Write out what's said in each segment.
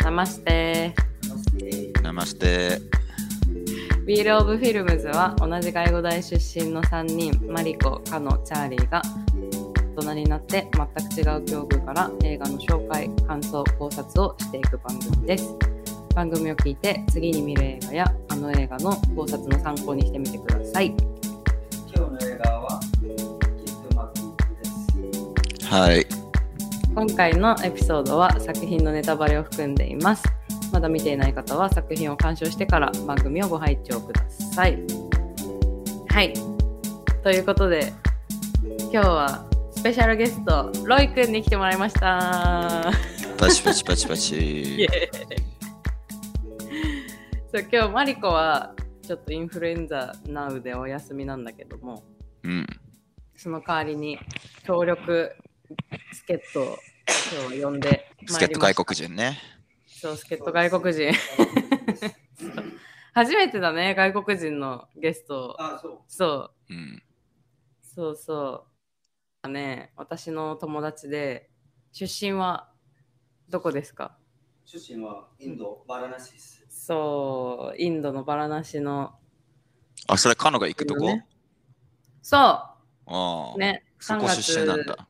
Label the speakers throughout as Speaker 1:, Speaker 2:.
Speaker 1: ナマステ
Speaker 2: ナマステ
Speaker 1: ウィール・オブ・フィルムズは同じ外語大出身の3人マリコ、カノ、チャーリーが大人になって全く違う境遇から映画の紹介、感想、考察をしていく番組です番組を聞いて次に見る映画やあの映画の考察の参考にしてみてください
Speaker 3: 今日の映画はキッドマックです。
Speaker 2: はい
Speaker 1: 今回のエピソードは作品のネタバレを含んでいますまだ見ていない方は作品を鑑賞してから番組をご拝聴くださいはいということで今日はスペシャルゲストロイくんに来てもらいました
Speaker 2: パチパチパチパ
Speaker 1: イ エ
Speaker 2: チ
Speaker 1: ーイそう今日マリコはちょっとインフルエンザなうでお休みなんだけども
Speaker 2: うん
Speaker 1: その代わりに協力助っ人を今日は呼んでま
Speaker 2: 助
Speaker 1: い
Speaker 2: っ
Speaker 1: り
Speaker 2: 人
Speaker 1: ま
Speaker 2: 外
Speaker 1: した
Speaker 2: 国人ね
Speaker 1: そう助っ人外国人 初めてだね外国人のゲスト
Speaker 3: あ、そ
Speaker 1: そう
Speaker 2: うん
Speaker 1: そうそうね私の友達で出身はどこですか
Speaker 3: う。出身はインド、バラナシです。
Speaker 1: そうインドのバラナシの
Speaker 2: あそれカノが行くとこ、
Speaker 1: ねそ
Speaker 2: ああ、
Speaker 1: うね
Speaker 2: そこ出身なん
Speaker 1: 3月
Speaker 2: だ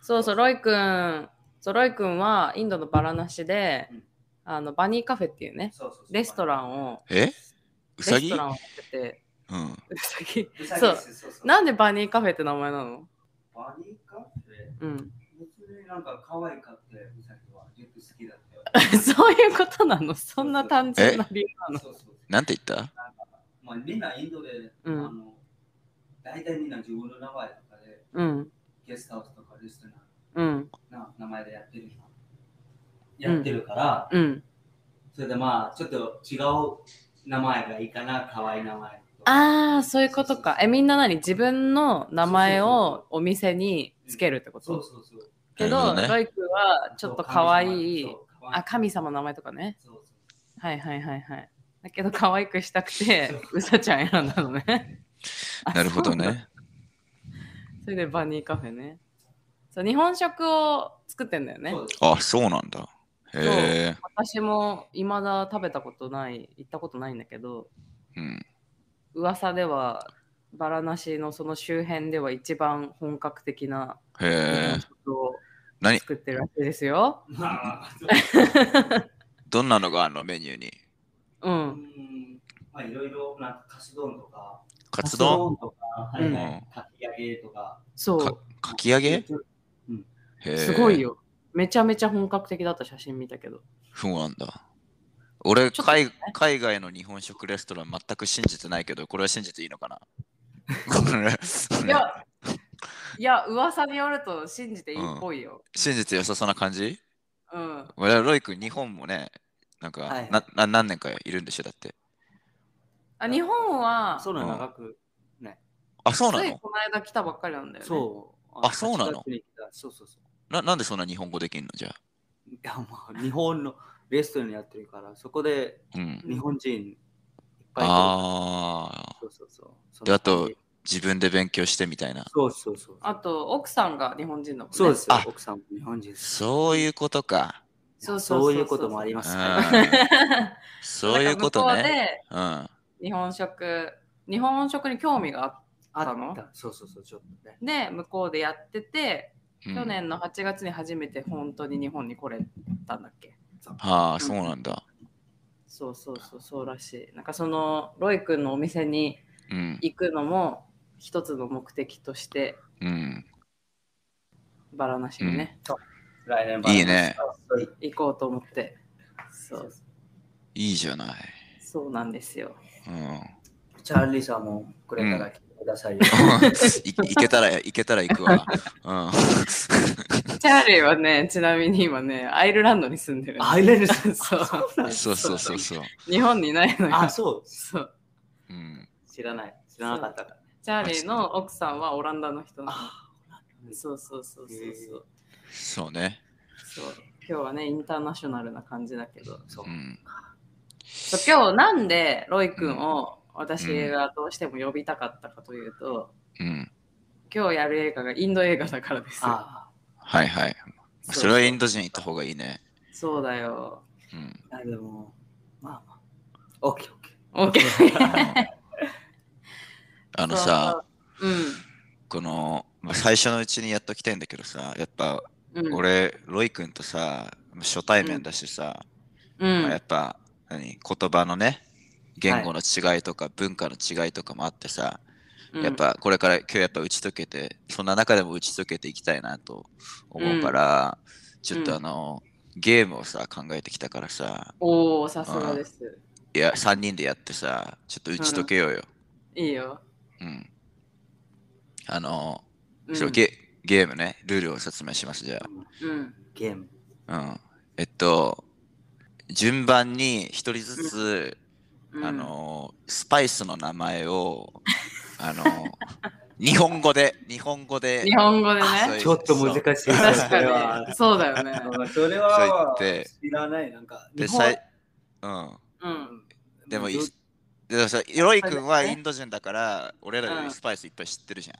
Speaker 1: そうそうロイくんそうロイくんはインドのバラナシで、
Speaker 3: うん
Speaker 1: あのバニーカフェっていうね
Speaker 3: そうそうそう
Speaker 1: レストランを
Speaker 2: えう
Speaker 1: レ
Speaker 2: さ
Speaker 1: ス
Speaker 2: ぎ
Speaker 1: トラン
Speaker 2: う
Speaker 1: をやってて
Speaker 2: ん
Speaker 1: うさぎ
Speaker 3: うさぎ
Speaker 1: そ
Speaker 3: で
Speaker 1: う
Speaker 3: すそうそう
Speaker 1: なんでバニーカフェって名前なの
Speaker 3: バニーカフェ
Speaker 1: うん
Speaker 3: 別になんか可愛かって、うさぎはよく好きだった よ。
Speaker 1: そういうことなのそんな単純な理由なの
Speaker 3: そうそう。
Speaker 2: なんて言った
Speaker 3: まあみんなインドで、
Speaker 1: うん
Speaker 3: あの、大体みんな自分の名前とかで、
Speaker 1: うん。
Speaker 3: ゲストハウスとかレストラン
Speaker 1: うん。
Speaker 3: な名前でやってる人。やってるから、
Speaker 1: うん。
Speaker 3: それでまあちょっと違う名前がいいかな、可愛い名前とか。
Speaker 1: ああ、そういうことか。え、みんな何自分の名前をお店につけるってこ
Speaker 3: そう
Speaker 1: と
Speaker 3: そうそう。
Speaker 1: け
Speaker 2: なる
Speaker 1: ど、
Speaker 2: ほどね
Speaker 1: ロイ君はちょっと可愛い
Speaker 3: そ。う
Speaker 1: あ、神様の名前とかね。
Speaker 3: そうそう
Speaker 1: はいはいはいはい。だけど、可愛くしたくて
Speaker 3: そう、
Speaker 1: うさちゃん選んだのね。あ
Speaker 2: なるほど。
Speaker 1: そう なんだ
Speaker 2: ね
Speaker 1: それで、バニーカフェね。そう、日本食を作ってんだよね
Speaker 3: そ。うです
Speaker 2: あそうなんだへえ
Speaker 1: 私も未だ食べたことない、行ったことないんだけど、
Speaker 2: うん
Speaker 1: 噂ではバラナシのその周辺では一番本格的な
Speaker 2: へえ
Speaker 1: 食を
Speaker 2: 何
Speaker 1: 作ってるらしいですよ。
Speaker 3: まあ、
Speaker 2: どんなのがあるのメニューに
Speaker 1: う。
Speaker 3: うんん、まあ、いろいろ、なんか、カツ丼とか、
Speaker 2: カツ丼
Speaker 3: カツとか、はいは
Speaker 2: うん
Speaker 3: い、かき揚げとか。
Speaker 1: そ
Speaker 2: かき揚げへ
Speaker 1: う。
Speaker 2: え
Speaker 1: すごいよ。めちゃめちゃ本格的だった写真見たけど。
Speaker 2: そうなんだ俺
Speaker 1: ちょっと
Speaker 2: 海海外の日本食レストラン全く信じてないけどこれは信じていい のかなこれ
Speaker 1: いや、いや、噂によると信じていいっぽいよ。
Speaker 2: 信じて良さそうな感じ
Speaker 1: うん。
Speaker 2: 俺はロイ君、日本もね、なんか、
Speaker 3: はい
Speaker 2: なな何年かいるんでしょ、だって。
Speaker 1: あ日本は、
Speaker 3: そうなの、
Speaker 2: うん
Speaker 3: 長く。
Speaker 2: あ、そうな
Speaker 1: つい
Speaker 2: の
Speaker 1: この間来たばっかりなんだよね。
Speaker 3: そう。
Speaker 2: あそうなの
Speaker 3: 8月に来たそうそうそう。
Speaker 2: ななんでそんな日本語できんのじゃあ。
Speaker 3: いや、まあ、日本のレストランやってるから、そこで
Speaker 2: うん。
Speaker 3: 日本人いっぱい来るから。
Speaker 2: ああ、
Speaker 3: そうそうそう。
Speaker 2: であと、自分で勉強してみたいな。
Speaker 3: そうそうそう。
Speaker 1: あと、奥さんが日本人だもんね。
Speaker 3: そうですよ
Speaker 2: あ、
Speaker 3: 奥さんも日本人です。
Speaker 2: そういうことか。
Speaker 1: そうそうそう
Speaker 3: そういうこともあり
Speaker 2: う
Speaker 3: ま す。
Speaker 2: んそういうこと
Speaker 1: なんか向
Speaker 2: ね。
Speaker 1: うで
Speaker 2: うん。
Speaker 1: 日本食日本食に興味があっ
Speaker 3: あ
Speaker 1: ったの
Speaker 3: ったそうそうそう、ちょっとね。
Speaker 1: て向こうでやってて、
Speaker 2: うん
Speaker 1: 去年の8月に初めて本当に日本に来れたんだっけ
Speaker 2: ああ、そうなんだ。
Speaker 1: そうそうそうそうらしいなんかそのロイ君のお店に
Speaker 2: うん。
Speaker 1: 行くのも一つの目的として
Speaker 2: うん。
Speaker 1: バラなしにね、
Speaker 3: 来年
Speaker 2: いいね。
Speaker 1: 行こうと思ってそ
Speaker 3: そう
Speaker 1: う
Speaker 2: いいじゃない。
Speaker 1: そうなんですよ
Speaker 2: うん。
Speaker 3: チャーリーさんもこれから来てくださいよ。
Speaker 2: いいけたら、いけたら行くわ。うん。
Speaker 1: チャーリーはねちなみに今ねアイルランドに住んでる
Speaker 3: アイレンさ ん。
Speaker 1: そう
Speaker 3: なん だ
Speaker 2: そうそうそうそう。
Speaker 1: 日本にいないのよ
Speaker 3: あ、そう。
Speaker 1: そう
Speaker 2: うん。
Speaker 3: 知らない。知らなかったからね。
Speaker 1: チャーリーの奥さんはオランダの人な
Speaker 3: あ
Speaker 1: の。そうそうそうそうそう。
Speaker 2: そうね。
Speaker 1: そう今日はね、インターナ ショナルな感じだけど。
Speaker 3: そう
Speaker 2: う。ん。
Speaker 1: そう今日なんでロイ君を私がどうしても呼びたかったかというと、
Speaker 2: うん。
Speaker 1: 今日やる映画がインド映画だからです。
Speaker 3: あ
Speaker 2: はいはい。
Speaker 1: そう
Speaker 2: それはインド人行った方がいいね。
Speaker 1: そうだ よ。
Speaker 2: うん。
Speaker 3: あ、でも、まあまあ。オッケーオッケ
Speaker 1: OK。
Speaker 2: あの さ、
Speaker 1: う
Speaker 2: この、まあ最初のうちにやっときたいんだけどさ、やっぱ
Speaker 1: ん。うん、
Speaker 2: 俺、ロイ君とさ、初対面だしさ、
Speaker 1: う
Speaker 2: まあや
Speaker 1: ん
Speaker 2: っ、ぱ何言葉のね言語の違いとか文化の違いとかもあってさ、やっぱこれから今日やっぱ打ち解けてそんな中でも打ち解けていきたいなと思うから、ちょっとあの、ゲームをさ考えてきたからさ
Speaker 1: おお、さすがです。
Speaker 2: いや3人でやってさちょっと打ち解けようよ、
Speaker 1: いいよ。
Speaker 2: うんあの、
Speaker 1: うん、
Speaker 2: そうゲゲームねルールを説明しますじゃあ
Speaker 1: うん。
Speaker 3: ー。ゲーム。
Speaker 2: うん、えっと順番に一人ずつ、
Speaker 1: うん
Speaker 2: あ、のスパイスの名前をあの日本語で日本語で
Speaker 1: 日本語で
Speaker 2: そう
Speaker 1: ね。
Speaker 3: ちょっと難しい。
Speaker 1: 確
Speaker 3: それ
Speaker 1: か
Speaker 3: は
Speaker 1: に。そうだよね。
Speaker 3: それは
Speaker 2: そう言って
Speaker 3: 知らない。なんか、
Speaker 2: で
Speaker 3: 日本
Speaker 2: さい、うん、
Speaker 1: うん。
Speaker 2: でもい
Speaker 3: どう
Speaker 2: でさロイ
Speaker 1: そうだ
Speaker 2: 君
Speaker 1: ね
Speaker 2: はインド人だから俺らよ
Speaker 1: うん
Speaker 2: りスパイスいっぱい知ってるじ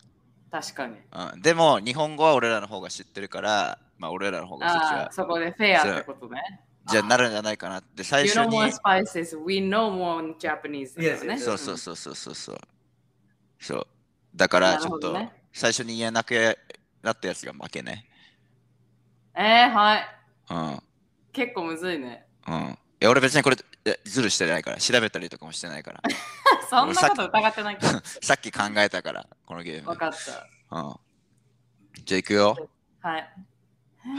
Speaker 1: 確かに。
Speaker 2: ゃん、うん、でも日本語は俺らの方が知ってるからまあ俺らの方がそっち
Speaker 1: あ
Speaker 2: は
Speaker 1: あ、そこでフェアってことね。
Speaker 2: じゃあなるんじゃないかなって最
Speaker 1: You
Speaker 2: 初
Speaker 1: know
Speaker 2: に
Speaker 1: more spices, we know more Japanese. だよね
Speaker 3: Yes, yes,
Speaker 2: そ うそうそうそうそうそうそうだから
Speaker 1: な
Speaker 2: ち
Speaker 1: る
Speaker 2: ょ
Speaker 1: ほ
Speaker 2: っ
Speaker 1: ど
Speaker 2: と
Speaker 1: ね
Speaker 2: 最初に言えなくなったやつが負けね
Speaker 1: えー、はい。
Speaker 2: うん
Speaker 1: Eh, 結構むずいね。
Speaker 2: うん。いや、俺別にこれえズルしてないから、調べたりとかもしてな いから。
Speaker 1: そんなこと疑ってないけ ど。
Speaker 2: さっき考えたから、このゲーム。
Speaker 1: わかった。
Speaker 2: うん。じゃあ行くよ。
Speaker 1: はい。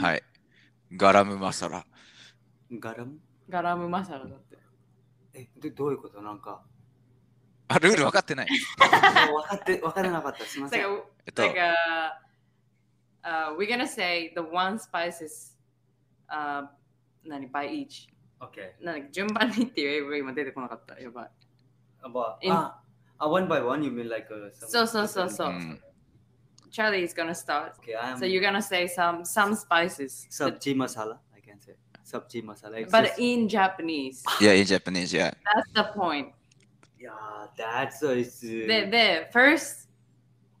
Speaker 2: はい。ガラムマサラ。
Speaker 3: ガラム
Speaker 1: ガラムマサラだって。
Speaker 3: え、でどういうことなんか。
Speaker 2: あ、ルール分かってない。
Speaker 3: 分かって、分からなかった。すみま
Speaker 1: だ
Speaker 3: せ
Speaker 1: か
Speaker 3: ん。
Speaker 1: ら
Speaker 2: えっと、
Speaker 1: Like, uh, uh, we're gonna say the one spice is, uh, 何 by each.
Speaker 3: オッケ
Speaker 1: 何順番にっていう英語が今出てこなかった。やばい。
Speaker 3: ー。あ
Speaker 1: In-
Speaker 3: あ、あ、one ah, by one, you mean like. uh, some-
Speaker 1: そうそうそうそううん Charlie is gonna start.
Speaker 3: Okay, I'm.
Speaker 1: So you're gonna say some some spices, but,
Speaker 3: Sabji masala, I can say. Sabji masala. It's
Speaker 1: but
Speaker 3: just-
Speaker 1: in Japanese.
Speaker 2: いや、いいジャパニーズや。
Speaker 1: That's the point.
Speaker 3: yeah, that's uh, it's. uh,
Speaker 1: The the first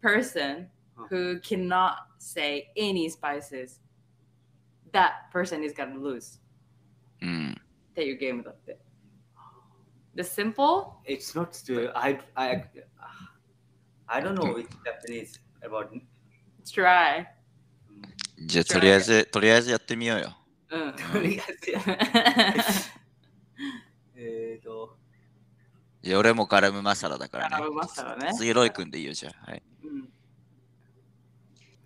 Speaker 1: person who cannot say any spices, that person is gonna lose.
Speaker 2: うん。
Speaker 1: っていうゲームだって。The simple
Speaker 3: It's not. Uh, I I I don't know which Japanese about. mm,
Speaker 1: try.
Speaker 2: じゃあ、とりあえず、とりあえずやってみようよ。
Speaker 1: うん。
Speaker 3: えっと、
Speaker 2: いや、俺もガラムマサラだからね。
Speaker 1: ガラムマサラね
Speaker 2: 次、ロイ君でいいよ、じゃあ。はい。
Speaker 1: うん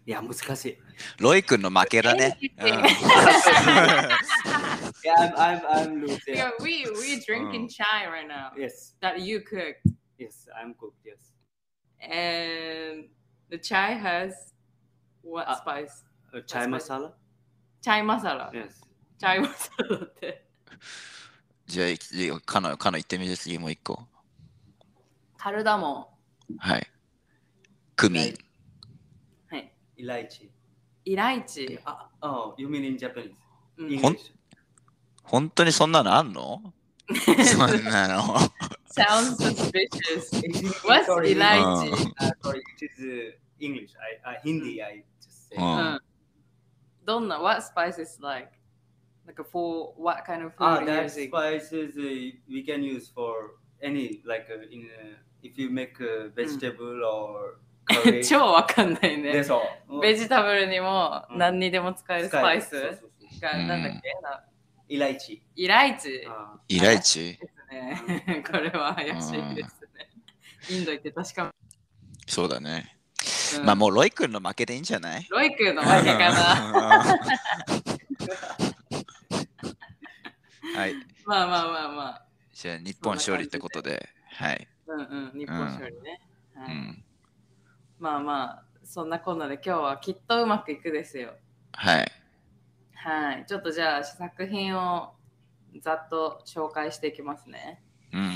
Speaker 3: いや、難しい。
Speaker 2: ロイ君の負けだね。うん
Speaker 3: Yeah, I'm, I'm, I'm losing.
Speaker 1: Yeah, we we drinking chai right now
Speaker 3: Yes,
Speaker 1: that you cook,
Speaker 3: yes, I'm cooked. Yes.
Speaker 1: and the chai has what
Speaker 3: Ah.
Speaker 1: spice?
Speaker 3: Uh, chai
Speaker 1: That's
Speaker 3: masala?
Speaker 1: Chai masala.
Speaker 3: Yes.
Speaker 1: Chai masala だって。
Speaker 2: じゃあいいよ、カノ、カノ行ってみて、次もう一個。
Speaker 1: カルダモ
Speaker 2: はい。クミン。
Speaker 1: ン、はい、
Speaker 3: Elaichi.
Speaker 1: イライチ。
Speaker 3: Ah, oh, you mean in Japanese?
Speaker 1: うん
Speaker 3: English.
Speaker 2: ほん本当にそんなのあ んのそんなの。
Speaker 1: Sounds suspicious.
Speaker 3: It is-
Speaker 1: What's
Speaker 3: sorry,
Speaker 1: Elaichi?
Speaker 3: Uh, sorry, it is uh, English. I, uh, Hindi, I just say.
Speaker 2: うん
Speaker 1: うんどんな What spice is like? Like for what kind of food
Speaker 3: Ah,
Speaker 1: you're
Speaker 3: that
Speaker 1: using?
Speaker 3: spice is uh, we can use for any like uh, in uh, if you make a vegetable or curry.
Speaker 1: 超わかんないね。
Speaker 3: That's all.
Speaker 1: ベジタブルにも
Speaker 3: うん
Speaker 1: 何にでも使えるスパイス
Speaker 3: そうそうそう
Speaker 1: が
Speaker 2: うん
Speaker 1: なんだっけな
Speaker 3: イライチ。
Speaker 1: イライチ
Speaker 3: あ
Speaker 2: イライチ
Speaker 1: ねこれは怪しいですね。インド行って確か
Speaker 2: そうだね。
Speaker 1: め、うん
Speaker 2: まあもうロイ君の負けでいいんじゃない
Speaker 1: ロイ君のわけか な。
Speaker 2: はい。
Speaker 1: まあまあまあまあ。
Speaker 2: じゃあ日本勝利ってことで。はい。
Speaker 1: うんうん、日本勝利ね。
Speaker 2: う
Speaker 1: はい
Speaker 2: ん。
Speaker 1: まあまあ、そんなこんなで今日はきっとうまくいくですよ。
Speaker 2: はい。
Speaker 1: はい。ちょっとじゃあ作品をざっと紹介していきますね。
Speaker 2: うん。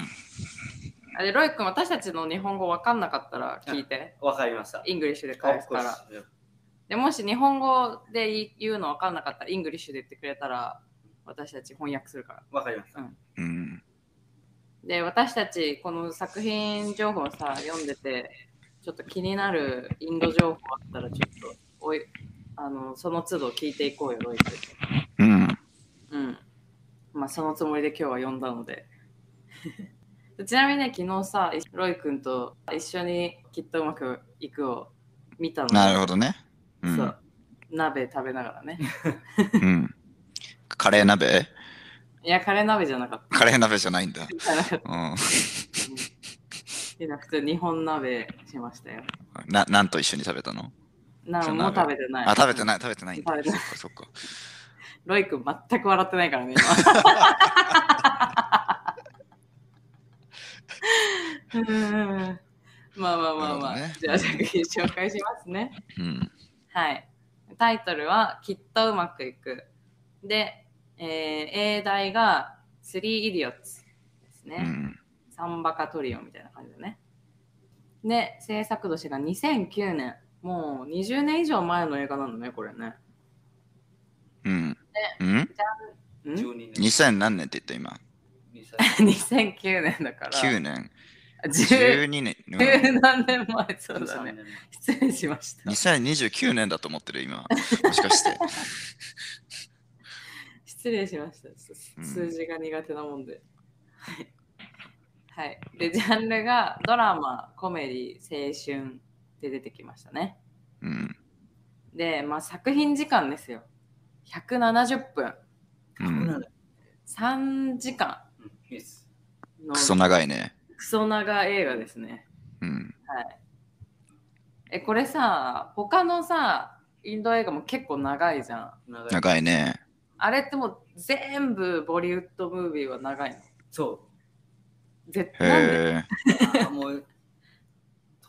Speaker 1: あれ、ロイ君、私たちの日本語わかんなかったら聞いて。
Speaker 3: ーわかりました。
Speaker 1: イングリッシュで返すから。でもし日本語で言い言うの分かんなかったら、イングリッシュで言ってくれたら、私たち翻訳するから。
Speaker 3: わかりまし
Speaker 2: うん。
Speaker 1: で私たちこの作品情報をさ読んでてちょっと気になるインド情報あったらちょっとおいあのその都度聞いていこうよロイズ
Speaker 2: うん。
Speaker 1: うんまあそのつもりで今日は読んだので ちなみにね昨日さロイ君と一緒にきっとうまくいくを見たの
Speaker 2: なるほどね。う
Speaker 1: そ
Speaker 2: ん
Speaker 1: う。鍋食べながらね
Speaker 2: うん、カレー鍋
Speaker 1: いやカレー鍋じゃなかっ
Speaker 2: カレー鍋じゃないんだ。
Speaker 1: たじ ゃなかっ
Speaker 2: う
Speaker 1: た
Speaker 2: ん。
Speaker 1: いや普通日本鍋しましたよ
Speaker 2: な、なんと一緒に食べたの
Speaker 1: な
Speaker 2: そんな
Speaker 1: もう食べてない
Speaker 2: あ、食べてない、食べてないんだ。
Speaker 1: 食べてな
Speaker 2: そっか、
Speaker 1: ロイ君全く笑ってない からね、今うーん。まあまあまあまあ、
Speaker 2: なるほどね
Speaker 1: じゃあ作品紹介しますね。
Speaker 2: そっか。うん。
Speaker 1: はい。タイトルは、きっとうまくいく。で、えー英題が、3 idiots ですね。
Speaker 2: うん。
Speaker 1: サンバカトリオみたいな感じだね。で、制作年が2009年。もう20年以上前の映画なのね、これね。
Speaker 2: うん。うん、
Speaker 1: ん
Speaker 2: ?2000 何年って言った
Speaker 1: ?2009 年だから。
Speaker 2: 今 ?9 年。
Speaker 1: 10
Speaker 2: 12年。うん
Speaker 1: 十何年前そうだね。失礼しました。
Speaker 2: 2029年だと思ってる今。もしかして。
Speaker 1: 失礼しました。す
Speaker 2: うん
Speaker 1: 数字が苦手なもんで。はい。はい。で、ジャンルがドラマ、コメディ、青春で出てきましたね。
Speaker 2: うん。
Speaker 1: で、まあ作品時間ですよ。170分。
Speaker 2: うん、
Speaker 1: 3時間の
Speaker 2: クソ長いね。
Speaker 1: クソ長映画ですね。
Speaker 2: うん。
Speaker 1: え、これさ、他のさ、インド映画も結構長いじゃん。
Speaker 2: 長いね。
Speaker 1: あれってもう全部ボリウッドムービーは長いの。
Speaker 3: そ
Speaker 1: 絶対なんで
Speaker 2: へえ。
Speaker 3: う。 もう、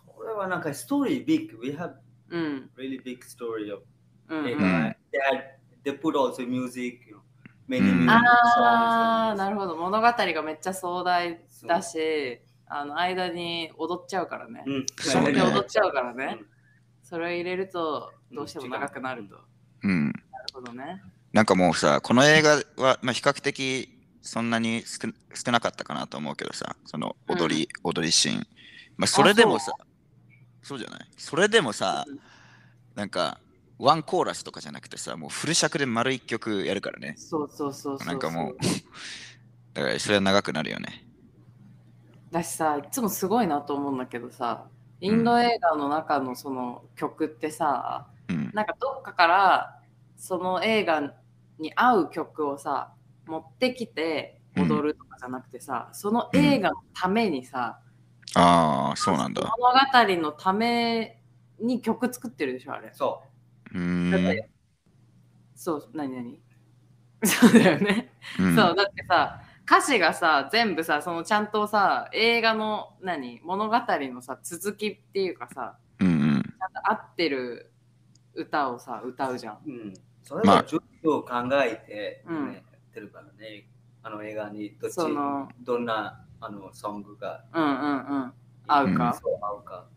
Speaker 3: これはなんかストーリー big。We have
Speaker 1: うん。
Speaker 3: really big story of
Speaker 1: う
Speaker 3: 映
Speaker 1: ん、
Speaker 3: 画。They had- they put also music, you know, many
Speaker 2: うん
Speaker 3: music
Speaker 1: ああ、
Speaker 3: songs.
Speaker 1: なるほど。物語がめっちゃ壮大
Speaker 3: そう
Speaker 1: だし、あの間に踊っちゃうからね。
Speaker 3: うん
Speaker 2: そうね
Speaker 1: 間に踊っちゃうからね
Speaker 3: うん。
Speaker 1: それを入れると、どうしても長くなると。
Speaker 2: うん。
Speaker 1: なるほどね。
Speaker 2: なんかもうさ、この映画は、まあ、比較的そんなに少少なかったかなと思うけどさ、その踊り、踊りシーン。まあ、それでもさ、そうじゃないそれでもさ、なんか、ワンコーラスとかじゃなくてさ、もうフル尺で丸一曲やるからね。
Speaker 1: そうそうそうそう。
Speaker 2: なんかもう。、だからそれは長くなるよね。
Speaker 1: だしさ、いつもすごいなと思うんだけどさ、インド映画の中のその曲ってさ、
Speaker 2: うん。
Speaker 1: なんかどっかからその映画に合う曲をさ持ってきて踊るとかじゃなくてさ、その映画のためにさ、
Speaker 2: ああ、そうなんだ。
Speaker 1: 物語のために曲作ってるでしょあれ
Speaker 3: そう
Speaker 2: ー
Speaker 1: だっ
Speaker 2: ん。
Speaker 1: てそう何何 そうだよね、
Speaker 2: うん
Speaker 1: そうだってさ歌詞がさ全部さそのちゃんとさ映画の何物語のさ続きっていうかさ
Speaker 2: うんうん。
Speaker 1: ちゃんと合ってる歌をさ歌うじゃん
Speaker 3: う。うん。それは状況を考えて、ね
Speaker 1: うん
Speaker 3: やってるからね。あの映画にどっち
Speaker 1: その
Speaker 3: どんなあのソングが
Speaker 1: うんうんうん合うか、
Speaker 3: そう合うか。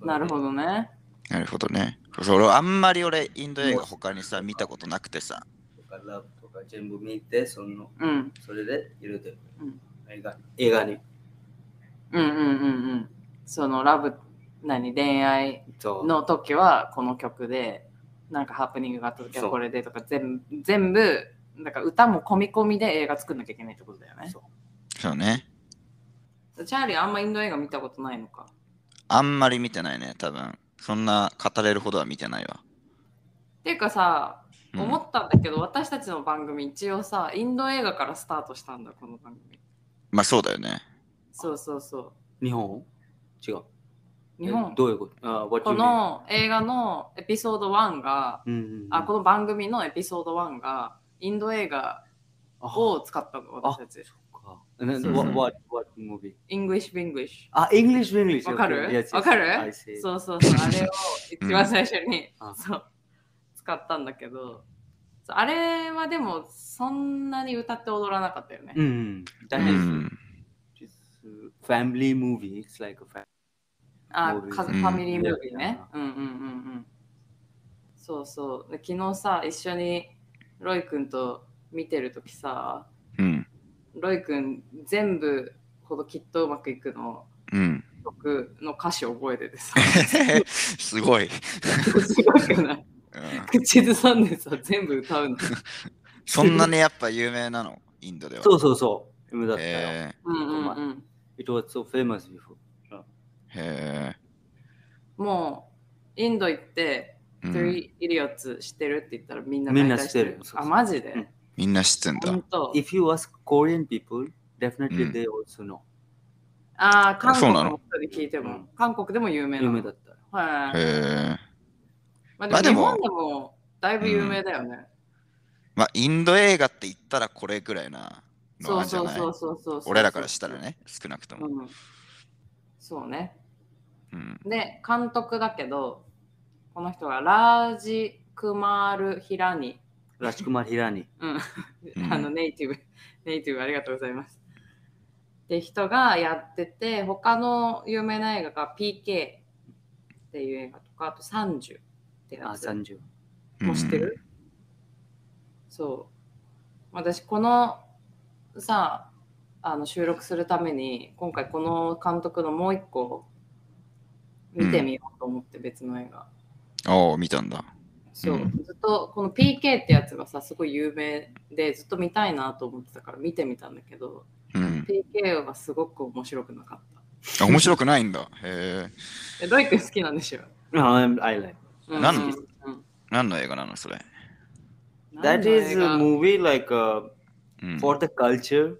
Speaker 1: なるほ
Speaker 3: ど。
Speaker 1: どね
Speaker 2: なるほどね。それあんまり俺、インド映画他にさ、見たことなくてさ。
Speaker 3: とかラブとか全部見て、その
Speaker 1: うん
Speaker 3: それで入れてる、
Speaker 1: うん
Speaker 3: 映画映画に。
Speaker 1: うんうんうんうん。そのラブ、何、恋愛
Speaker 3: そう。
Speaker 1: の時はこの曲で、なんかハプニングがあった時
Speaker 3: そ
Speaker 1: は
Speaker 3: う
Speaker 1: これでとか、全部全部、なんか歌も込み込みで映画作んなきゃいけないってことだよね
Speaker 3: そ。
Speaker 2: そうね。
Speaker 1: チャーリーあんまインド映画見たことないのか。
Speaker 2: あんまり見てないね、多分。そんな語れるほどは見てないわ。
Speaker 1: っていうかさ、
Speaker 2: うん
Speaker 1: 思ったんだけど、私たちの番組一応さ、インド映画からスタートしたんだ、この番組。
Speaker 2: まあそうだよね。
Speaker 1: そうそうそ
Speaker 3: 日本違う。
Speaker 1: う。日本
Speaker 3: え、どういうことあ、what
Speaker 1: こ
Speaker 3: you mean？
Speaker 1: の映画のエピソード1が、
Speaker 3: うんうんうん、
Speaker 1: あ、この番組のエピソード1が、インド映画を使ったの、私たち。
Speaker 3: か。And then
Speaker 2: そうそう
Speaker 3: what, what, what movie?
Speaker 1: English, English.
Speaker 3: あ、English, English.
Speaker 1: わかる
Speaker 3: Okay, yes, yes,
Speaker 1: わかる
Speaker 3: I see.
Speaker 1: そうそうそう、あれを一番最初に、
Speaker 3: うん
Speaker 1: そう使ったんだけど、そうあれはでもそんなに歌って踊らなかったよね。
Speaker 3: うん。
Speaker 2: う
Speaker 3: That is、
Speaker 2: ん。
Speaker 3: just uh, family movie. It's like a family.
Speaker 1: あ、
Speaker 3: うん
Speaker 1: 家族
Speaker 2: うん
Speaker 1: ファミリームービーね。うんうんうんうん。そうそう。で昨日さ、一緒にロイ君と見てるときさ、
Speaker 2: うん。
Speaker 1: ロイ君全部ほどきっとうまくいくの
Speaker 2: うん。
Speaker 1: 曲の歌詞を覚えてて さ
Speaker 2: すごい、
Speaker 1: すごくない
Speaker 2: うん
Speaker 1: 口ずさんでさ全部歌う の
Speaker 2: そんなにやっぱ有名なのインドでは。
Speaker 3: So so so. Imdat.
Speaker 2: へ
Speaker 1: うんうんうん、
Speaker 3: It was so famous before.
Speaker 2: え。へ
Speaker 1: もうインド行って
Speaker 2: え。
Speaker 1: 「
Speaker 2: うん
Speaker 1: Three Idiots」知ってるって言ったらみんな
Speaker 3: みんな
Speaker 1: 大体
Speaker 3: 知ってるそうそう
Speaker 1: あマジで、
Speaker 3: うん
Speaker 2: みんな知ってんだ
Speaker 1: 本。当
Speaker 3: If you ask Korean people, definitely
Speaker 2: Mm.
Speaker 3: they also know.
Speaker 1: ああ韓
Speaker 2: そう
Speaker 1: 国
Speaker 2: な
Speaker 1: の
Speaker 2: の
Speaker 1: 人で聞いても、
Speaker 3: うん
Speaker 1: 韓国でも有名なの
Speaker 3: 夢だった。
Speaker 1: はい、
Speaker 2: へえ。
Speaker 1: ま
Speaker 2: ま
Speaker 1: あ
Speaker 2: あ
Speaker 1: で
Speaker 2: で
Speaker 1: も日
Speaker 2: も
Speaker 1: 本でもだいぶ有名だよね、
Speaker 2: まあ、インド映画って言ったらこれぐらいなの
Speaker 1: そ
Speaker 2: あ
Speaker 1: うん
Speaker 2: じ
Speaker 1: そ
Speaker 2: ゃ
Speaker 1: う
Speaker 2: ない
Speaker 1: そうそうそうそう
Speaker 2: 俺らからしたらね、少なくとも。
Speaker 1: うん、そうね
Speaker 2: うん。
Speaker 1: で監督だけどこの人がラージ・クマール・ヒラニ、
Speaker 3: Rajkumar Hirani.
Speaker 1: うん
Speaker 2: うん
Speaker 1: あのネイティブ ネイティブありがとうございますって人がやってて他の有名な映画が PK っていう映画とかあと30ってや
Speaker 3: あ、
Speaker 1: つ
Speaker 3: 30。
Speaker 1: もう知ってる、そう私このさあの収録するために今回この監督のもう一個見てみようと思って、別の映画
Speaker 2: うんおお、見たんだ。
Speaker 1: そう、
Speaker 2: うん
Speaker 1: ずっとこの PK ってやつがさすごい有名でずっと見たいなと思ってたから見てみたんだけど
Speaker 2: うん。
Speaker 1: PK はすごく面白くなかっ
Speaker 2: あ、面白くないんだ。へ
Speaker 1: た
Speaker 2: え。
Speaker 1: えロイ君好きなんでしょ、
Speaker 3: No, I'm, Um, I like.
Speaker 1: う
Speaker 2: 何
Speaker 1: うん
Speaker 2: 何の映画なのそれ。
Speaker 3: That
Speaker 1: 何の映
Speaker 3: is
Speaker 1: 画
Speaker 3: a movie like uh,
Speaker 2: うん、
Speaker 3: for the culture,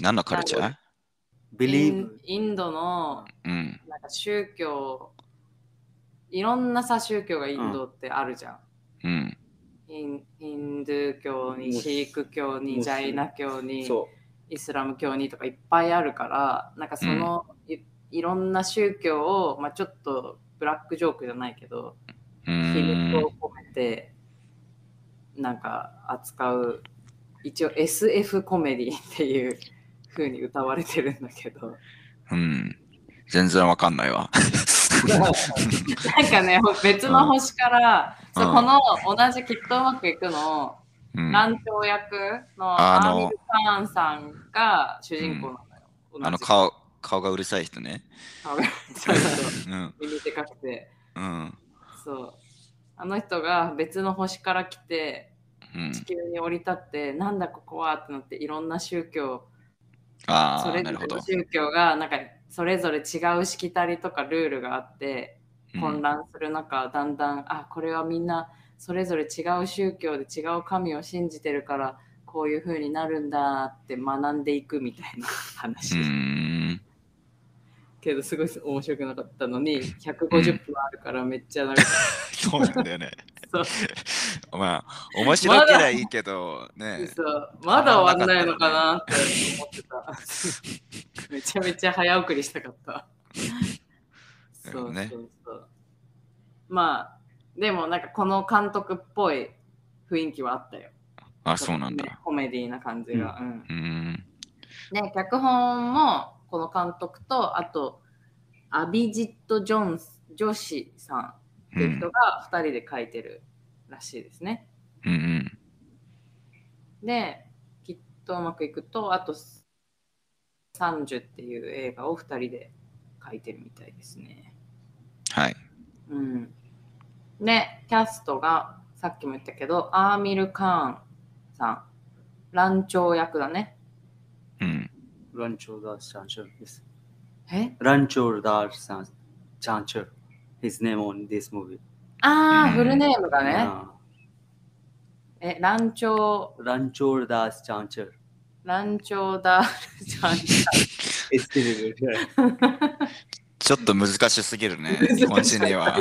Speaker 2: 何のカルチャー
Speaker 1: イ
Speaker 3: believe.
Speaker 1: ンインドの
Speaker 2: うん。
Speaker 1: なんか宗教いろんなさ宗教がインドってあるじゃん。
Speaker 2: うん。
Speaker 1: インヒンドゥー教に
Speaker 3: ムス
Speaker 1: シーク教に
Speaker 3: ムス
Speaker 1: ジャイナ教に
Speaker 3: そ
Speaker 1: イスラム教にとかいっぱいあるからなんかその、いいろんな宗教を、まあ、ちょっとブラックジョークじゃないけど
Speaker 2: う
Speaker 1: 皮
Speaker 2: ー
Speaker 1: 肉
Speaker 2: ん
Speaker 1: を込めてなんか扱う一応 SF コメディっていう風に歌われてるんだけど。
Speaker 2: うん。全然わかんないわ。
Speaker 1: なんかね、別の星から、
Speaker 2: うん
Speaker 1: そうこの同じきっとうまくいくの、
Speaker 2: うん、あ
Speaker 1: 蘭長役の
Speaker 2: あ
Speaker 1: ア
Speaker 2: の
Speaker 1: ーミル・カーンさんが主人公なのよ。
Speaker 2: の
Speaker 1: 同じ
Speaker 2: 顔、顔がうるさい人ね。
Speaker 1: 顔がそうそう
Speaker 2: うん。
Speaker 1: 耳でかくて。
Speaker 2: うん。
Speaker 1: そう。あの人が別の星から来て、
Speaker 2: うん、
Speaker 1: 地球に降り立って、なんだここはってなって、いろんな宗教、
Speaker 2: あ
Speaker 1: そ
Speaker 2: あ、
Speaker 1: れ
Speaker 2: な
Speaker 1: ぞれ
Speaker 2: るほど
Speaker 1: の。宗教が、なんか、それぞれ違うしきたりとかルールがあって、混乱する中、だんだんあこれはみんなそれぞれ違う宗教で違う神を信じてるからこういう風になるんだって学んでいくみたいな
Speaker 2: う
Speaker 1: 話、
Speaker 2: ん。うん
Speaker 1: けどすごい面白くなかったのに150分あるからめっちゃ 長かっ
Speaker 2: そうなんだよ ね。
Speaker 1: た、
Speaker 2: まあ、面白けりゃいいけど、ね。
Speaker 1: そうまだ終わんないのかなって思ってた めちゃめちゃ早送りしたかった
Speaker 2: なる
Speaker 1: そ
Speaker 2: ほど
Speaker 1: う
Speaker 2: ね
Speaker 1: そうそうまあでもなんかこの監督っぽい雰囲気はあったよ
Speaker 2: あ、そうなんだ。
Speaker 1: コメディな感じが。うん
Speaker 2: うん。
Speaker 1: で、脚本もこの監督と、あと、アビジット・ジョンス、ジョシさんって
Speaker 2: う
Speaker 1: いうん人。が2人で書いてるらしいですね。
Speaker 2: うんうん。
Speaker 1: で、きっとうまくいくと、あと、30っていう映画を2人で書いてるみたいですね。
Speaker 2: はい。
Speaker 1: うん。で、キャストが、さっきも言ったけど、アーミル・カーンさん、乱調役だね。
Speaker 2: うん。
Speaker 3: う。Ranchor Das Chanchar. Yes.
Speaker 1: え
Speaker 3: Ranchor Das Chanchar. His name on this movie.
Speaker 1: ああ、
Speaker 2: う
Speaker 1: フ
Speaker 2: ん
Speaker 1: ルネームがね。
Speaker 3: Uh,
Speaker 1: え、ランチョウ、
Speaker 3: Ranchor Das Chanchar.
Speaker 1: ランチョウダールちゃん。
Speaker 3: It's difficult. yeah.
Speaker 2: ちょっと難しすぎ るね、日本人には。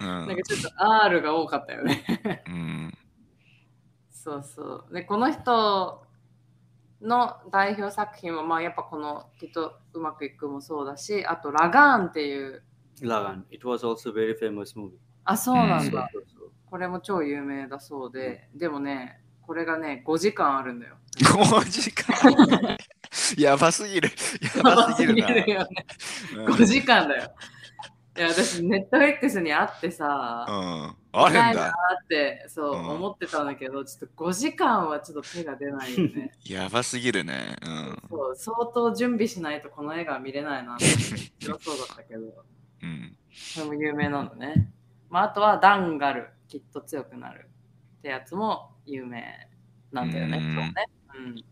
Speaker 2: うん。う
Speaker 1: なん
Speaker 2: ん
Speaker 1: かちょっと R が多かったよね。
Speaker 2: うん。
Speaker 1: そうそう。で、この人の代表作品は、まあやっぱこのきっとうまくいくもそうだし、あとラガーンっていう、
Speaker 3: Lagan. It was also very famous movie.
Speaker 1: あ、そうなん
Speaker 2: うん
Speaker 1: だ。これも超有名だそうで、でもね、これがね、5時間あるんだよ。
Speaker 2: 5時間。 やばすぎる。やばすぎるな。
Speaker 1: よね。
Speaker 2: うん
Speaker 1: 5時間だよ。いや私ネットフリックスにあってさ、
Speaker 2: うん。ある
Speaker 1: ない
Speaker 2: ん
Speaker 1: なー
Speaker 2: だ。
Speaker 1: ってそう、
Speaker 2: うん
Speaker 1: 思ってたんだけどちょっと5時間はちょっと手が出ないよね
Speaker 2: やばすぎるね。うん。
Speaker 1: そう相当準備しないとこの映画は見れないなって強そうだったけど
Speaker 2: うん。
Speaker 1: それも有名なのね、まあ、あとは「ダンガルきっと強くなる」ってやつも有名なんだよね
Speaker 2: うん
Speaker 1: そうねうんっ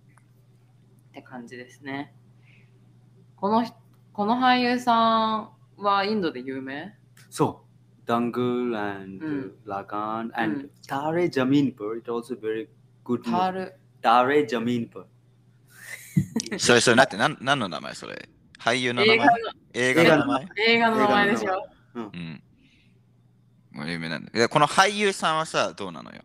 Speaker 1: て感じですねこの人この俳優さんはインドで有名
Speaker 3: So, Dangul and
Speaker 1: Mm.
Speaker 3: uh, Lagan and Tare Jaminpur, it also very good
Speaker 1: ター
Speaker 3: movie.
Speaker 1: ル
Speaker 3: Tare Jaminpur.
Speaker 2: それそれ、なって、なん何の名前それ俳優の名
Speaker 1: 映画
Speaker 2: 前
Speaker 1: の
Speaker 2: 映画の名前
Speaker 1: 映画の名前でし
Speaker 3: 映画
Speaker 1: ょ
Speaker 2: うん。もう有名なんだ。いやこの俳優さんはさ、どうなのよ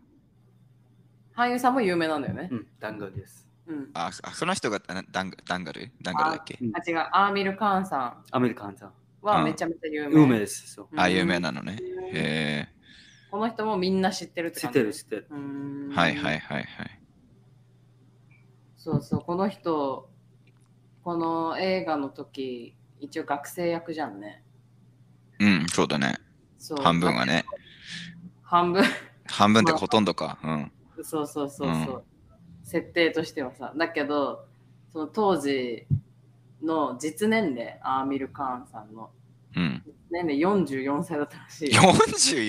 Speaker 1: 俳優さんも有名なんだよね、
Speaker 3: Mm, Dangal, yes.
Speaker 1: うん、
Speaker 2: あ、あその人があダンガダンガルダンガルだっけ
Speaker 1: あ違うアーミル・カーンさん
Speaker 3: Amir Khan san.
Speaker 1: は
Speaker 2: うん
Speaker 1: めちゃめちゃ有名。
Speaker 3: Ume desu, so.
Speaker 1: うん
Speaker 2: あ、有名なのね。へ
Speaker 1: この人もみんな知ってるって感じ。
Speaker 3: Shitteru, shitteru.
Speaker 1: うーん
Speaker 2: え。はいはい。はいはい。
Speaker 1: そうそう、この人、この映画の時、一応学生役じゃんね。
Speaker 2: うん、そうだね。
Speaker 1: そう
Speaker 2: 半分は。ね。
Speaker 1: 半分。
Speaker 2: 半分ってほとんどか。うん。
Speaker 1: そうそうそうそう。設定としてはさ。だけど、その当時の実年齢、アーミル・カーンさんの
Speaker 2: うん。
Speaker 1: 年齢44歳だったらしい。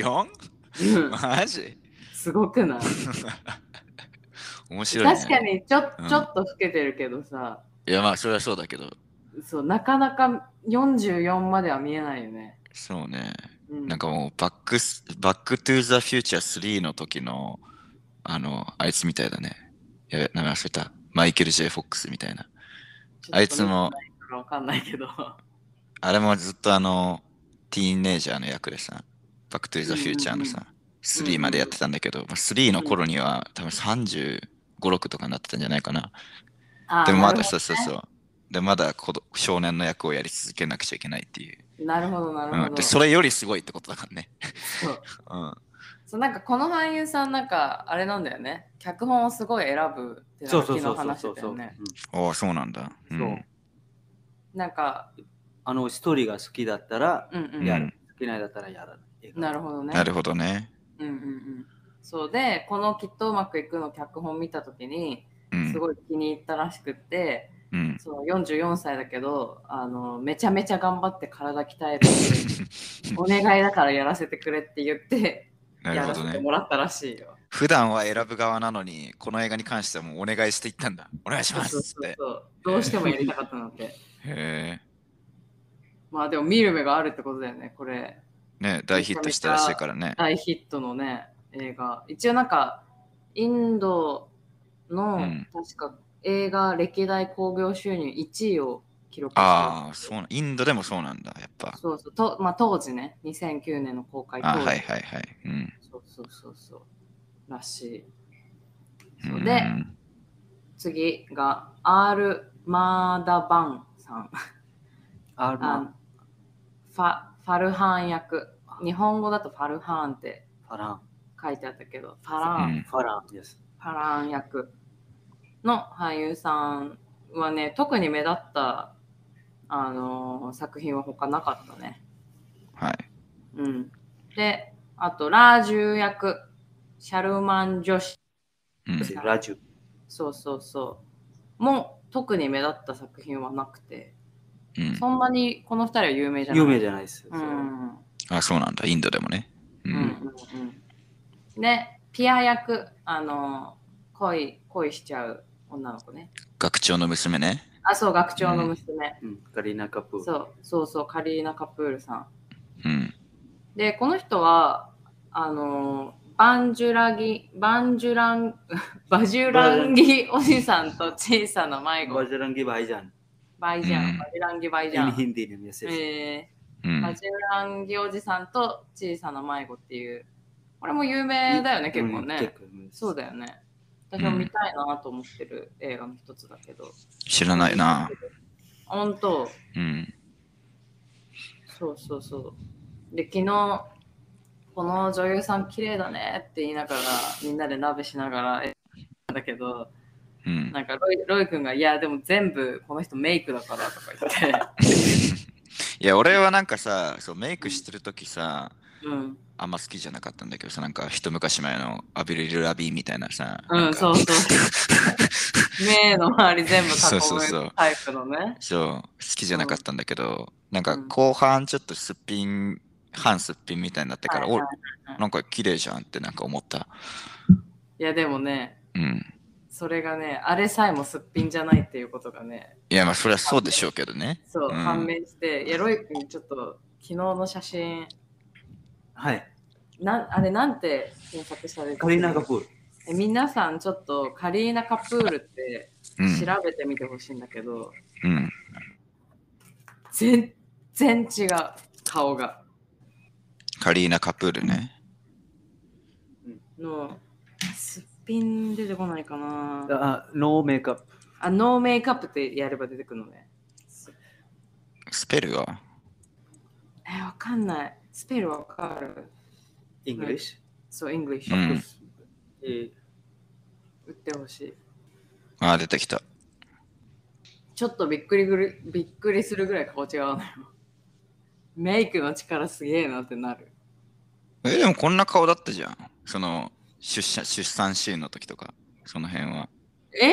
Speaker 2: 44?
Speaker 1: うん
Speaker 2: マジ
Speaker 1: すごくない
Speaker 2: 面白い、ね。
Speaker 1: 確か。にちょ
Speaker 2: うん
Speaker 1: ちょっと老けてるけどさ、
Speaker 2: いや、まあ、それはそうだけど。
Speaker 1: そうなかなか44までは見えないよね。
Speaker 2: そうね。
Speaker 1: うん
Speaker 2: なんかもう、バックス、バックトゥーザフューチャー3の時の、あの、あいつみたいだね。やべ、名前忘れた。マイケル・ J ・フォックスみたいな。あいつも。
Speaker 1: わかんないけど。
Speaker 2: あれもずっとあの、ティーンネイジャーの役でさ、バックトゥーザフューチャーのさ、3までやってたんだけど、まあ、3の頃には多分35、6とかになってたんじゃないかな。
Speaker 1: あー
Speaker 2: でもまだ、そうそうそう。で、まだ子ど少年の役をやり続けなくちゃいけないっていう。
Speaker 1: なるほど、なるほど。なる
Speaker 2: う
Speaker 1: ほ
Speaker 2: ん、
Speaker 1: ど
Speaker 2: で、それよりすごいってことだからね。
Speaker 1: そう
Speaker 2: うん。
Speaker 1: そうなんかこの俳優さん、なんかあれなんだよね。脚本をすごい選ぶってなんか
Speaker 3: So, so,
Speaker 1: 昨日
Speaker 3: so,
Speaker 1: 話
Speaker 3: so,
Speaker 1: してた
Speaker 3: so.
Speaker 1: よね。
Speaker 2: ああ、そうなんだ。うん、
Speaker 3: そう
Speaker 1: なんか、
Speaker 3: あのストーリーが好きだったら
Speaker 1: うんうん。
Speaker 3: やる、好きないだったらやらない。
Speaker 1: なるほどね。
Speaker 2: なるほどね。
Speaker 1: うんうんうん。そうで、このきっとうまくいくの脚本見たときに、
Speaker 2: うん。
Speaker 1: すごい気に入ったらしくって、
Speaker 2: うん。
Speaker 1: そう44歳だけどあのめちゃめちゃ頑張って体鍛える お願いだからやらせてくれって言って
Speaker 2: なる
Speaker 1: や
Speaker 2: ほ
Speaker 1: ら
Speaker 2: ど
Speaker 1: せて
Speaker 2: ね。
Speaker 1: もらったらしいよ。
Speaker 2: 普段は選ぶ側なのに、この映画に関してはもうお願いしていったんだ。お願いし
Speaker 1: そう
Speaker 2: ま
Speaker 1: そ
Speaker 2: す
Speaker 1: う
Speaker 2: っ
Speaker 1: そう
Speaker 2: て。
Speaker 1: そうどうしてもやりたかったなんて。
Speaker 2: へえ。
Speaker 1: まあでも見る目があるってことだよねこれ
Speaker 2: ね、大ヒットしたらしいからね。
Speaker 1: 大ヒットのね映画一応なんかインドの、
Speaker 2: うん
Speaker 1: 確か映画歴代興行収入1位を記録してる
Speaker 2: ああ、そうなんインドでもそうなんだ、やっぱ。
Speaker 1: そうそうと、まあ、当時ね2009年の公開当
Speaker 2: あ
Speaker 1: 時、
Speaker 2: はいはいはい。うん。
Speaker 1: そうそうそうそうらしい
Speaker 2: う
Speaker 1: そうんで次が R ・マーダバンさん
Speaker 3: ある
Speaker 1: あ
Speaker 3: な
Speaker 1: のファファルハーン役日本語だとファルハーンって
Speaker 3: ファラン。
Speaker 1: 書いてあったけどファラーン、
Speaker 2: うん
Speaker 3: ファラン。Yes.
Speaker 1: ファラーン役の俳優さんはね特に目立った、あのー作品は他なかったね、
Speaker 2: はい。
Speaker 1: うん、であとラージュ役シャルマン女子
Speaker 2: うん
Speaker 3: ラジュ。
Speaker 1: そうそうそうも特に目立った作品はなくて
Speaker 2: うん。
Speaker 1: そんなにこの2人は有名じゃない
Speaker 3: 有名じゃないです。
Speaker 1: うん
Speaker 2: あ、そうなんだ、インドでもね。う。
Speaker 1: うんうんんうんで、ピア役、あの、恋、恋しちゃう女の子ね。
Speaker 2: 学長の娘ね。
Speaker 1: あ、そう、学長の娘。
Speaker 3: うん。カリーナ・カプール。
Speaker 1: そう、そうそう、カリーナ・カプールさん。
Speaker 2: うん。
Speaker 1: で、この人は、あの、バンジュラギ、バンジュラン、 バジュランギおじさんと小さな迷子
Speaker 3: バ、ジャランギ・バイジャン。
Speaker 1: バイジャ
Speaker 2: う
Speaker 1: ン、
Speaker 2: ん
Speaker 1: バジュランギ・バイジ
Speaker 3: In
Speaker 1: ャン。
Speaker 3: Hindi name. Yes. yes.
Speaker 1: え
Speaker 2: う
Speaker 1: ーバ
Speaker 2: ん。
Speaker 1: ジュランギおじさんと小さな迷子っていう、これも有名だよね、結構ね。
Speaker 3: うん結構ね
Speaker 1: そうだよね。私も見たいなと思ってる映画の一つだけど。
Speaker 2: 知らないな。
Speaker 1: 本当、
Speaker 2: うん。
Speaker 1: そうそうそう。で、昨日、この女優さん綺麗だねって言いながら、みんなで鍋しながら、えだけど、
Speaker 2: うん。
Speaker 1: なんかロイロイ君が、いや、でも全部この人メイクだからとか言って、
Speaker 2: いや、俺はなんかさ、そうメイクしてるときさ、
Speaker 1: うん。
Speaker 2: あんま好きじゃなかったんだけどさ、なんか一昔前のアビリル・ラビーみたいなさ、
Speaker 1: う、
Speaker 2: なんんか
Speaker 1: そうそうそう。目の周り全部囲
Speaker 2: そうそうそう
Speaker 1: むタイプのね。
Speaker 2: そう、好きじゃなかったんだけど、なんか
Speaker 1: うん
Speaker 2: 後半ちょっとすっぴん、半すっぴんみたいになってか
Speaker 1: は
Speaker 2: ら、
Speaker 1: いはい
Speaker 2: おなんか綺麗じゃんってなんか思った。
Speaker 1: いや、でもね、
Speaker 2: うん。
Speaker 1: それがね、あれさえもすっぴんじゃないっていうことがね、
Speaker 2: いや、まあそれはそうでしょうけどね。
Speaker 1: そう、
Speaker 2: うん
Speaker 1: 判明して、いや、ロイ君、ちょっと、昨日の写真、
Speaker 3: はい。
Speaker 1: なんあれ、なんて検索されて
Speaker 3: カリーナ・カプール。
Speaker 1: え皆さん、ちょっと、カリーナ・カプールって
Speaker 2: うん。
Speaker 1: 調べてみてほしいんだけど、
Speaker 2: うん、
Speaker 1: 全然違う、顔が。
Speaker 2: カリーナ・カプールね。
Speaker 1: の、すっぴん出てこないかな。
Speaker 3: あ、ノーメイクアップ。
Speaker 1: あ、ノーメイクアップってやれば出てくるのね。
Speaker 2: スペルは
Speaker 1: え、わかんない。スペルわかる。
Speaker 3: English.
Speaker 1: そう、イングリッシ
Speaker 2: う
Speaker 1: ュ。
Speaker 2: ん。
Speaker 3: Eh,
Speaker 1: 打ってほしい。
Speaker 2: あー、出てきた。
Speaker 1: ちょっとびっくりぐるびっくりするぐらい顔違うのよ。メイクの力すげえなってなる。
Speaker 2: え、でもこんな顔だったじゃん。その、出社出産シーンの時とか、その辺は。
Speaker 1: えー、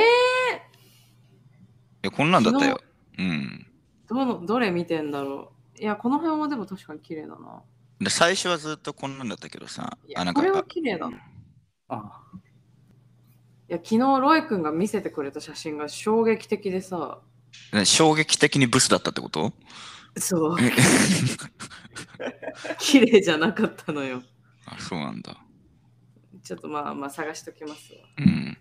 Speaker 2: え、こんなんだったよ。うん。
Speaker 1: どのどれ見てんだろういや、この辺はでも確かに綺麗だな。
Speaker 2: で、最初はずっとこんなんだったけどさ
Speaker 1: い、
Speaker 2: あ、な
Speaker 1: や、
Speaker 2: んか
Speaker 1: これは綺麗だな。い
Speaker 3: ah.
Speaker 1: や、昨日ロイ君が見せてくれた写真が衝撃的でさ、
Speaker 2: ね衝撃的にブスだったっ てこと
Speaker 1: そう、綺麗じゃなかったのよ。
Speaker 2: あ、そうなんだ。
Speaker 1: ちょっとまあまあ探しときますわ。
Speaker 2: うん。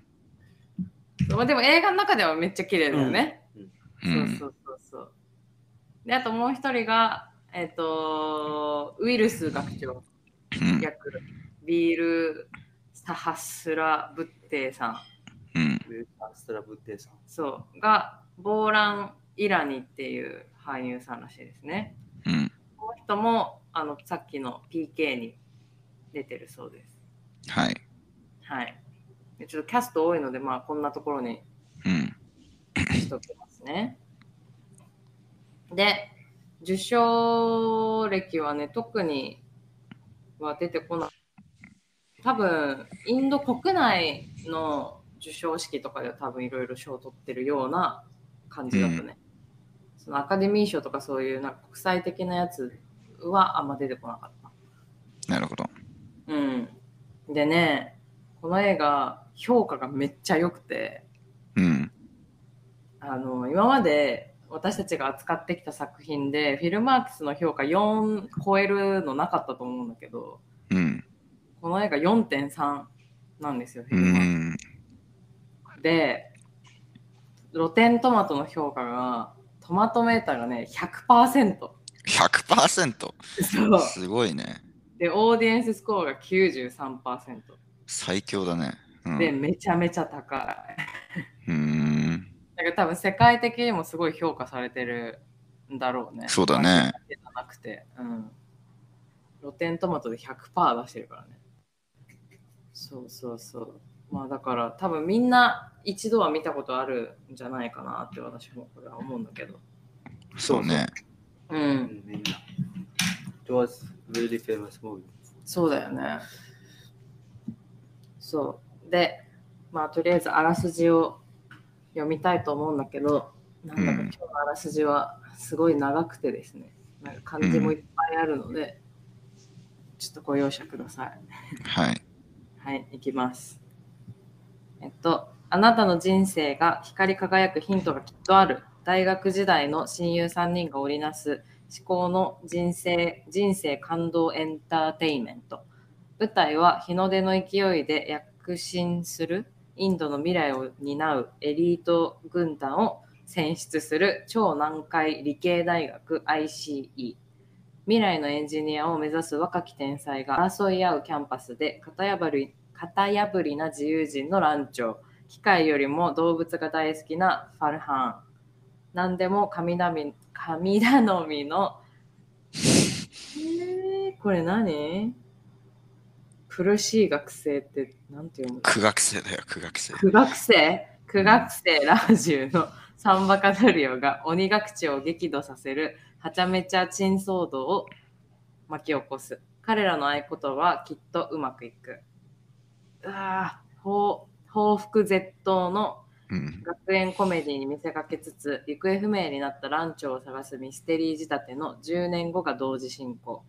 Speaker 1: まあでも映画の中ではめっちゃ綺麗だよね。
Speaker 2: う。
Speaker 1: そうんそうそうそう。で、あともう一人が、えっ、と、ウイルス学長。
Speaker 2: うん
Speaker 1: 役ビールサハスラブッテさん
Speaker 2: うん。
Speaker 3: Astra Buddha san.
Speaker 1: そうがボーラン・イラニっていう俳優さんらしいですね。
Speaker 2: うん。
Speaker 1: この人もあのさっきの PK に出てるそうです。
Speaker 2: はい。
Speaker 1: はい。でちょっとキャスト多いので、まあ、こんなところに
Speaker 2: うん。
Speaker 1: しときますね。で、受賞歴はね、特には出てこない。多分、インド国内の授賞式とかでは多分いろいろ賞を取ってるような感じだったね。そのアカデミー賞とかそういうなんか国際的なやつはあんま出てこなかっ
Speaker 2: なるほど。
Speaker 1: た。うん。でね、この映画、評価がめっちゃ良くて。
Speaker 2: うん。
Speaker 1: あの今まで私たちが扱ってきた作品でフィルマークスの評価4超えるのなかったと思うんだけど
Speaker 2: うん。
Speaker 1: この映画4.3なんですよフ
Speaker 2: う
Speaker 1: ィルマーク
Speaker 2: ん。
Speaker 1: スで露天トマトの評価がトマトメーターがね100%そ
Speaker 2: 100%!
Speaker 1: う
Speaker 2: すごいね。
Speaker 1: でオーディエンススコアが93%
Speaker 2: 最強だね。うん。
Speaker 1: で
Speaker 2: う
Speaker 1: めちゃめちゃ高い
Speaker 2: ーん。
Speaker 1: だから多分世界的にもすごい評価されてるんだろうね。
Speaker 2: そうだね。
Speaker 1: じゃなくて、うん。露天トマトで100%出してるからね。そうそうそう。まあだから多分みんな一度は見たことあるんじゃないかなって私もこれは思うんだけど。
Speaker 2: そうね。
Speaker 1: うん、
Speaker 3: It was really famous movie.
Speaker 1: そうだよね。そう。で、まあとりあえずあらすじを読みたいと思うんだけど、なんだか
Speaker 2: うん
Speaker 1: 今日のあらすじはすごい長くてですね、なんか漢字もいっぱいあるので、ちょっとご容赦ください。
Speaker 2: はい。
Speaker 1: はい、いきます。えっと、あなたの人生が光り輝くヒントがきっとある。大学時代の親友3人が織りなす思考の人生、人生感動エンターテインメント。舞台は日の出の勢いで躍進するインドの未来を担うエリート軍団を選出する超難解理系大学 ICE。未来のエンジニアを目指す若き天才が争い合うキャンパスで型破り型破りな自由人の乱調機械よりも動物が大好きなファルハン何でも神頼み神頼みの、えーこれ何苦しい学生って何て読むの
Speaker 2: 苦学生だよ、苦学生。
Speaker 1: 苦学生苦学生ラージュのサンバカトリオが鬼学長を激怒させるはちゃめちゃ珍騒動を巻き起こす。彼らの合言葉はきっとうまくいく。うわぁ、報報復絶倒の
Speaker 2: うん。
Speaker 1: 学園コメディに見せかけつつ行方不明になったランチョを探すミステリー仕立ての10年後が同時進行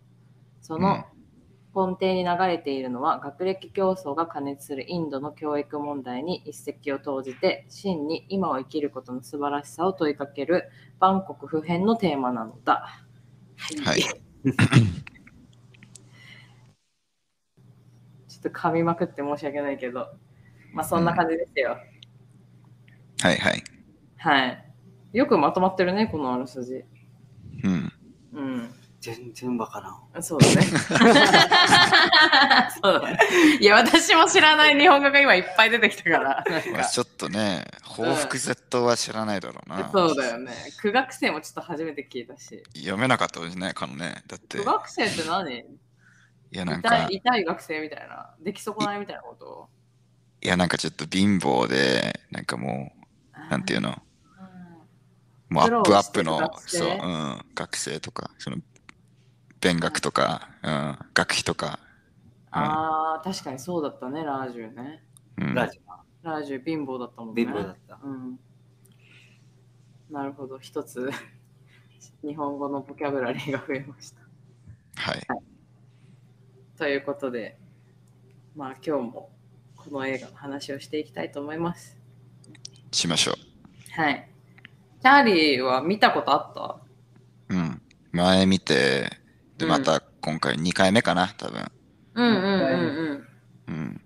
Speaker 1: その根底に流れているのは学歴競争が過熱するインドの教育問題に一石を投じて真に今を生きることの素晴らしさを問いかけるバンコク普遍のテーマなのだ
Speaker 2: はい。
Speaker 1: ちょっと噛みまくって申し訳ないけどまあそんな感じですよ、
Speaker 2: はいはい。
Speaker 1: はいよくまとまってるねこのあらすじ
Speaker 2: うん。
Speaker 1: うん
Speaker 3: 全然わからん。
Speaker 1: そう だね。そうだね。いや、私も知らない日本語が今いっぱい出てきたから。なん
Speaker 2: まあ、
Speaker 1: か
Speaker 2: ちょっとね、報復絶倒は知らないだろうな。
Speaker 1: そうだよね。苦学生もちょっと初めて聞いたし。
Speaker 2: 読めなかったですね、かのね。だって
Speaker 1: 苦、学生って何
Speaker 2: いやなん
Speaker 1: 痛
Speaker 2: か、
Speaker 1: い
Speaker 2: い
Speaker 1: 痛い学生みたいな。出来損ないみたいなこと
Speaker 2: やなんかちょっと貧乏で、なんかもう、なんていうの、もうア
Speaker 1: 苦労
Speaker 2: ップアップ
Speaker 1: してた
Speaker 2: の、
Speaker 1: 学生
Speaker 2: そう、うん、学生とか、その、勉学とか、うん、学費とか、
Speaker 1: あーあー、確かにそうだったね、ラージュね。
Speaker 2: うん、
Speaker 3: ラジ
Speaker 1: ラージュ貧乏だったもんね。
Speaker 3: 貧乏だった。
Speaker 1: うん。なるほど、一つ 日本語のボキャブラリーが増えました。
Speaker 2: はい。
Speaker 1: ということで、まあ今日もこの映画の話をしていきたいと思います。
Speaker 2: しましょ
Speaker 1: はい。チャーリーは見たことあった
Speaker 2: う。うん。前見て、で、
Speaker 1: うん
Speaker 2: また今回2回目かな、多分。
Speaker 1: うんうん
Speaker 3: うん
Speaker 1: うんうん。
Speaker 2: うん。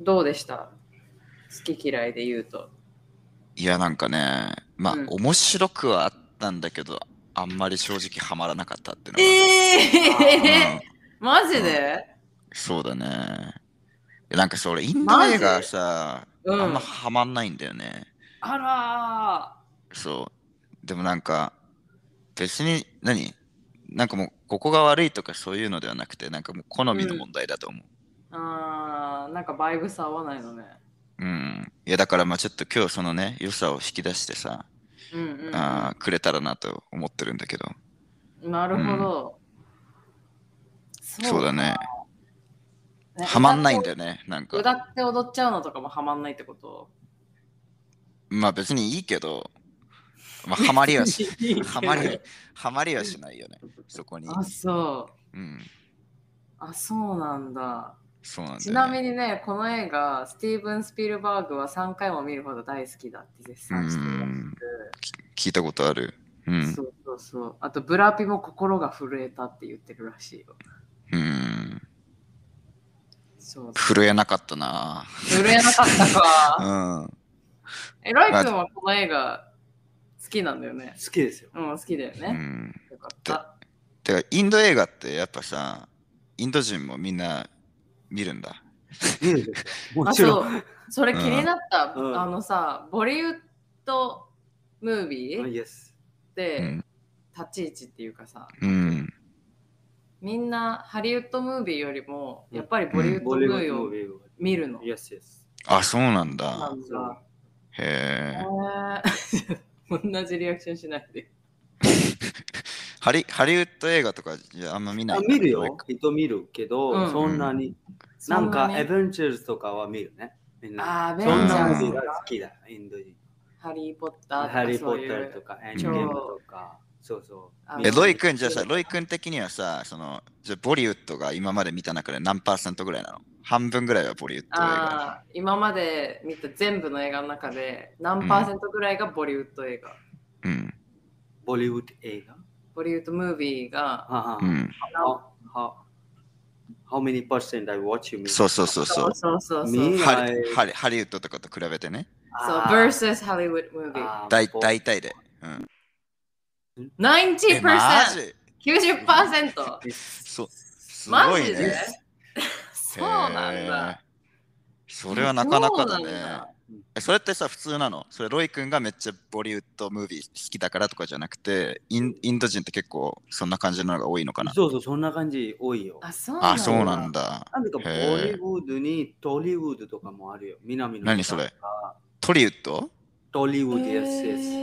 Speaker 1: どうでした好き嫌いで言うと。
Speaker 2: いや、なんかね、まあ、
Speaker 1: うん
Speaker 2: 面白くはあったんだけど、あんまり正直ハマらなかったっていうのが
Speaker 1: え
Speaker 2: うん
Speaker 1: ー、マジで、
Speaker 2: そうだね。いやなんかそれ、インド映画さ、
Speaker 1: うん
Speaker 2: あんまハマんないんだよね。
Speaker 1: あ
Speaker 2: そう。でもなんか、別に、何なんかもう、ここが悪いとかそういうのではなくて、なんかもう、好みの問題だと思う。
Speaker 1: らーあーなんかバイブス合わないのね。
Speaker 2: うん。いや、だからまあちょっと今日そのね、良さを引き出してさ、
Speaker 1: うんうんうん、
Speaker 2: あーくれたらなと思ってるんだけど。
Speaker 1: なるほど。そ
Speaker 2: そうだね。
Speaker 1: ね
Speaker 2: ハマんないんだよね。なんか。
Speaker 1: 歌って踊っちゃうのとかもハマんないって こと
Speaker 2: まあ別にいいけど、まあ、ハマりはし、
Speaker 1: いいけど
Speaker 2: ハマり、ハマりはしないよね。そこに。
Speaker 1: あ、そう。
Speaker 2: うん。
Speaker 1: あ、そうなんだ。
Speaker 2: そうなんだよね、
Speaker 1: ちなみにね、この映画、スティーブン・スピルバーグは3回も見るほど大好きだって絶賛してます。
Speaker 2: 聞いたことある。うん。
Speaker 1: そうそうそう。あと、ブラピも心が震えたって言ってるらしいよ。
Speaker 2: うん。
Speaker 1: そう。
Speaker 2: 震えなかったな。
Speaker 1: 震えなかった
Speaker 2: う
Speaker 1: か。
Speaker 2: ん。
Speaker 1: え、ライ君はこの映画好きなんだよね。
Speaker 3: 好きですよ。
Speaker 1: うん、好きだよ
Speaker 2: う
Speaker 1: ね。
Speaker 2: ん。
Speaker 1: よかった。
Speaker 2: てか、インド映画ってやっぱさ、インド人もみんな見るんだ。
Speaker 3: 見るですよも
Speaker 1: あ、
Speaker 3: ちろ
Speaker 1: そ
Speaker 3: ん。
Speaker 1: う。それ気になった。
Speaker 3: うんうん
Speaker 1: あのさ、ボリウッドムービーっ
Speaker 3: イエス。
Speaker 2: う
Speaker 1: て
Speaker 2: ん。
Speaker 1: 立ち位置っていうかさ、
Speaker 2: うん。
Speaker 1: みんなハリウッドムービーよりも
Speaker 3: うん
Speaker 1: やっぱりボリウッド
Speaker 3: ボ
Speaker 1: ム
Speaker 3: リ
Speaker 1: ー
Speaker 3: ウ
Speaker 1: ビ
Speaker 3: ッ
Speaker 1: ー
Speaker 3: ド
Speaker 1: を
Speaker 3: ムービーを。
Speaker 1: 見るの。
Speaker 3: イエスイエス。
Speaker 2: あ、そうなん
Speaker 1: な
Speaker 2: だ。
Speaker 1: んだ
Speaker 2: へえ。
Speaker 1: へー 同じリアクションしないで。
Speaker 2: ハリハリウッド映画とかじゃあんま見ない
Speaker 3: あ
Speaker 2: んだ
Speaker 3: 見る
Speaker 2: 俺
Speaker 3: よ。人見るけど、
Speaker 1: うん
Speaker 3: そんなに。なんか、エベンチャーズとかは見るね。みんな。
Speaker 1: あー、ベン
Speaker 3: そん
Speaker 1: ジ
Speaker 3: な
Speaker 1: ャ
Speaker 3: の
Speaker 1: ーズと
Speaker 3: が
Speaker 1: か
Speaker 3: 好きだ、インド人。
Speaker 1: ハリー・ポッタ
Speaker 3: ハリ
Speaker 1: ー
Speaker 3: ー・
Speaker 1: と
Speaker 3: ポ
Speaker 1: かそう
Speaker 3: ッタ
Speaker 1: い
Speaker 3: ー
Speaker 1: う
Speaker 3: と。か、エンドゲームとか。そうそ
Speaker 1: あ
Speaker 3: う。
Speaker 2: え、
Speaker 1: ど
Speaker 2: ロ
Speaker 1: う
Speaker 2: イ君じゃあさ、ロイ君的にはさ、その、じゃあボリウッドが今まで見た中で何パーセントぐらいなの半分ぐらいはボリウッド映画。
Speaker 1: あー今まで見た全部の映画の中で何パーセントぐらいがボリウッド映画、
Speaker 2: うん。
Speaker 3: ボリウッド映画。
Speaker 1: ボリウッドムービーが
Speaker 3: は
Speaker 2: う
Speaker 3: は。
Speaker 2: ん。
Speaker 3: How, how, how many percent I watch you mean?
Speaker 2: そうそうそうそう。
Speaker 1: そうそうそうそう
Speaker 3: み
Speaker 2: ハ
Speaker 3: はい
Speaker 2: リハリハリウッドとかと比べてね。
Speaker 1: そう versus ハリウッドムービー
Speaker 2: だい
Speaker 3: ボ
Speaker 2: 大体で。え、マ
Speaker 1: 90%90%
Speaker 2: ジそう。す
Speaker 1: マ
Speaker 2: ご
Speaker 1: ジ
Speaker 2: い
Speaker 1: で
Speaker 2: ね。
Speaker 1: そうなんだ
Speaker 2: へー。それはなかなかだ
Speaker 1: そうなん
Speaker 2: ね
Speaker 1: だ。
Speaker 2: えそれってさ、普通なのそれ、ロイ君がめっちゃボリウッドムービー好きだからとかじゃなくて、インインド人って結構そんな感じののが多いのかな
Speaker 3: そうそう、そんな感じ多いよ。
Speaker 1: あ、そうなんだ。
Speaker 2: あ、そうなんだ。
Speaker 3: なんでか、ボリ
Speaker 2: へー
Speaker 3: ウッドにトリウッドとかもあるよ。南の
Speaker 2: 何それトリウッド
Speaker 3: トリウ
Speaker 1: へ
Speaker 3: ッド、イエスイエス。
Speaker 1: ー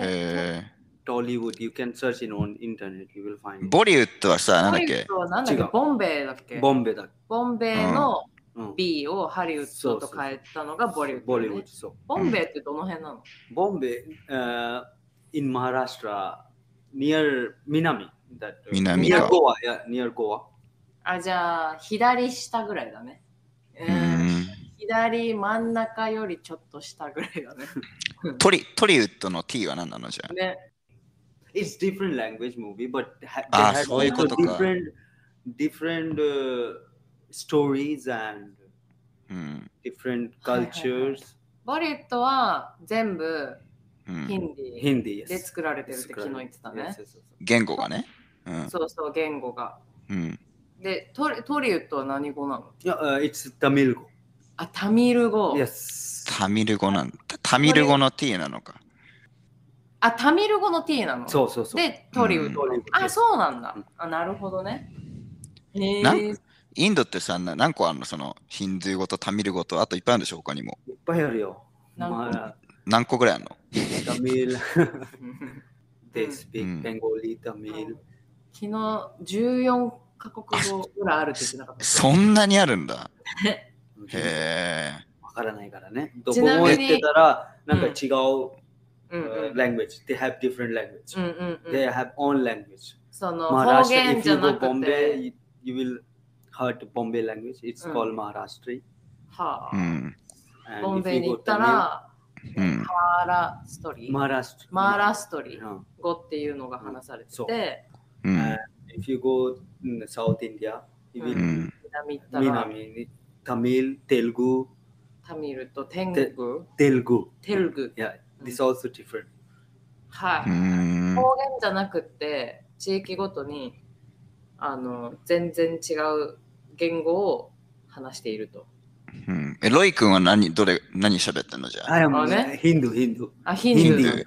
Speaker 2: へ
Speaker 3: Tollywood. You can search in on internet. You will find.
Speaker 2: ボリウッドはさ、なんだっ
Speaker 1: ハリウッ
Speaker 2: け
Speaker 1: ドはなんだっ
Speaker 3: 違
Speaker 1: け
Speaker 3: う
Speaker 1: ボンベイだっけ
Speaker 3: it. Bombay. that.
Speaker 1: ボンベイの
Speaker 3: Mm.
Speaker 1: B をハリウッドと変えたのがボリウッドだよね、
Speaker 3: Bollywood. So
Speaker 1: ボンベイってどの辺なの
Speaker 3: Bombay uh, in Maharashtra near Minami. That uh,
Speaker 2: Minami
Speaker 3: near
Speaker 2: ka.
Speaker 3: Goa. Yeah, near Goa.
Speaker 1: あ、じゃあ左下ぐらいだね。え
Speaker 2: う
Speaker 1: ー
Speaker 2: ーん
Speaker 1: 左真ん中よりちょっと下ぐらい だね。
Speaker 2: トリトリウッドの T は何なのじゃあ
Speaker 1: ね。
Speaker 3: It's different language movie, but ha- they
Speaker 2: Ah,
Speaker 3: had
Speaker 2: so you
Speaker 3: also
Speaker 2: got to-
Speaker 3: different different uh, stories and
Speaker 2: うん。
Speaker 3: different
Speaker 1: Hi, hi, hi.
Speaker 3: cultures.
Speaker 1: ボリウッドは全部
Speaker 2: う
Speaker 1: ヒ
Speaker 2: ん、
Speaker 1: ンディー
Speaker 3: Hindi. Yes.
Speaker 1: で作られてるって昨日言ってた
Speaker 3: Yes,
Speaker 1: ね。
Speaker 3: yes, yes.
Speaker 2: 言語がね。うん。
Speaker 1: そうそう、言語が。
Speaker 2: うん、
Speaker 1: でトリ、トリウッドは何語なの
Speaker 3: Yeah, uh, it's Tamil.
Speaker 1: あ、タミル語。
Speaker 3: Yes.
Speaker 2: タミル語なんだ。タミル語の T なのか。
Speaker 1: あ、タミル語の T なの。
Speaker 3: So so so.
Speaker 1: で、トリウッド。
Speaker 3: Tollywood,
Speaker 1: あ、
Speaker 3: yes.
Speaker 1: そうなんだ
Speaker 3: うん。
Speaker 1: あ、なるほどね。へえ
Speaker 2: なんインドってさ、な何個あるのそのヒンドゥー語とタミル語とあといっぱいあるでしょうかにも。
Speaker 3: いっぱいあるよ。
Speaker 1: なんか
Speaker 3: まあ、
Speaker 2: 何個ぐらいあるの
Speaker 3: タミル、they
Speaker 2: う
Speaker 3: speak
Speaker 2: ん
Speaker 3: Bengali, タミル。
Speaker 1: 昨日14カ国語ぐらいあるって言ってなかった。
Speaker 2: そんなにあるんだ。へえ。
Speaker 3: わからないからね。どこ
Speaker 1: ちなみ
Speaker 3: も
Speaker 1: に
Speaker 3: 行ってたら、なんか違う、
Speaker 1: うんうん
Speaker 3: uh, language. They have different
Speaker 1: う
Speaker 3: language.
Speaker 1: んうんうん
Speaker 3: They have own language.
Speaker 1: その方
Speaker 3: Maharashtra,
Speaker 1: 言
Speaker 3: if
Speaker 1: じゃ
Speaker 3: you
Speaker 1: な
Speaker 3: go
Speaker 1: く
Speaker 3: Bombay,
Speaker 1: て、
Speaker 3: you, you will heard Bombay language. It's
Speaker 1: うん
Speaker 3: called Maharashtra.
Speaker 1: は
Speaker 2: う
Speaker 1: あ、
Speaker 2: ん。
Speaker 3: And
Speaker 1: ボン
Speaker 3: if
Speaker 1: ベイ
Speaker 3: you
Speaker 1: に
Speaker 3: go
Speaker 1: 行ったら、
Speaker 2: うん。
Speaker 1: マーラストリ
Speaker 3: Tamil,
Speaker 1: ー、
Speaker 3: Maharashtra.
Speaker 1: マーラストリー
Speaker 3: Yeah.
Speaker 1: 語っていうのが話されて
Speaker 3: そう
Speaker 1: て、
Speaker 2: うん。
Speaker 3: If you go in South India, you
Speaker 2: う
Speaker 3: will
Speaker 1: Mm.
Speaker 2: ん。
Speaker 1: 南行ったら、
Speaker 3: Minami, Tamil, Telugu,
Speaker 1: タミルと天狗、
Speaker 3: Telugu.
Speaker 1: テルグ、
Speaker 3: Yeah, this also different.
Speaker 1: は
Speaker 2: う
Speaker 1: い。
Speaker 2: ん
Speaker 1: 方言じゃなくて、地域ごとにあの全然違う言語を話していると。
Speaker 2: うん。え、ロイ君は何、どれ、何喋ってんのじゃあ。
Speaker 3: I am uh,
Speaker 1: あね
Speaker 3: Hindu, Hindu.
Speaker 1: あ、ヒンド
Speaker 3: ヒン
Speaker 1: ゥ
Speaker 3: ド
Speaker 1: ー
Speaker 3: ゥー。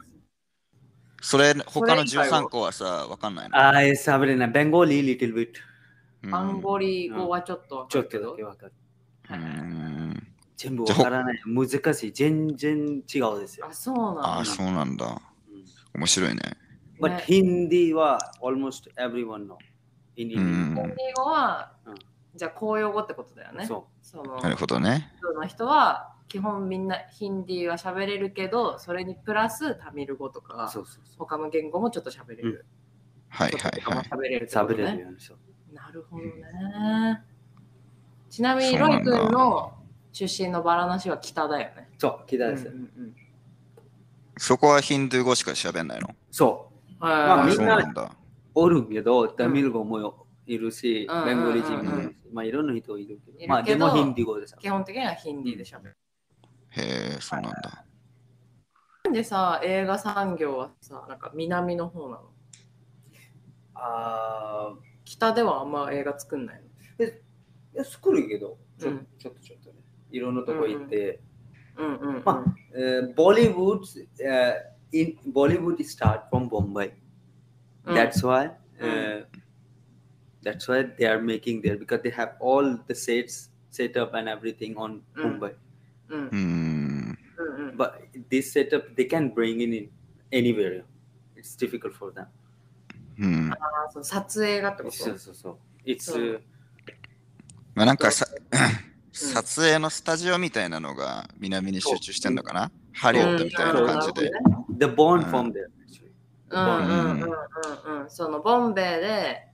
Speaker 2: それ、他の
Speaker 1: それ以外は
Speaker 2: 13個はさ、わかんないの。
Speaker 3: I Sabrina, Bengali little bit.
Speaker 2: うん
Speaker 1: バンゴリ語はちょっとわ
Speaker 3: ち
Speaker 1: か
Speaker 3: ょ
Speaker 1: る
Speaker 3: っと
Speaker 1: け
Speaker 3: だ
Speaker 1: ど
Speaker 3: け。わかる。
Speaker 2: うん。
Speaker 3: 全部わからない。難しい。全然違うですよ
Speaker 1: あ、。そうなん
Speaker 2: あ
Speaker 1: だ
Speaker 2: あ、。そうなんだ。面白いね。
Speaker 3: But
Speaker 1: ね
Speaker 3: Hindi は almost everyone know. In
Speaker 2: う
Speaker 3: India.
Speaker 2: ん。
Speaker 1: 英語は
Speaker 3: うん、
Speaker 1: じゃあ公用語ってことだよね。
Speaker 3: そ
Speaker 1: その
Speaker 2: なるほどね。
Speaker 1: 普通の人は基本みんなヒンディーは喋れるけど、それにプラスタミル語と
Speaker 3: う。
Speaker 1: か
Speaker 3: そうそうそ
Speaker 1: 他の言語もちょっと喋れる。
Speaker 2: はい
Speaker 1: ちょっ
Speaker 2: はい
Speaker 1: とも
Speaker 2: はい。
Speaker 1: 喋れる
Speaker 3: う。
Speaker 1: ってこ
Speaker 3: サ
Speaker 1: と
Speaker 3: ブレ
Speaker 1: ね。
Speaker 3: ルン。そう
Speaker 1: なるほどね。ちなみに
Speaker 2: そう
Speaker 1: ロ
Speaker 2: な
Speaker 1: イ
Speaker 2: んだ
Speaker 1: 君の出身のバラナシは北だよね。
Speaker 3: そう、聞いた
Speaker 1: うんう
Speaker 3: で
Speaker 1: ん
Speaker 3: す。
Speaker 1: うん
Speaker 2: そこはヒンドゥー語しか喋んないの。
Speaker 3: そう。ま
Speaker 1: は
Speaker 3: あ
Speaker 2: あ
Speaker 1: い
Speaker 3: み
Speaker 2: そ
Speaker 3: ん
Speaker 2: う
Speaker 3: な
Speaker 2: なんだ。
Speaker 3: おるけど、タミル語もいるし、
Speaker 1: うん
Speaker 3: ベンゴリ人も
Speaker 2: うん
Speaker 3: い
Speaker 2: うんう
Speaker 3: るし、まあいろんな人いるけ
Speaker 1: いるけど
Speaker 3: ど、まあでも Hindi 語です。
Speaker 1: 基本的にはヒンディーで喋る。
Speaker 2: へえ、そうなんだ。
Speaker 1: なんでさ、映画産業はさ、なんか南の方なの
Speaker 3: ああ、
Speaker 1: 北ではあんま映画作んないの。
Speaker 3: いや作るけど、ちょ
Speaker 1: うん
Speaker 3: ちょっとちょっとね。いろんなとこ行って。
Speaker 1: うんうんうん。
Speaker 3: まあ Uh, Bollywood uh, in Bollywood start from Bombay.
Speaker 1: うん
Speaker 3: That's why uh,
Speaker 1: Mm.
Speaker 3: that's why they are making there because they have all the sets set up and everything on
Speaker 1: Mm.
Speaker 3: Mumbai.
Speaker 1: うんうん
Speaker 2: うーん。
Speaker 1: うんうん。
Speaker 3: But this setup they can bring in, in anywhere. It's difficult for them.
Speaker 2: うん。
Speaker 1: あその撮影がってこと
Speaker 3: So so so. It's
Speaker 1: So-
Speaker 3: uh,
Speaker 2: まあなんかさ、撮影のスタジオみたいなのが南に集中してんのかなハリウッドみたいな感じで。
Speaker 3: the born
Speaker 2: Mm.
Speaker 3: from there. Actually.
Speaker 1: うんうんうんうんうん。そのボンベイで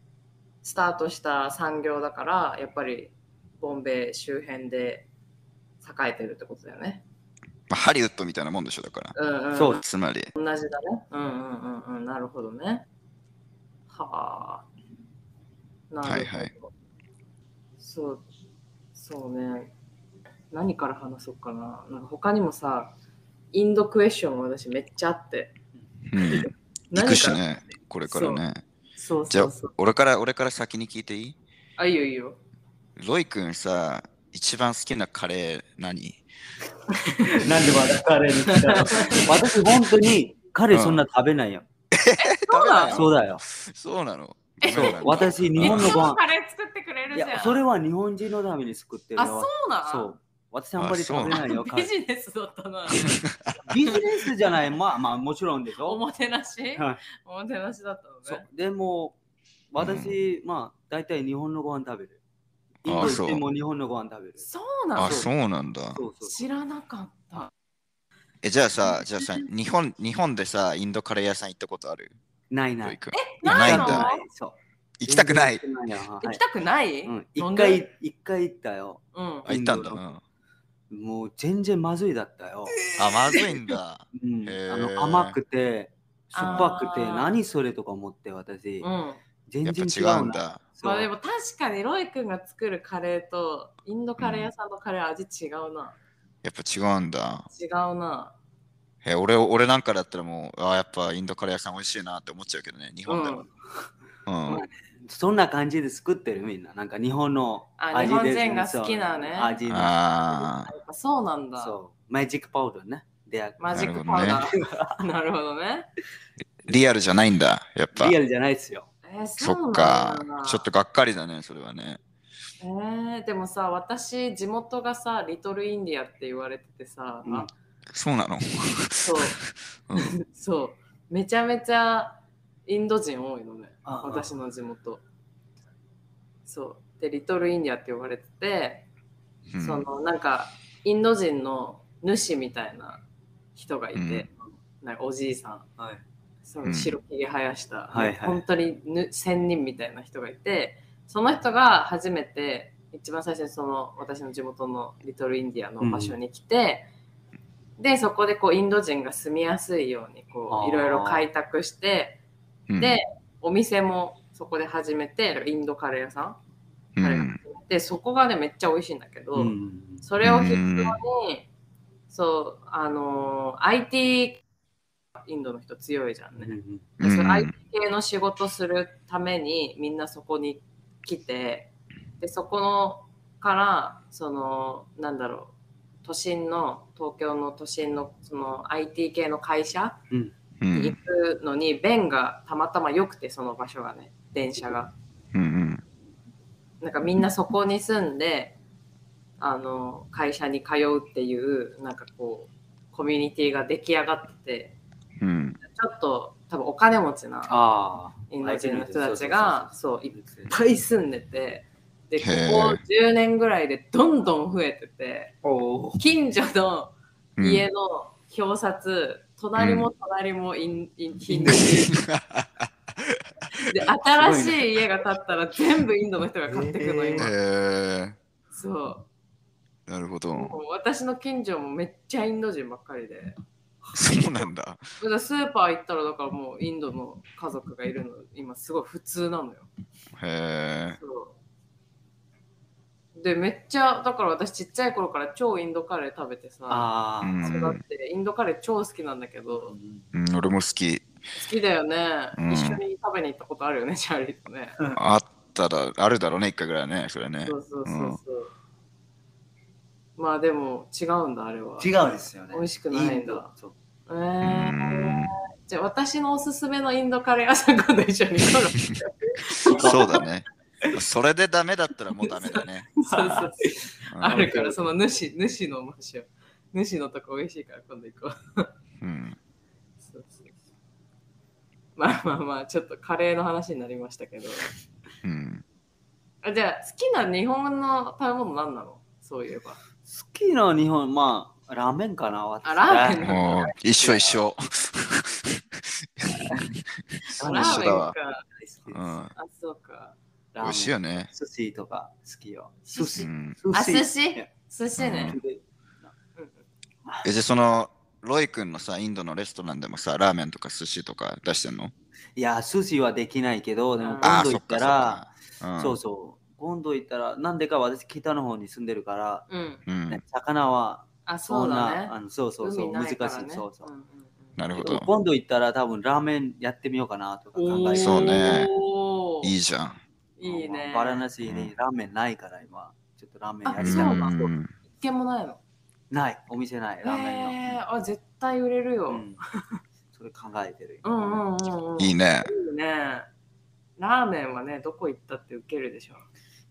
Speaker 1: スタートした産業だから、やっぱりボンベイ周辺で栄えてるってことだよね。
Speaker 2: まあ、ハリウッドみたいなもんでしょだから。
Speaker 1: うんうん。
Speaker 3: そう
Speaker 2: つまり、
Speaker 1: 同じだね。うんうんうんうん。なるほどね。はあ。なるほど。
Speaker 2: はいはい
Speaker 1: そう、そうね。何から話そうかな。なんか他にもさ、インドクエスチョンも私めっちゃあって。
Speaker 2: うん、行
Speaker 1: 何
Speaker 2: く
Speaker 1: か
Speaker 2: しね、これからね。
Speaker 1: そう
Speaker 2: じゃ
Speaker 1: そ
Speaker 2: あ
Speaker 1: うそう。、
Speaker 2: 俺から、俺から先に聞いていい
Speaker 1: あ、いいよいいよ。
Speaker 2: ロイ君さ、一番好きなカレー何
Speaker 3: なんでまだ彼に来たの私本当 に彼そんな食べないよ。
Speaker 1: そうなの
Speaker 3: そうだよ。
Speaker 2: そうなの
Speaker 3: そう私日本の
Speaker 1: いつ
Speaker 3: ご飯
Speaker 1: もカレー作ってくれる
Speaker 3: い
Speaker 1: じゃん。
Speaker 3: や、それは日本人のために作ってる
Speaker 1: あ、
Speaker 3: よ
Speaker 1: そうなの
Speaker 3: そう。私あんまり食べないよ。
Speaker 1: ビジネスだったな。
Speaker 3: ビジネスじゃない、まあまあもちろんでし
Speaker 1: お
Speaker 3: ょ。
Speaker 1: もてなし、
Speaker 3: はい
Speaker 1: おもてなしだったの
Speaker 3: そう
Speaker 1: ね。
Speaker 3: でも、私、まあ大体日本のご飯食べる。インド
Speaker 2: あ
Speaker 3: 行
Speaker 2: そ
Speaker 3: っ
Speaker 2: う
Speaker 3: ても日本のご飯食べる。そ
Speaker 1: そうなの
Speaker 2: あ、そうなんだ。
Speaker 3: うそうそう
Speaker 1: 知らなかった。
Speaker 2: え、じゃあさ、じゃあさ、日本、日本でさ、インドカレー屋さん行ったことある
Speaker 3: ない
Speaker 2: ロ
Speaker 3: な
Speaker 2: イ
Speaker 3: い。
Speaker 2: 君。
Speaker 1: ないの
Speaker 2: んだ。
Speaker 3: そう
Speaker 2: 行きたくない。
Speaker 3: 全然行きたくないな
Speaker 1: 行きたくない、飲
Speaker 3: はいうん一
Speaker 1: んで
Speaker 3: 回、一回行ったよ。
Speaker 1: うん
Speaker 2: あ、行ったんだ。
Speaker 3: イ
Speaker 2: う
Speaker 3: ン
Speaker 2: ん
Speaker 3: ドもう全然まずいだったよ。
Speaker 2: あ、まずいん だ。
Speaker 3: うん、
Speaker 2: へー
Speaker 3: あの甘くて、しょっぱくて、
Speaker 1: あー
Speaker 3: 何それとか思って私、
Speaker 1: うん
Speaker 3: 全
Speaker 2: やっ
Speaker 3: 然違う
Speaker 2: ぱ違うん
Speaker 3: な。
Speaker 2: だ。
Speaker 3: そう
Speaker 1: まあでも確かにロイ君が作るカレーとインドカレー屋さんのカレー味違うな、
Speaker 2: やっぱ違うんだ。
Speaker 1: 違うな
Speaker 2: え、俺、俺なんかだったらもう、あ、やっぱインドカレー屋さん美味しいなって思っちゃうけどね、日本でも。うん。
Speaker 3: そんな感じで作ってるみんな。なんか日本の
Speaker 1: あ
Speaker 3: 味
Speaker 1: 日
Speaker 3: で
Speaker 1: 本人が好きなね
Speaker 3: そう味の
Speaker 2: ああ、
Speaker 1: やっぱそうなんだ
Speaker 3: そう。マジックパウダーね。で、
Speaker 1: マジックパウダーなるほどね
Speaker 2: リアルじゃないんだ、やっぱ
Speaker 3: リ。アルじゃないですよ。
Speaker 1: えー
Speaker 2: そ
Speaker 1: そう な
Speaker 2: っ
Speaker 1: ん
Speaker 2: か
Speaker 1: だ。
Speaker 2: ちょっとがっかりだね、それはね。
Speaker 1: えーでもさ私地元がさリトルインディアって言われててさ、
Speaker 3: うん
Speaker 2: そうなの。
Speaker 1: そう
Speaker 2: うん
Speaker 1: そうめちゃめちゃインド人多いのね
Speaker 3: あ
Speaker 1: 私の地元そうでリトルインディアって呼ばれてて、
Speaker 2: うん
Speaker 1: そのなんかインド人の主みたいな人がいて、
Speaker 2: うん
Speaker 1: なんかおじいさん
Speaker 3: はい。
Speaker 1: そうの
Speaker 2: ん
Speaker 1: 白ひげ生やした、
Speaker 3: はいはい
Speaker 1: 本当にぬ仙人みたいな人がいてその人が初めて一番最初にその私の地元のリトルインディアの場所に来て、でそこでこうインド人が住みやすいようにこう
Speaker 3: あー
Speaker 1: いろいろ開拓して
Speaker 2: うん
Speaker 1: で、お店もそこで始めてだからインドカレー屋さん
Speaker 2: う
Speaker 1: カレー
Speaker 2: ん
Speaker 1: 始めてそこがねめっちゃ美味しいんだけど、
Speaker 3: うん
Speaker 1: それをきっかけにそうあのー IT インドの人強いじゃんね。でそれ IT 系の仕事するためにみんなそこに来てでそこのからそのなんだろう都心の東京の都心のその IT 系の会社
Speaker 2: う
Speaker 1: に行
Speaker 2: ん
Speaker 1: くのに便がたまたま良くてその場所がね電車が
Speaker 2: うん
Speaker 1: なんかみんなそこに住んであの会社に通うっていうなんかこうコミュニティが出来上がってて
Speaker 2: うん
Speaker 1: ちょっと多分お金持ちな
Speaker 3: ああ。
Speaker 1: インド人の人たちがそういっ
Speaker 3: い
Speaker 1: ぱい住んでてでこ
Speaker 2: へ
Speaker 1: こ
Speaker 2: ー
Speaker 1: 10年ぐらいでどんどん増えてて
Speaker 3: おー
Speaker 1: 近所の
Speaker 2: うん
Speaker 1: 家の表札、隣も隣もインインヒンド で新しい家が建ったら全部インドの人が買ってくの
Speaker 3: へ
Speaker 1: 今、
Speaker 2: え
Speaker 1: そ
Speaker 2: ー、なるほ
Speaker 1: う
Speaker 2: ど。
Speaker 1: もう私の近所もめっちゃインド人ばっかりで
Speaker 2: そうなんだ。
Speaker 1: だからスーパー行ったらだからもうインドの家族がいるの今すごい普通なのよ
Speaker 2: へえ。
Speaker 1: そうでめっちゃだから私ちっちゃい頃から超インドカレー食べてさ
Speaker 3: あ
Speaker 2: うん
Speaker 3: あ。
Speaker 1: 育ってインドカレー超好きなんだけど
Speaker 2: うん、俺も好き。
Speaker 1: 好きだよね、
Speaker 2: うん
Speaker 1: 一緒に食べに行ったことあるよね チャーリーとね
Speaker 2: あったら、あるだろうね、一回ぐらいね、それね
Speaker 1: そ。うそうそうそう、まあでも違うんだあれは
Speaker 3: 違うんですよね。
Speaker 1: 美味しくないんだ
Speaker 3: インドそう
Speaker 1: え
Speaker 2: う
Speaker 1: ー、
Speaker 2: ん
Speaker 1: じゃあ私のおすすめのインドカレー屋さん今度一緒に行こ う
Speaker 2: そうだね。それでダメだったらもうダメだね。
Speaker 1: そうそう
Speaker 2: うん
Speaker 1: あるからその主主の場所主のとこ美味しいから今度行こう
Speaker 2: うん
Speaker 1: そうそうそうまあまあまあちょっとカレーの話になりましたけど
Speaker 2: うん
Speaker 1: あじゃあ好きな日本の食べ物何なのそういえば
Speaker 3: 好きな日本、まあ、ラーメンかな。私
Speaker 1: あラーメン
Speaker 2: もう一緒一緒。
Speaker 1: ラー
Speaker 2: そう一
Speaker 3: あ
Speaker 2: 緒
Speaker 1: メン
Speaker 2: だわ
Speaker 1: か。
Speaker 2: うん
Speaker 3: 好
Speaker 1: あそうか
Speaker 3: き
Speaker 2: 美味しいよ
Speaker 3: ね。
Speaker 2: ね。
Speaker 3: 寿司とか好きよ。寿
Speaker 2: う
Speaker 3: 司。
Speaker 2: ん
Speaker 1: あ寿
Speaker 3: い
Speaker 1: 司
Speaker 3: や
Speaker 1: 寿司ね、
Speaker 2: え、じゃあその、ロイ君のさ、インドのレストランでもさ、ラーメンとか寿司とか出してんの
Speaker 3: いや、寿司はできないけど、でも
Speaker 1: あ
Speaker 3: 今
Speaker 2: ああ、
Speaker 3: 度
Speaker 2: そ
Speaker 3: 行
Speaker 2: っ
Speaker 3: った、
Speaker 2: からそっか。
Speaker 3: そうそう。今度行ったら、なんでか私、北の方に住んでるから、
Speaker 1: うん、
Speaker 2: うん。うん
Speaker 3: 魚は
Speaker 1: あそ
Speaker 3: そ
Speaker 1: うん
Speaker 3: な、
Speaker 1: だね
Speaker 3: あのそうそうそう、
Speaker 1: 海な
Speaker 3: 難し
Speaker 1: い
Speaker 3: い
Speaker 1: からね、
Speaker 3: そうそう。
Speaker 1: んん
Speaker 2: なるほ
Speaker 3: でも
Speaker 2: ど。
Speaker 3: 今度行ったら、多分ラーメンやってみようかなとか
Speaker 1: うん
Speaker 3: 考えて
Speaker 2: そうね
Speaker 1: おー
Speaker 2: いいじゃん。
Speaker 1: いいね
Speaker 3: バラナシ
Speaker 2: う
Speaker 3: に
Speaker 2: ん
Speaker 3: ラーメンないから、今。ちょっとラーメンや
Speaker 2: う
Speaker 3: りた
Speaker 1: あ
Speaker 3: い
Speaker 1: そうな
Speaker 3: な。
Speaker 1: の
Speaker 2: ん
Speaker 1: 一軒もないの
Speaker 3: ない、お店ない、ラーメン
Speaker 1: へ
Speaker 3: の。
Speaker 1: ーあ絶対売れるよ、う、
Speaker 3: うんん それ考えてる。
Speaker 1: うんうんうんうん
Speaker 2: いいね。
Speaker 1: いいねラーメンはねどこ行ったってウケるでしょ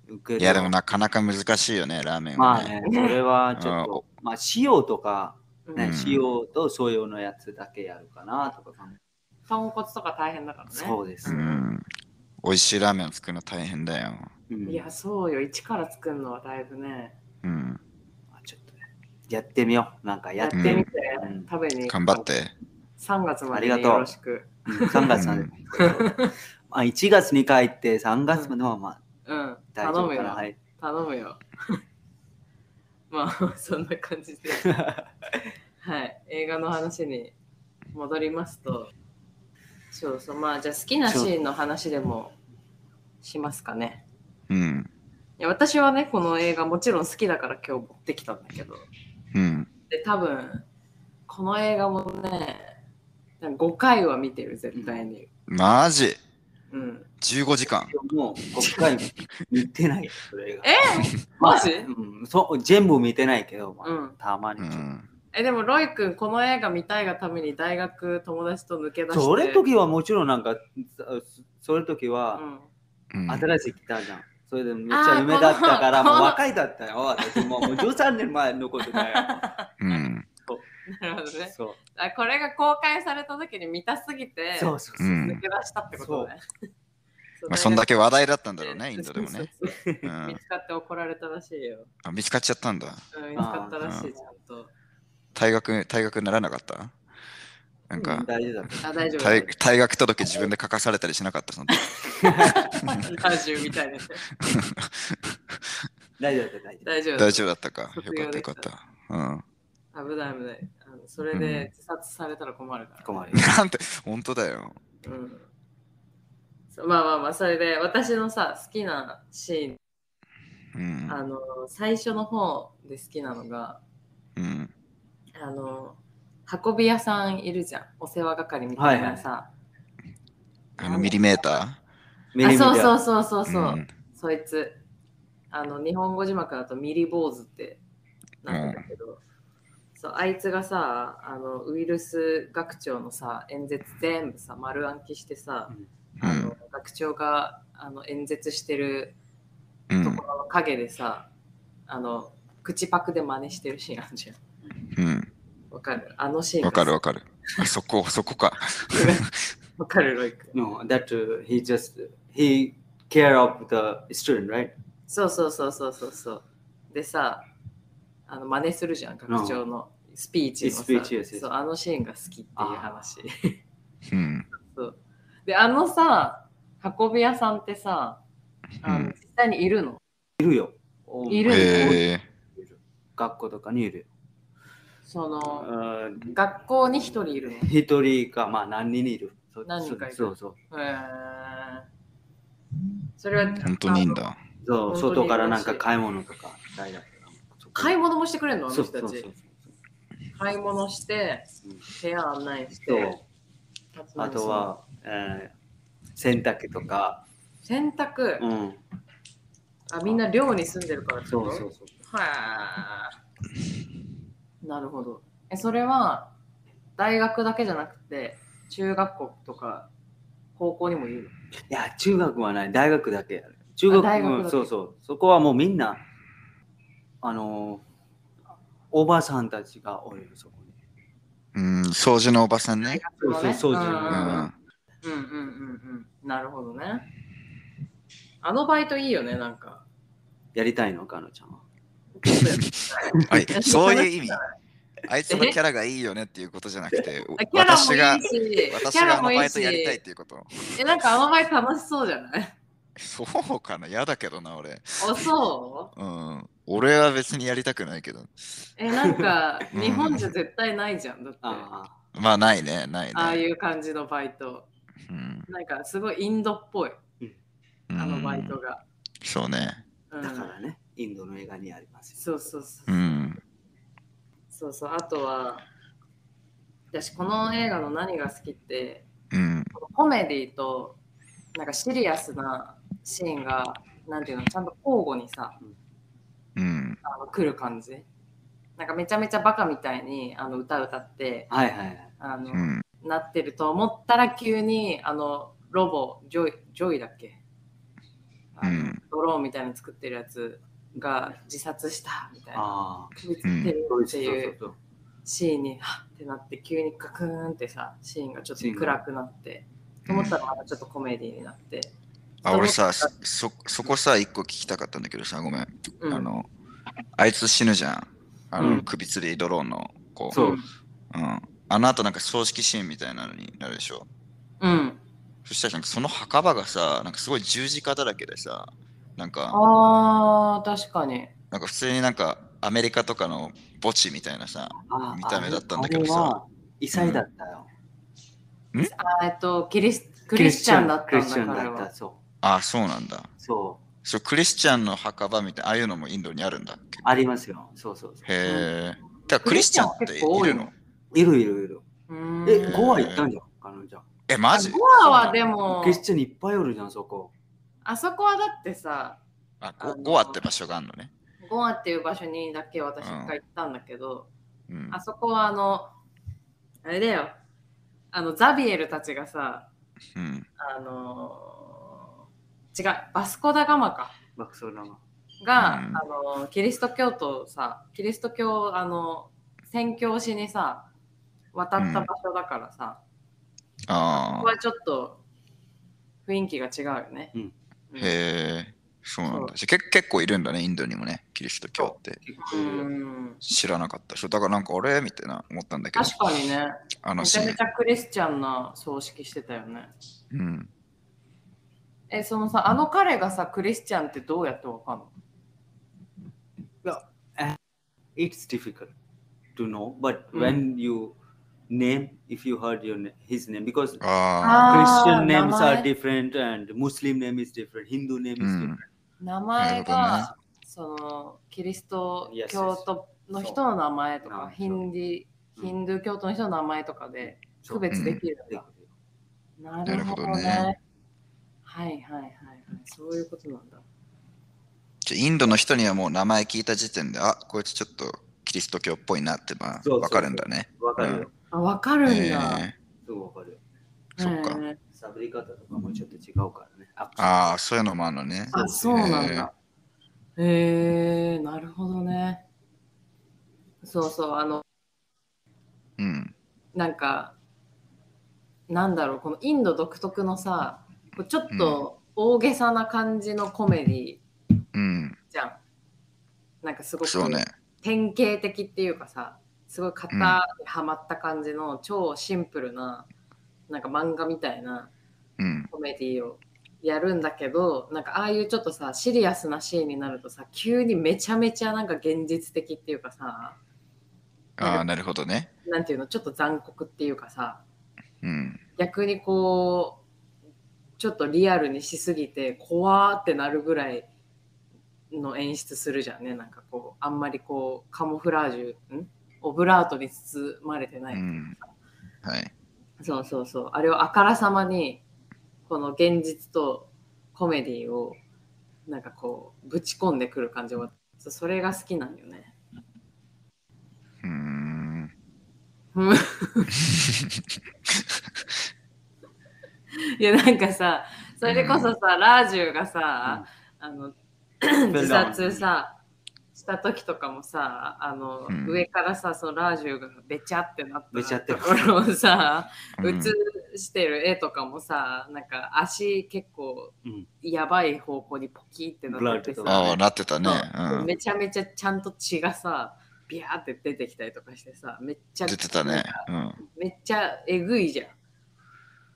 Speaker 3: 受け
Speaker 2: いや、でもなかなか難しいよね、ラーメン
Speaker 3: ま
Speaker 2: は
Speaker 3: あ
Speaker 2: ね。
Speaker 3: ね、それはちょっと、まあ、塩とか、
Speaker 1: う
Speaker 3: ね、塩と醤油のやつだけやるかなとか考え
Speaker 1: 豚骨とか大変だからね。
Speaker 3: そうです
Speaker 2: う
Speaker 3: ね。
Speaker 2: ん。美味しいラーメン作るの大変だよ。
Speaker 3: うん
Speaker 1: いや、そうよ。一から作るのはだいぶね。
Speaker 2: うん。
Speaker 3: まあちょっとねやってみよう。なんか
Speaker 1: や
Speaker 3: やっ
Speaker 1: ってて
Speaker 3: み
Speaker 1: み
Speaker 3: よ
Speaker 1: て、
Speaker 3: うん
Speaker 1: 食べに行こう
Speaker 2: 頑張っ。て。
Speaker 1: 3月まで
Speaker 3: あ
Speaker 1: に
Speaker 3: りがとう
Speaker 1: よろしく。
Speaker 3: う。3 月まで。まあ1月に帰って3月まではまあ
Speaker 1: うん。
Speaker 3: 大
Speaker 1: 頼
Speaker 3: 丈
Speaker 1: む
Speaker 3: 夫か
Speaker 1: よ。
Speaker 3: な。はい。
Speaker 1: 頼むよ。 まあ、そんな感じで。はい。映画の話に戻りますと。そうそう。まあ、じゃあ好きなシーンの話でもしますかね。
Speaker 2: うん。
Speaker 1: いや私はね、この映画もちろん好きだから今日持ってきたんだけど。
Speaker 2: うん。
Speaker 1: で、多分、この映画もね、5回は見てる、絶対に。
Speaker 2: マジ
Speaker 1: うん。
Speaker 2: ?15 時間。
Speaker 3: もう5回見てないよそれが。
Speaker 1: えマジ
Speaker 3: うん、そう全部見てないけど、まあ
Speaker 1: うん
Speaker 3: たま
Speaker 2: う
Speaker 3: にちょっと、
Speaker 2: ん。
Speaker 1: え、でも、ロイ君、この映画見たいがために大学友達と抜け出して。
Speaker 3: それ時はもちろんなんか、そそれ時
Speaker 1: う
Speaker 3: は
Speaker 1: ん。
Speaker 2: うん
Speaker 3: 新しいギターじゃん。それでめっちゃ夢だったか
Speaker 1: あー
Speaker 3: ら、
Speaker 1: こ
Speaker 3: も
Speaker 1: の
Speaker 3: う若いだったよ。私もうもう13年前のことだよ。
Speaker 2: うん。
Speaker 1: なるほどね。
Speaker 3: そう
Speaker 1: あこれが公開された時に見たすぎて、
Speaker 3: そうそうそうう。
Speaker 2: ん
Speaker 1: 抜け出したってことね。
Speaker 2: まあ、そんだ
Speaker 1: け
Speaker 2: け話題だったんだろう ね、インドでもね。。
Speaker 1: そうそうそう
Speaker 2: う
Speaker 1: 見
Speaker 2: ん、
Speaker 1: つかって怒られたらしいよ。
Speaker 2: あ見つかっちゃったんだ。
Speaker 1: うん見つかったらしい、ちゃんと。
Speaker 2: 退学、退学にならなかったなんか、
Speaker 3: 大丈夫だった。
Speaker 1: あ、大丈夫。
Speaker 2: 退 退学届自分で書かされたりしなかった、その時
Speaker 1: ラジオみたいな。大
Speaker 3: 大丈夫だった、大丈夫だっ
Speaker 1: 丈夫。
Speaker 2: 大丈夫だったか。
Speaker 1: 卒
Speaker 2: よか
Speaker 1: 業
Speaker 2: った、
Speaker 1: できた
Speaker 2: よかった。うん。
Speaker 1: 危ない危ない。あのそれ
Speaker 2: うん
Speaker 1: で自殺されたら困るか
Speaker 3: た。
Speaker 1: ら。
Speaker 3: 困るよ。
Speaker 2: なんて、本当だよ。
Speaker 1: うんそうまあまあまあ、それで私のさ、好きなシ
Speaker 2: うん
Speaker 1: ーン、。あの、最初の方で好きなのが、
Speaker 2: うん。
Speaker 1: あの、運び屋さんいるじゃん。お世話係みたいなさ。
Speaker 2: あの、ミリメータ
Speaker 3: メリメリ
Speaker 1: あ、
Speaker 3: だ
Speaker 1: そうそうそうそう
Speaker 2: ー
Speaker 1: そう、
Speaker 2: ん
Speaker 1: そいつ。あの、日本語字幕だとミリ坊主ってなってたけど、そう、あいつがさ、あの、ウイルス学長のさ、演説全部さ、丸暗記してさ、あの学長があの演説してる
Speaker 2: う
Speaker 1: と
Speaker 2: ん。
Speaker 1: ころの陰でさ、あの口パクで真似してるシーンあるじゃん。
Speaker 2: うん。
Speaker 1: わかるあのシーン
Speaker 2: うん。
Speaker 1: が
Speaker 2: わかるわかる。あそこ、そこか。
Speaker 1: わかるロイ君。
Speaker 3: No, that uh, he just, he care of the student, right?
Speaker 1: そうそうそうそうそうそう。でさ、あの真似するじゃん、学長のスピーチのさ、
Speaker 3: スピーチです
Speaker 1: そうあのシーンが好きっていう話。
Speaker 2: うん。
Speaker 1: そうで、あのさ、運び屋さんってさ、あ
Speaker 2: う
Speaker 1: の
Speaker 2: ん
Speaker 1: 実際にいるの。
Speaker 3: いるよ。お
Speaker 1: いる
Speaker 2: へえ。
Speaker 3: 学校とかにいるよ。
Speaker 1: その
Speaker 3: うん
Speaker 1: 学校に一人いるの。
Speaker 3: 一人か、まあ何人いる。そ
Speaker 1: 何人かいる
Speaker 3: そうそう。
Speaker 1: へえそれは
Speaker 2: 本当にいいんだ。
Speaker 3: そう、
Speaker 1: 本当に
Speaker 3: 外からなんか買い物とか。大学
Speaker 1: 買い
Speaker 3: 物
Speaker 1: 物もしてくれるのあの
Speaker 3: そ
Speaker 1: 人
Speaker 3: うそ
Speaker 1: た
Speaker 3: うそ
Speaker 1: ち
Speaker 3: うそう。
Speaker 1: 買い物して部屋案内し
Speaker 3: そ
Speaker 1: て
Speaker 3: う。あとは、えー洗濯とか。
Speaker 1: 洗濯、
Speaker 3: うん。
Speaker 1: あみんな寮に住んでるからって
Speaker 3: そ
Speaker 1: こと
Speaker 3: うそうそう。
Speaker 1: はあなるほどえそれは大学だけじゃなくて中学校とか高校にもいる
Speaker 3: いや、中学はない。大学だけやる。中学
Speaker 1: あ大学だけ
Speaker 3: うんそうそう。そこはもうみんな、あのーおばさんたちがおるよ、そこに。
Speaker 2: うん。掃除のおばさんね。
Speaker 3: そう
Speaker 1: そうね
Speaker 3: そう、掃除
Speaker 2: う
Speaker 1: うん
Speaker 3: の。。
Speaker 1: のうんうんうんうんなるほどねあのバイトいいよねなん か
Speaker 3: やりたいの、かのちゃんは。
Speaker 2: はい。そういう意味。あいつのキャラがいいよねっていうことじゃなくて、
Speaker 1: あキャラも
Speaker 2: 私
Speaker 1: い
Speaker 2: が
Speaker 1: い、し
Speaker 2: 私
Speaker 1: キャ
Speaker 2: が
Speaker 1: ラ
Speaker 2: あの
Speaker 1: も
Speaker 2: バ
Speaker 1: いい
Speaker 2: イト
Speaker 1: し
Speaker 2: やりたいっていうこと。
Speaker 1: えなんかあのバイト楽しそうじゃない
Speaker 2: そうかな嫌だけどな、俺。
Speaker 1: あそう
Speaker 2: うん。俺は別にやりたくないけど。
Speaker 1: えなんか
Speaker 2: うん
Speaker 1: 日本じゃ絶対ないじゃんだってあ
Speaker 3: ああ、
Speaker 2: まあ、ないね、ないね。
Speaker 1: あいう感じのバイト
Speaker 2: うん。
Speaker 1: なんかすごいインドっぽい
Speaker 2: うん
Speaker 1: あのバイトが、
Speaker 2: そうね。
Speaker 1: うん
Speaker 3: だからね、インドの映画にあります
Speaker 1: そうそうそうう、
Speaker 2: ん。
Speaker 1: そうそうあとは私この映画の何が好きって
Speaker 2: うん。
Speaker 1: コメディとなんかシリアスなシーンがなんていうのちゃんと交互にさ
Speaker 2: うん。
Speaker 1: あの来る感じなんかめちゃめちゃバカみたいにあの歌歌って
Speaker 3: よ。はいはいはい。
Speaker 1: あの、
Speaker 2: うん。
Speaker 1: なってると思ったら急にあのロボジョイジョイだっけあの
Speaker 2: うん
Speaker 1: ドローンみたいなの作ってるやつが自殺したみたいな
Speaker 3: ああ、
Speaker 1: 首吊ってる
Speaker 3: そう
Speaker 1: っ
Speaker 3: そ
Speaker 1: て
Speaker 3: う
Speaker 1: いう
Speaker 3: そう。
Speaker 1: シーンにはっってなって急にカクーンってさシーンがちょっと
Speaker 3: シーンが
Speaker 1: 暗くなってと思ったらまたちょっとコメディになって、
Speaker 2: あ俺さそ、そこさ、一個聞きたかったんだけどさ、ごめん。
Speaker 1: うん、
Speaker 2: あの、あいつ死ぬじゃん。あの、
Speaker 1: うん
Speaker 2: 首吊りドローンの子。
Speaker 3: そう
Speaker 2: うん。あの後なんか葬式シーンみたいなのになるでしょ。
Speaker 1: うん
Speaker 2: そしたらなんかその墓場がさ、なんかすごい十字架だらけでさ、なんか、
Speaker 1: あー確かに
Speaker 2: なんか普通になんかアメリカとかの墓地みたいなさ、
Speaker 1: あ
Speaker 2: 見た目だったんだけどさ
Speaker 1: あれは
Speaker 3: 異彩だったよ。
Speaker 1: あえっとキリスクリスチャンだったんだ
Speaker 3: クリスチャン
Speaker 1: 彼
Speaker 3: だっ
Speaker 1: は
Speaker 3: た、そう。
Speaker 2: ああ、そうなんだ。
Speaker 3: そう。
Speaker 2: そう、クリスチャンの墓場みたいな、ああいうのもインドにあるんだっけ
Speaker 3: ありますよ。そうそうそ
Speaker 2: へえ。だからクリスチャンってい
Speaker 1: クリスチャ
Speaker 2: る
Speaker 1: ンは
Speaker 2: の
Speaker 3: う。いるいるいる。
Speaker 1: うーん
Speaker 3: え、ゴア行ったんじゃん、彼女。
Speaker 2: え、マジ
Speaker 1: ゴアはでも
Speaker 3: クリスチャンいっぱいおるじゃん、そこ。
Speaker 1: あそこはだってさ
Speaker 2: あゴゴアって場所があるのね。
Speaker 1: ゴアっていう場所にだけ私一回行ったんだけど、
Speaker 2: うん
Speaker 1: あそこはあのあれだよあのザビエルたちがさ
Speaker 2: うん。
Speaker 1: あのー違うバスコダガマか
Speaker 3: バクソラマ。
Speaker 1: が、
Speaker 2: うん
Speaker 1: あのーキリスト教徒をさキリスト教をあの宣教師にさ渡った場所だからさ、こ
Speaker 2: あ
Speaker 1: こ
Speaker 2: あ。
Speaker 1: はちょっと雰囲気が違うよね。
Speaker 3: うん
Speaker 1: うん
Speaker 2: へえ。そうなん
Speaker 1: そ
Speaker 2: だ。じゃけ結構いるんだね、インドにもね、キリスト教って。
Speaker 3: 結
Speaker 1: う
Speaker 3: 構いるよ。
Speaker 1: ん
Speaker 2: 知らなかった。そうだからなんか俺みたいな思ったんだけど、
Speaker 1: 確かにね、
Speaker 2: あの
Speaker 1: め
Speaker 2: シ
Speaker 1: ちゃ
Speaker 2: ー
Speaker 1: め
Speaker 2: ン
Speaker 1: ち。ゃクリスチャンな葬式してたよね。
Speaker 2: うん、
Speaker 1: え、そのさ、あの彼がさ、クリスチャンってどうやってわかんの
Speaker 3: It's difficult to know, but
Speaker 1: うん
Speaker 3: when you name, if you heard your na- his name, because
Speaker 2: ああ。
Speaker 3: Christian names
Speaker 1: 名
Speaker 3: are
Speaker 1: 前
Speaker 3: different and Muslim name is different, Hindu
Speaker 2: う
Speaker 3: name is different.
Speaker 2: ん。
Speaker 1: 名
Speaker 2: な
Speaker 1: 前
Speaker 2: るほどね
Speaker 1: が、。そのキリスト
Speaker 3: Yes, yes.
Speaker 1: 教徒の人の名前と
Speaker 3: そう
Speaker 1: か、ヒンディ、
Speaker 3: うん
Speaker 1: ヒンドゥー教徒の人の名前とかで
Speaker 3: そう
Speaker 1: 区別できるんだ。なるほど
Speaker 2: なるほど
Speaker 1: ね
Speaker 2: ね。
Speaker 1: はいはいはいはい。そういうことなんだ。
Speaker 2: じゃインドの人にはもう名前聞いた時点で、あこいつちょっとキリスト教っぽいなってまあ
Speaker 3: そうそうそう
Speaker 2: 分かるんだね。
Speaker 3: わかるよ。
Speaker 1: あ、わかるんだ。
Speaker 2: えー
Speaker 3: すぐわかるよ。
Speaker 2: そっか
Speaker 1: へー
Speaker 3: サブリ方とかもちょっと違うからね。
Speaker 2: ああ、そういうのもあるのね。
Speaker 1: あ、そうなんだ。へえー、なるほどね。そうそう、あの、
Speaker 2: うん。
Speaker 1: なんか、なんだろう、このインド独特のさ、こうちょっと大げさな感じのコメディ
Speaker 2: うん。
Speaker 1: じゃん。なんかすごく
Speaker 2: そうね。
Speaker 1: 典型的っていうかさ、すごい型にはまった感じの超シンプルな、なんか漫画みたいな
Speaker 2: うん。
Speaker 1: コメディをやるんだけどなんかああいうちょっとさシリアスなシーンになるとさ急にめちゃめちゃなんか現実的っていうかさ
Speaker 2: ああ、なるほどね。
Speaker 1: なんていうのちょっと残酷っていうかさ
Speaker 2: うん。
Speaker 1: 逆にこうちょっとリアルにしすぎて怖ーってなるぐらいの演出するじゃんねなんかこうあんまりこうカモフラージュんオブラートに包まれてな
Speaker 2: う
Speaker 1: い、
Speaker 2: ん。はい。
Speaker 1: そうそうそう。あれをあからさまに、この現実とコメディを、なんかこう、ぶち込んでくる感じは、そそれが好きなんよね。
Speaker 2: うーん。
Speaker 1: うんいや、なんかさ、それこそさ、ラージュがさ、あの、自殺さ、した時とかもさ、あの、
Speaker 2: うん
Speaker 1: 上からさ、そのラージュがべちゃってなった
Speaker 3: べちゃって
Speaker 1: と
Speaker 3: る
Speaker 1: ころをさ、
Speaker 2: うん
Speaker 1: 映してる絵とかもさ、なんか足結構
Speaker 3: うん
Speaker 1: やばい方向にポキってなってて
Speaker 3: ブ
Speaker 2: あ
Speaker 1: さ
Speaker 2: あ、、なってたね。
Speaker 1: そう
Speaker 2: うん。
Speaker 1: めちゃめちゃちゃんと血がさ、ビャーって出てきたりとかしてさ、めっちゃ
Speaker 2: 出てたね。うん。
Speaker 1: めっちゃえぐいじゃん。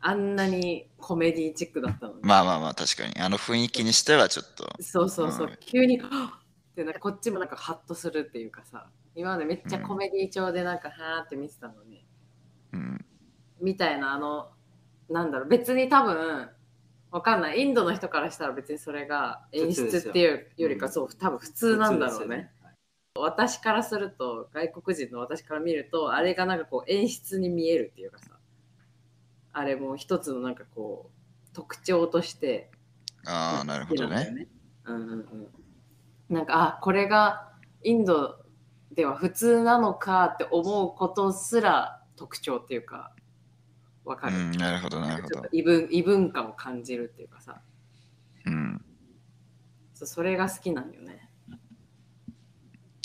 Speaker 1: あんなにコメディチックだったのに。
Speaker 2: まあまあまあ、確かに。あの雰囲気にしてはちょっと。
Speaker 1: そうそうそう、
Speaker 2: うん
Speaker 1: 急に、はっってなんかこっちもなんかハッとするっていうかさ、今までめっちゃコメディ調でなんかはーって見てたのに。
Speaker 2: うん。
Speaker 1: みたいなあのなんだろう別に多分わかんないインドの人からしたら別にそれが演出っていうよりか
Speaker 3: うん
Speaker 1: そう多分普通なんだろうね
Speaker 3: 普通ですよね。
Speaker 1: 私からすると外国人の私から見るとあれがなんかこう演出に見えるっていうかさあれも一つのなんかこう特徴として
Speaker 2: ああ、なるほどね。
Speaker 1: うんうんうん、なんかあこれがインドでは普通なのかって思うことすら特徴っていうかわ
Speaker 2: う
Speaker 1: かる、
Speaker 2: ん、なるほど、なるほ
Speaker 1: ちょっ
Speaker 2: ど
Speaker 1: と。異文異文化を感じるっていうかさ
Speaker 2: うん。
Speaker 1: そうそれが好きなんよね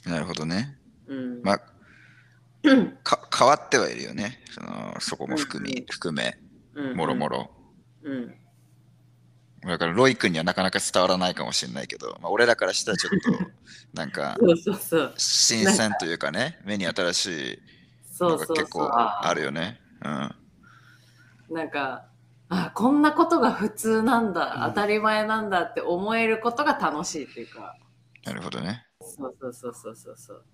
Speaker 2: なるほどね。
Speaker 1: うん、
Speaker 2: まあ、か変わってはいるよね。そのそこも含み、含め、
Speaker 3: うん
Speaker 2: もろもろ。
Speaker 3: うん
Speaker 2: だからロイ君にはなかなか伝わらないかもしれないけど、まあ、俺らからしたらちょっ となんか
Speaker 1: そうそうそう。
Speaker 2: 新鮮というかね、目に新しい
Speaker 1: そ
Speaker 2: の
Speaker 1: う
Speaker 2: が
Speaker 1: そう
Speaker 2: 結
Speaker 1: そ
Speaker 2: 構
Speaker 1: う。
Speaker 2: あるよね。うん
Speaker 1: なんか、あ、こんなことが普通なんだ、
Speaker 2: うん
Speaker 1: 当たり前なんだって思えることが楽しいっていうか。
Speaker 2: なるほどね。
Speaker 1: そうそうそうそうそうそう。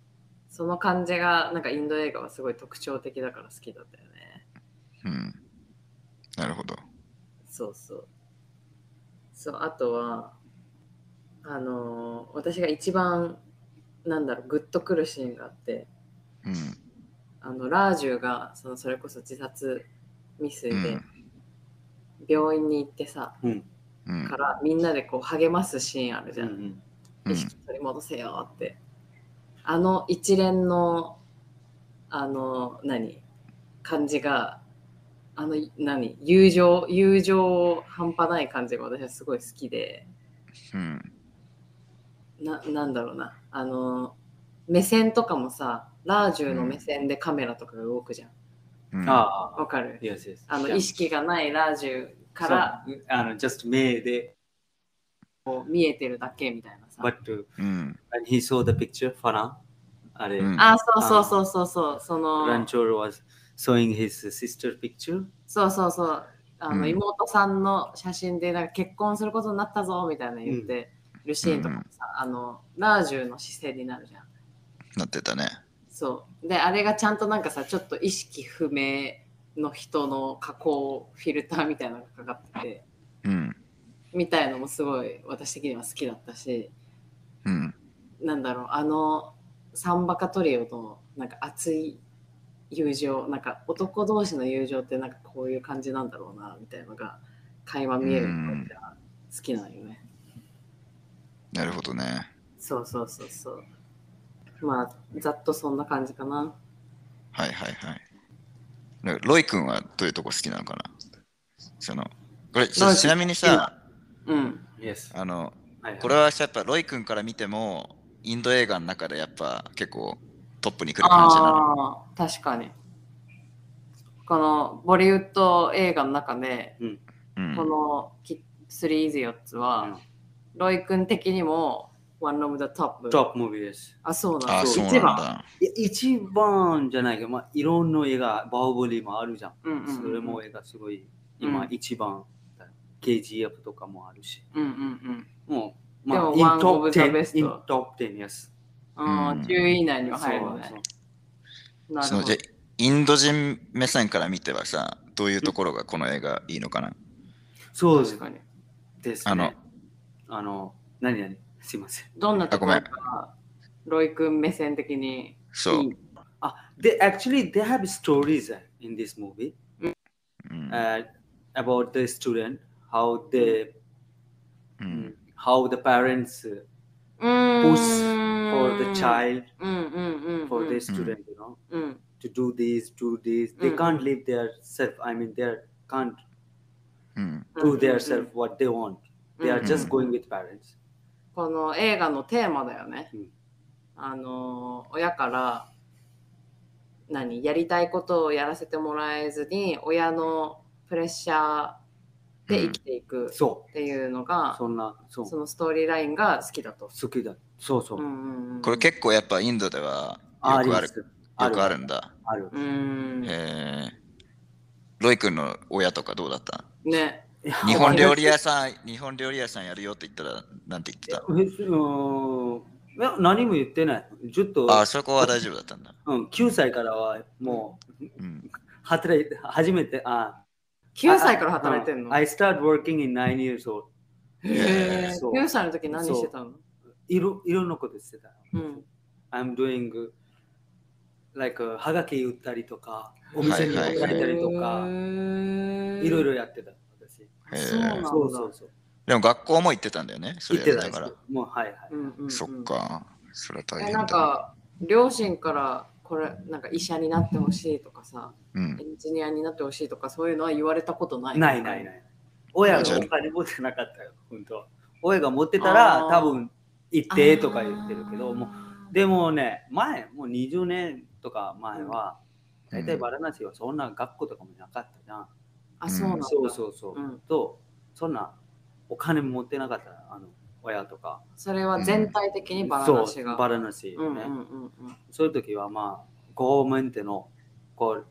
Speaker 1: その感じが、なんかインド映画はすごい特徴的だから好きだったよね。
Speaker 2: うん。なるほど。
Speaker 1: そうそう。そう、あとは、あのー私が一番、なんだろう、グッとくるシーンがあって、
Speaker 2: うん。
Speaker 1: あの、ラージュが、その、それこそ自殺未遂
Speaker 2: う
Speaker 1: で
Speaker 2: ん。
Speaker 1: 病院に行ってさ、
Speaker 2: うん
Speaker 1: か。らみんなでこう励ますシーンあるじゃん。
Speaker 3: うん
Speaker 2: う
Speaker 1: 意
Speaker 2: ん
Speaker 1: 識取り戻せよって、あの一連のあの何感じがあの何友情友情半端ない感じが私はすごい好きで
Speaker 2: うん。
Speaker 1: ななんだろうなあの目線とかもさラージュの目線でカメラとかが動くじゃん
Speaker 2: うん
Speaker 3: ああ、
Speaker 1: わかる
Speaker 3: yes, yes.
Speaker 1: あの
Speaker 3: Yeah.
Speaker 1: 意識がないラージュから
Speaker 3: そうあの just 目で、
Speaker 1: こう見えてるだけみたいなさ
Speaker 3: but、uh,
Speaker 2: うん。
Speaker 3: when he saw the picture, Farah, あれ、
Speaker 2: うん
Speaker 1: あそうそうそうそうそうその
Speaker 3: Ranchor was showing his sister picture.
Speaker 1: そうそうそう。あの、
Speaker 2: うん
Speaker 1: 妹さんの写真でなんか結婚することになったぞみたいな言ってるシーンとかもさ、あのラージュの姿勢になるじゃん。
Speaker 2: なってたね。
Speaker 1: そう。で、あれがちゃんとなんかさ、ちょっと意識不明の人の加工フィルターみたいなのがかかってて、
Speaker 2: うん。
Speaker 1: みたいのもすごい私的には好きだったし、
Speaker 2: うん。
Speaker 1: なんだろう、あのサンバカトリオのなんか熱い友情、なんか男同士の友情ってなんかこういう感じなんだろうなみたいなのが垣間見えるのが好きなんよね。
Speaker 2: なるほどね。
Speaker 1: そうそうそうそう。まあざっとそんな感じかな。
Speaker 2: はいはいはい。だロイ君はどういうとこ好きなのかなその、これち
Speaker 1: ロイ
Speaker 2: ょ
Speaker 1: 君
Speaker 2: ちなみにさ、
Speaker 1: うん。
Speaker 3: Yes.
Speaker 2: あの、
Speaker 3: はいはい
Speaker 2: これはやっぱロイ君から見ても、インド映画の中でやっぱ結構トップに来る感じなの。
Speaker 1: ああー、確かに。このボリウッド映画の中で、
Speaker 2: うん
Speaker 1: このキスリーズ4つ
Speaker 3: う
Speaker 1: は
Speaker 3: ん、
Speaker 1: ロイ君的にもワンロムダトップ。
Speaker 3: トップムービーです。
Speaker 1: あ、そうなんだ
Speaker 2: ああ、そうなん
Speaker 1: 一番。
Speaker 2: だ。
Speaker 3: い一番じゃないけど、まあ、いろんな映画、バーボリーもあるじゃん。
Speaker 1: うんうんうん
Speaker 3: それも映画すごい、
Speaker 1: う
Speaker 3: 今
Speaker 1: ん
Speaker 3: 一番、KGF とかもあるし。
Speaker 1: うんうん
Speaker 3: もう、
Speaker 1: で
Speaker 3: まあ、
Speaker 1: も
Speaker 3: in
Speaker 1: one
Speaker 3: top
Speaker 1: of the
Speaker 3: 10、
Speaker 1: best
Speaker 3: in top 10、yes。
Speaker 1: うん。うん、
Speaker 2: うん
Speaker 1: 10位以内には入るのね。なる
Speaker 2: そ
Speaker 1: ほ
Speaker 2: の
Speaker 1: ど
Speaker 2: じゃ。インド人目線から見てはさ、どういうところがこの映画いいのかな
Speaker 3: そう
Speaker 1: 確かに。
Speaker 3: ですね。
Speaker 2: あの、
Speaker 3: あの、何々、すいません。
Speaker 1: どんなところ
Speaker 2: あ
Speaker 1: がロイ君目線的に。
Speaker 2: そう
Speaker 3: い。いあ、で、actually, uh, they have stories uh, in this movie、
Speaker 2: うん。
Speaker 3: uh, about the student, how they, hmm,
Speaker 2: うん。
Speaker 3: how the parents uh,
Speaker 1: うーん
Speaker 3: push for
Speaker 1: Hmm.
Speaker 3: the child,
Speaker 1: うんうんうんうん。
Speaker 3: for the student, you know,
Speaker 1: うん。
Speaker 3: to do this, do this.
Speaker 1: Mm.
Speaker 3: They can't live their self. I mean, they can't
Speaker 2: うん。
Speaker 1: Hmm.
Speaker 3: do their self what they want. They are just
Speaker 2: Mm.
Speaker 3: going with parents.
Speaker 1: この映画のテーマだよね。
Speaker 3: うん
Speaker 1: あの親から何やりたいことをやらせてもらえずに親のプレッシャーで生きていく
Speaker 3: そ
Speaker 1: っていうの
Speaker 3: う、
Speaker 1: が、
Speaker 3: そんな、そう、
Speaker 1: そのストーリーラインが好きだと。
Speaker 3: 好きだ。そうそう。
Speaker 1: Hmm.
Speaker 2: これ結構やっぱインドでは
Speaker 3: あ
Speaker 2: よ
Speaker 3: り
Speaker 2: くあ
Speaker 3: ま
Speaker 2: る
Speaker 3: す。。
Speaker 2: よくあるんだ。
Speaker 3: ある。
Speaker 1: 構。うん。
Speaker 2: えー、ロイ君の親とかどうだった
Speaker 1: ね。
Speaker 2: 日本料理屋さん、日本料理屋さんやるよって言ったら、なんて言ってた
Speaker 3: 別にうーんいや何も言ってない。ずっと、
Speaker 2: ああ、そこは大丈夫だったんだ。
Speaker 3: うん、9歳からはもう
Speaker 2: うん。
Speaker 3: 働いて、初めて、あ
Speaker 1: 9歳から働いてんの
Speaker 3: あ I start working in 9 years old.
Speaker 1: へー
Speaker 3: そう
Speaker 1: 9歳の時何してたの
Speaker 3: いろいろんなことしてた。
Speaker 1: うん
Speaker 3: I'm doing like はがき売ったりとか、お店に
Speaker 2: は
Speaker 3: 売
Speaker 2: い
Speaker 3: っ
Speaker 2: は
Speaker 3: た
Speaker 2: いはい
Speaker 3: りと
Speaker 1: へ
Speaker 3: か、
Speaker 1: ー
Speaker 3: いろいろやってた。私
Speaker 2: へー
Speaker 1: そうなんだ
Speaker 3: そうそうそう。
Speaker 2: でも学校も行ってたんだよね。そ
Speaker 3: 行
Speaker 2: れ
Speaker 3: っ
Speaker 2: や
Speaker 3: て
Speaker 2: り
Speaker 3: た
Speaker 2: ながら。
Speaker 3: ですもうはいはい。
Speaker 1: うんうんうん
Speaker 2: そっか。それは大
Speaker 1: え
Speaker 2: 変
Speaker 1: なん
Speaker 2: だ。
Speaker 1: か両親からこれなんか医者になってほしいとかさ
Speaker 2: うん
Speaker 1: エ。ンジニアになってほしいとかそういうのは言われたことない
Speaker 3: ないないない。親がお金持ってなかったよ、本当は。親が持ってたら
Speaker 1: あ、ー
Speaker 3: 多分行ってとか言ってるけど、もう
Speaker 1: う
Speaker 3: でもね、前、もう20年とか前は、大体バラナシはそんな学校とかもなかったじゃん。
Speaker 1: あ、そうなんだ。
Speaker 3: そうそうそう。
Speaker 1: うん
Speaker 3: と、そんなお金持ってなかった、あの親とか。
Speaker 1: それは全体的にバラ
Speaker 3: そ
Speaker 1: な
Speaker 3: う
Speaker 1: しが。
Speaker 3: バラナシ、ね
Speaker 1: うんうんうんうん。
Speaker 3: そういう時はまあ、ゴーメンテのこう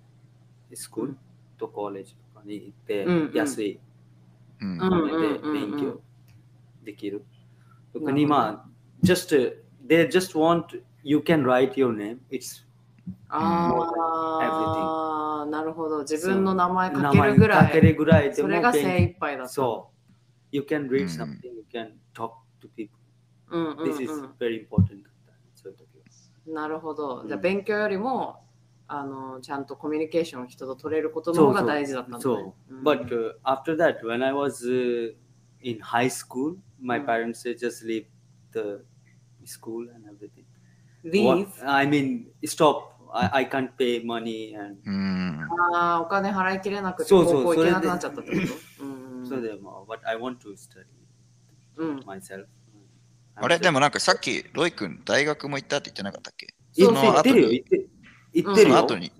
Speaker 3: スクールとコレージとかに行って、
Speaker 1: うんうん
Speaker 3: 安い
Speaker 2: うん
Speaker 1: うん
Speaker 3: お金で勉
Speaker 1: うんうんうんう
Speaker 3: 強
Speaker 1: ん
Speaker 3: でき
Speaker 1: な
Speaker 3: る。
Speaker 1: るほど
Speaker 3: 特にまあ、just, they just want you can write your name. It's
Speaker 1: ああ、なるほど。自分の名前
Speaker 3: 名
Speaker 1: かけ
Speaker 3: 前
Speaker 1: るぐら
Speaker 3: かける
Speaker 1: い。
Speaker 3: ぐらいで
Speaker 1: そ
Speaker 3: も
Speaker 1: れが
Speaker 3: 勉強
Speaker 1: 精一杯だった。
Speaker 3: そう。You can
Speaker 2: うん
Speaker 3: read something, you can talk to people.
Speaker 1: うんうん
Speaker 3: This is
Speaker 1: う
Speaker 3: very important. そういう時は
Speaker 1: ん。なるほど。
Speaker 3: ん
Speaker 1: じゃあ勉強よりも、あの、ちゃんとコミュニケーションを人と取れることの方が大事だったんだね。
Speaker 3: そう
Speaker 1: うん
Speaker 3: But uh, after that, when I was uh, in high school, my
Speaker 1: Mm.
Speaker 3: parents they just leave the school and everything.
Speaker 1: Leave?
Speaker 3: What- I mean, stop. I, I can't pay money and
Speaker 2: うん
Speaker 1: ああ、お金払いきれなくて、
Speaker 3: そ
Speaker 1: 高
Speaker 3: うそう
Speaker 1: 校行けな
Speaker 3: それ
Speaker 1: く
Speaker 3: で
Speaker 1: なっちゃったってことうんうん。
Speaker 3: so they, but I want to study
Speaker 1: うん。
Speaker 3: myself.
Speaker 2: あれでもなんかさっきロイ君大学も行ったって言ってなかったっけ
Speaker 3: そ
Speaker 2: そ
Speaker 3: の行
Speaker 2: の
Speaker 3: って
Speaker 2: 後
Speaker 3: るよ、
Speaker 2: に
Speaker 3: 行って行ってる
Speaker 2: うんそ
Speaker 3: よ。
Speaker 2: の後に。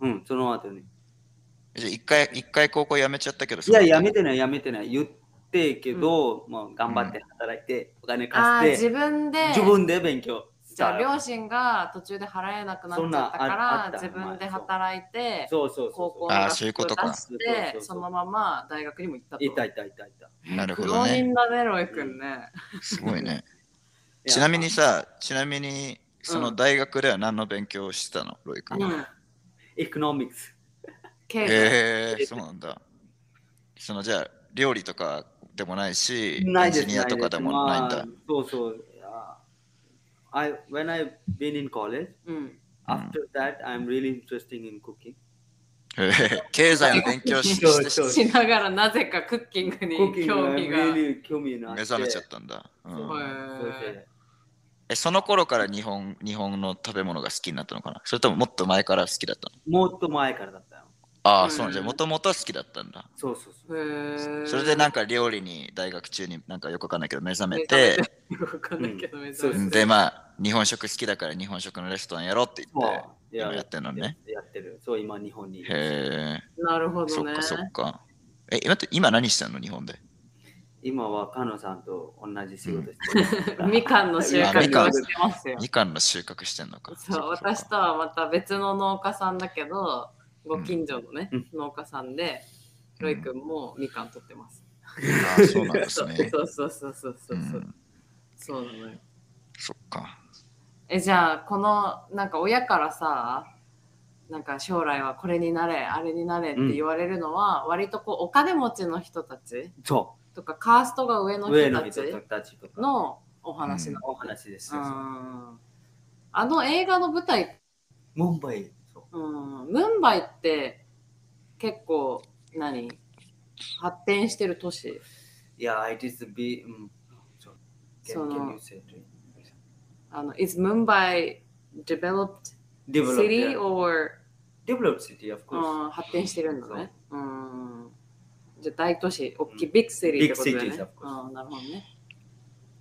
Speaker 3: うん、その後に。
Speaker 2: じゃあ一回一回高校辞めちゃったけど
Speaker 3: い
Speaker 2: その
Speaker 3: や、
Speaker 2: 後
Speaker 3: やめてない、やめてない。言ってけど、まあ、頑張って働いて、お金
Speaker 1: ああ、
Speaker 3: 貸して、
Speaker 1: 自分で。
Speaker 3: 自分で勉強し
Speaker 1: じゃあ
Speaker 3: た。
Speaker 1: 両親が途中で払えなくなっちゃったか
Speaker 3: そんなああ
Speaker 1: ら
Speaker 3: った
Speaker 1: 自分で働いて
Speaker 3: そうそう
Speaker 1: 高
Speaker 3: そ
Speaker 1: 校
Speaker 3: う
Speaker 1: の
Speaker 2: あ
Speaker 1: 学
Speaker 2: あそういうことか
Speaker 1: を出してそのまま大学にも行った
Speaker 3: そう。いた
Speaker 1: と。
Speaker 3: いたいたいた。
Speaker 2: なるほ
Speaker 1: 苦
Speaker 2: ど
Speaker 1: 労
Speaker 2: ね
Speaker 1: 人だね、ロイ君ね。
Speaker 2: すごいねちなみにさちなみにその大学では何の勉強をしてたのロイ
Speaker 1: う
Speaker 2: 君は
Speaker 1: ん。
Speaker 3: エコノミクス。
Speaker 1: 経済。
Speaker 2: へえそうなんだそのじゃあ料理とかでもないし
Speaker 3: ないです
Speaker 2: エンジニアとかでもないんだ
Speaker 3: まあそうそう。あ I, when I've been in college,
Speaker 1: うん。
Speaker 3: after that, I'm really interested in cooking.
Speaker 2: へえ経済の勉強し
Speaker 3: そうそう
Speaker 2: して
Speaker 3: そう
Speaker 1: しながらなぜかクッキングに
Speaker 3: Cooking
Speaker 1: 興味が。へ
Speaker 3: really 興味があって
Speaker 2: 目覚めちゃったんだ、うん
Speaker 3: はそれ
Speaker 1: ー
Speaker 3: で
Speaker 2: えその頃から日本日本の食べ物が好きになったのかなそれとももっと前から好きだったの
Speaker 3: もっと前からだったよ。
Speaker 2: ああ、
Speaker 1: うん
Speaker 2: そうなんじゃもともと好きだったんだ
Speaker 3: そうそうそう。
Speaker 1: へー
Speaker 2: それでなん
Speaker 1: か。
Speaker 2: か料理に大学中になんかよくわかんないけど目覚め
Speaker 1: 目
Speaker 2: て
Speaker 1: 覚よくわかんないけど、めちゃ
Speaker 3: う
Speaker 1: めち
Speaker 3: ん
Speaker 1: ゃ
Speaker 2: でまあ日本食好きだから日本食のレストランやろうって言って
Speaker 3: そう
Speaker 2: 今やってるのね。
Speaker 3: やってる。そう、今日本にいる。
Speaker 2: へえ
Speaker 1: なるほ
Speaker 2: そ
Speaker 1: ど
Speaker 2: っ
Speaker 1: ね
Speaker 2: か。そっかえ待って今何してんの日本で
Speaker 3: 今はカノさんと同じ仕事して る
Speaker 1: みかんの収穫
Speaker 2: あみか
Speaker 1: を
Speaker 2: ん
Speaker 1: してますよ。
Speaker 2: みかんの収穫してんのか
Speaker 1: そう
Speaker 2: っかっか
Speaker 1: 私とはまた別の農家さんだけどご近所のね、
Speaker 3: うん
Speaker 1: 農家さんでロイ君もみかん取ってます、
Speaker 2: ああそうなんです
Speaker 1: そう
Speaker 2: ね
Speaker 1: そうそうそうそうそうう、
Speaker 2: ん
Speaker 1: そうなのよ
Speaker 2: そっか
Speaker 1: えじゃあこのなんか親からさなんか将来はこれになれあれになれって言われるのは、割とこうお金持ちの人たち
Speaker 3: そ
Speaker 1: とかカーストが上の
Speaker 3: う。上
Speaker 1: 人
Speaker 3: の
Speaker 1: た
Speaker 3: 人
Speaker 1: ち
Speaker 3: たちとかの
Speaker 1: のお話なの、
Speaker 3: お話です
Speaker 1: う
Speaker 3: よ。
Speaker 1: んあの映画の舞台って
Speaker 3: モンバイ。そう
Speaker 1: うん、ムンバイって結構何発展してる都市
Speaker 3: Yeah, it is the B. うんそう Can-
Speaker 1: その
Speaker 3: can you say it?
Speaker 1: あの Is Mumbai developed
Speaker 3: Developed,
Speaker 1: city
Speaker 3: yeah.
Speaker 1: or、
Speaker 3: Developed city, of
Speaker 1: う
Speaker 3: course.
Speaker 1: ん、発展してるんだね。うん、じゃあ大都市、大きいビッグシリーってことだよ
Speaker 3: Big cities,
Speaker 1: ね
Speaker 3: of。course.
Speaker 1: うん、なるほどね。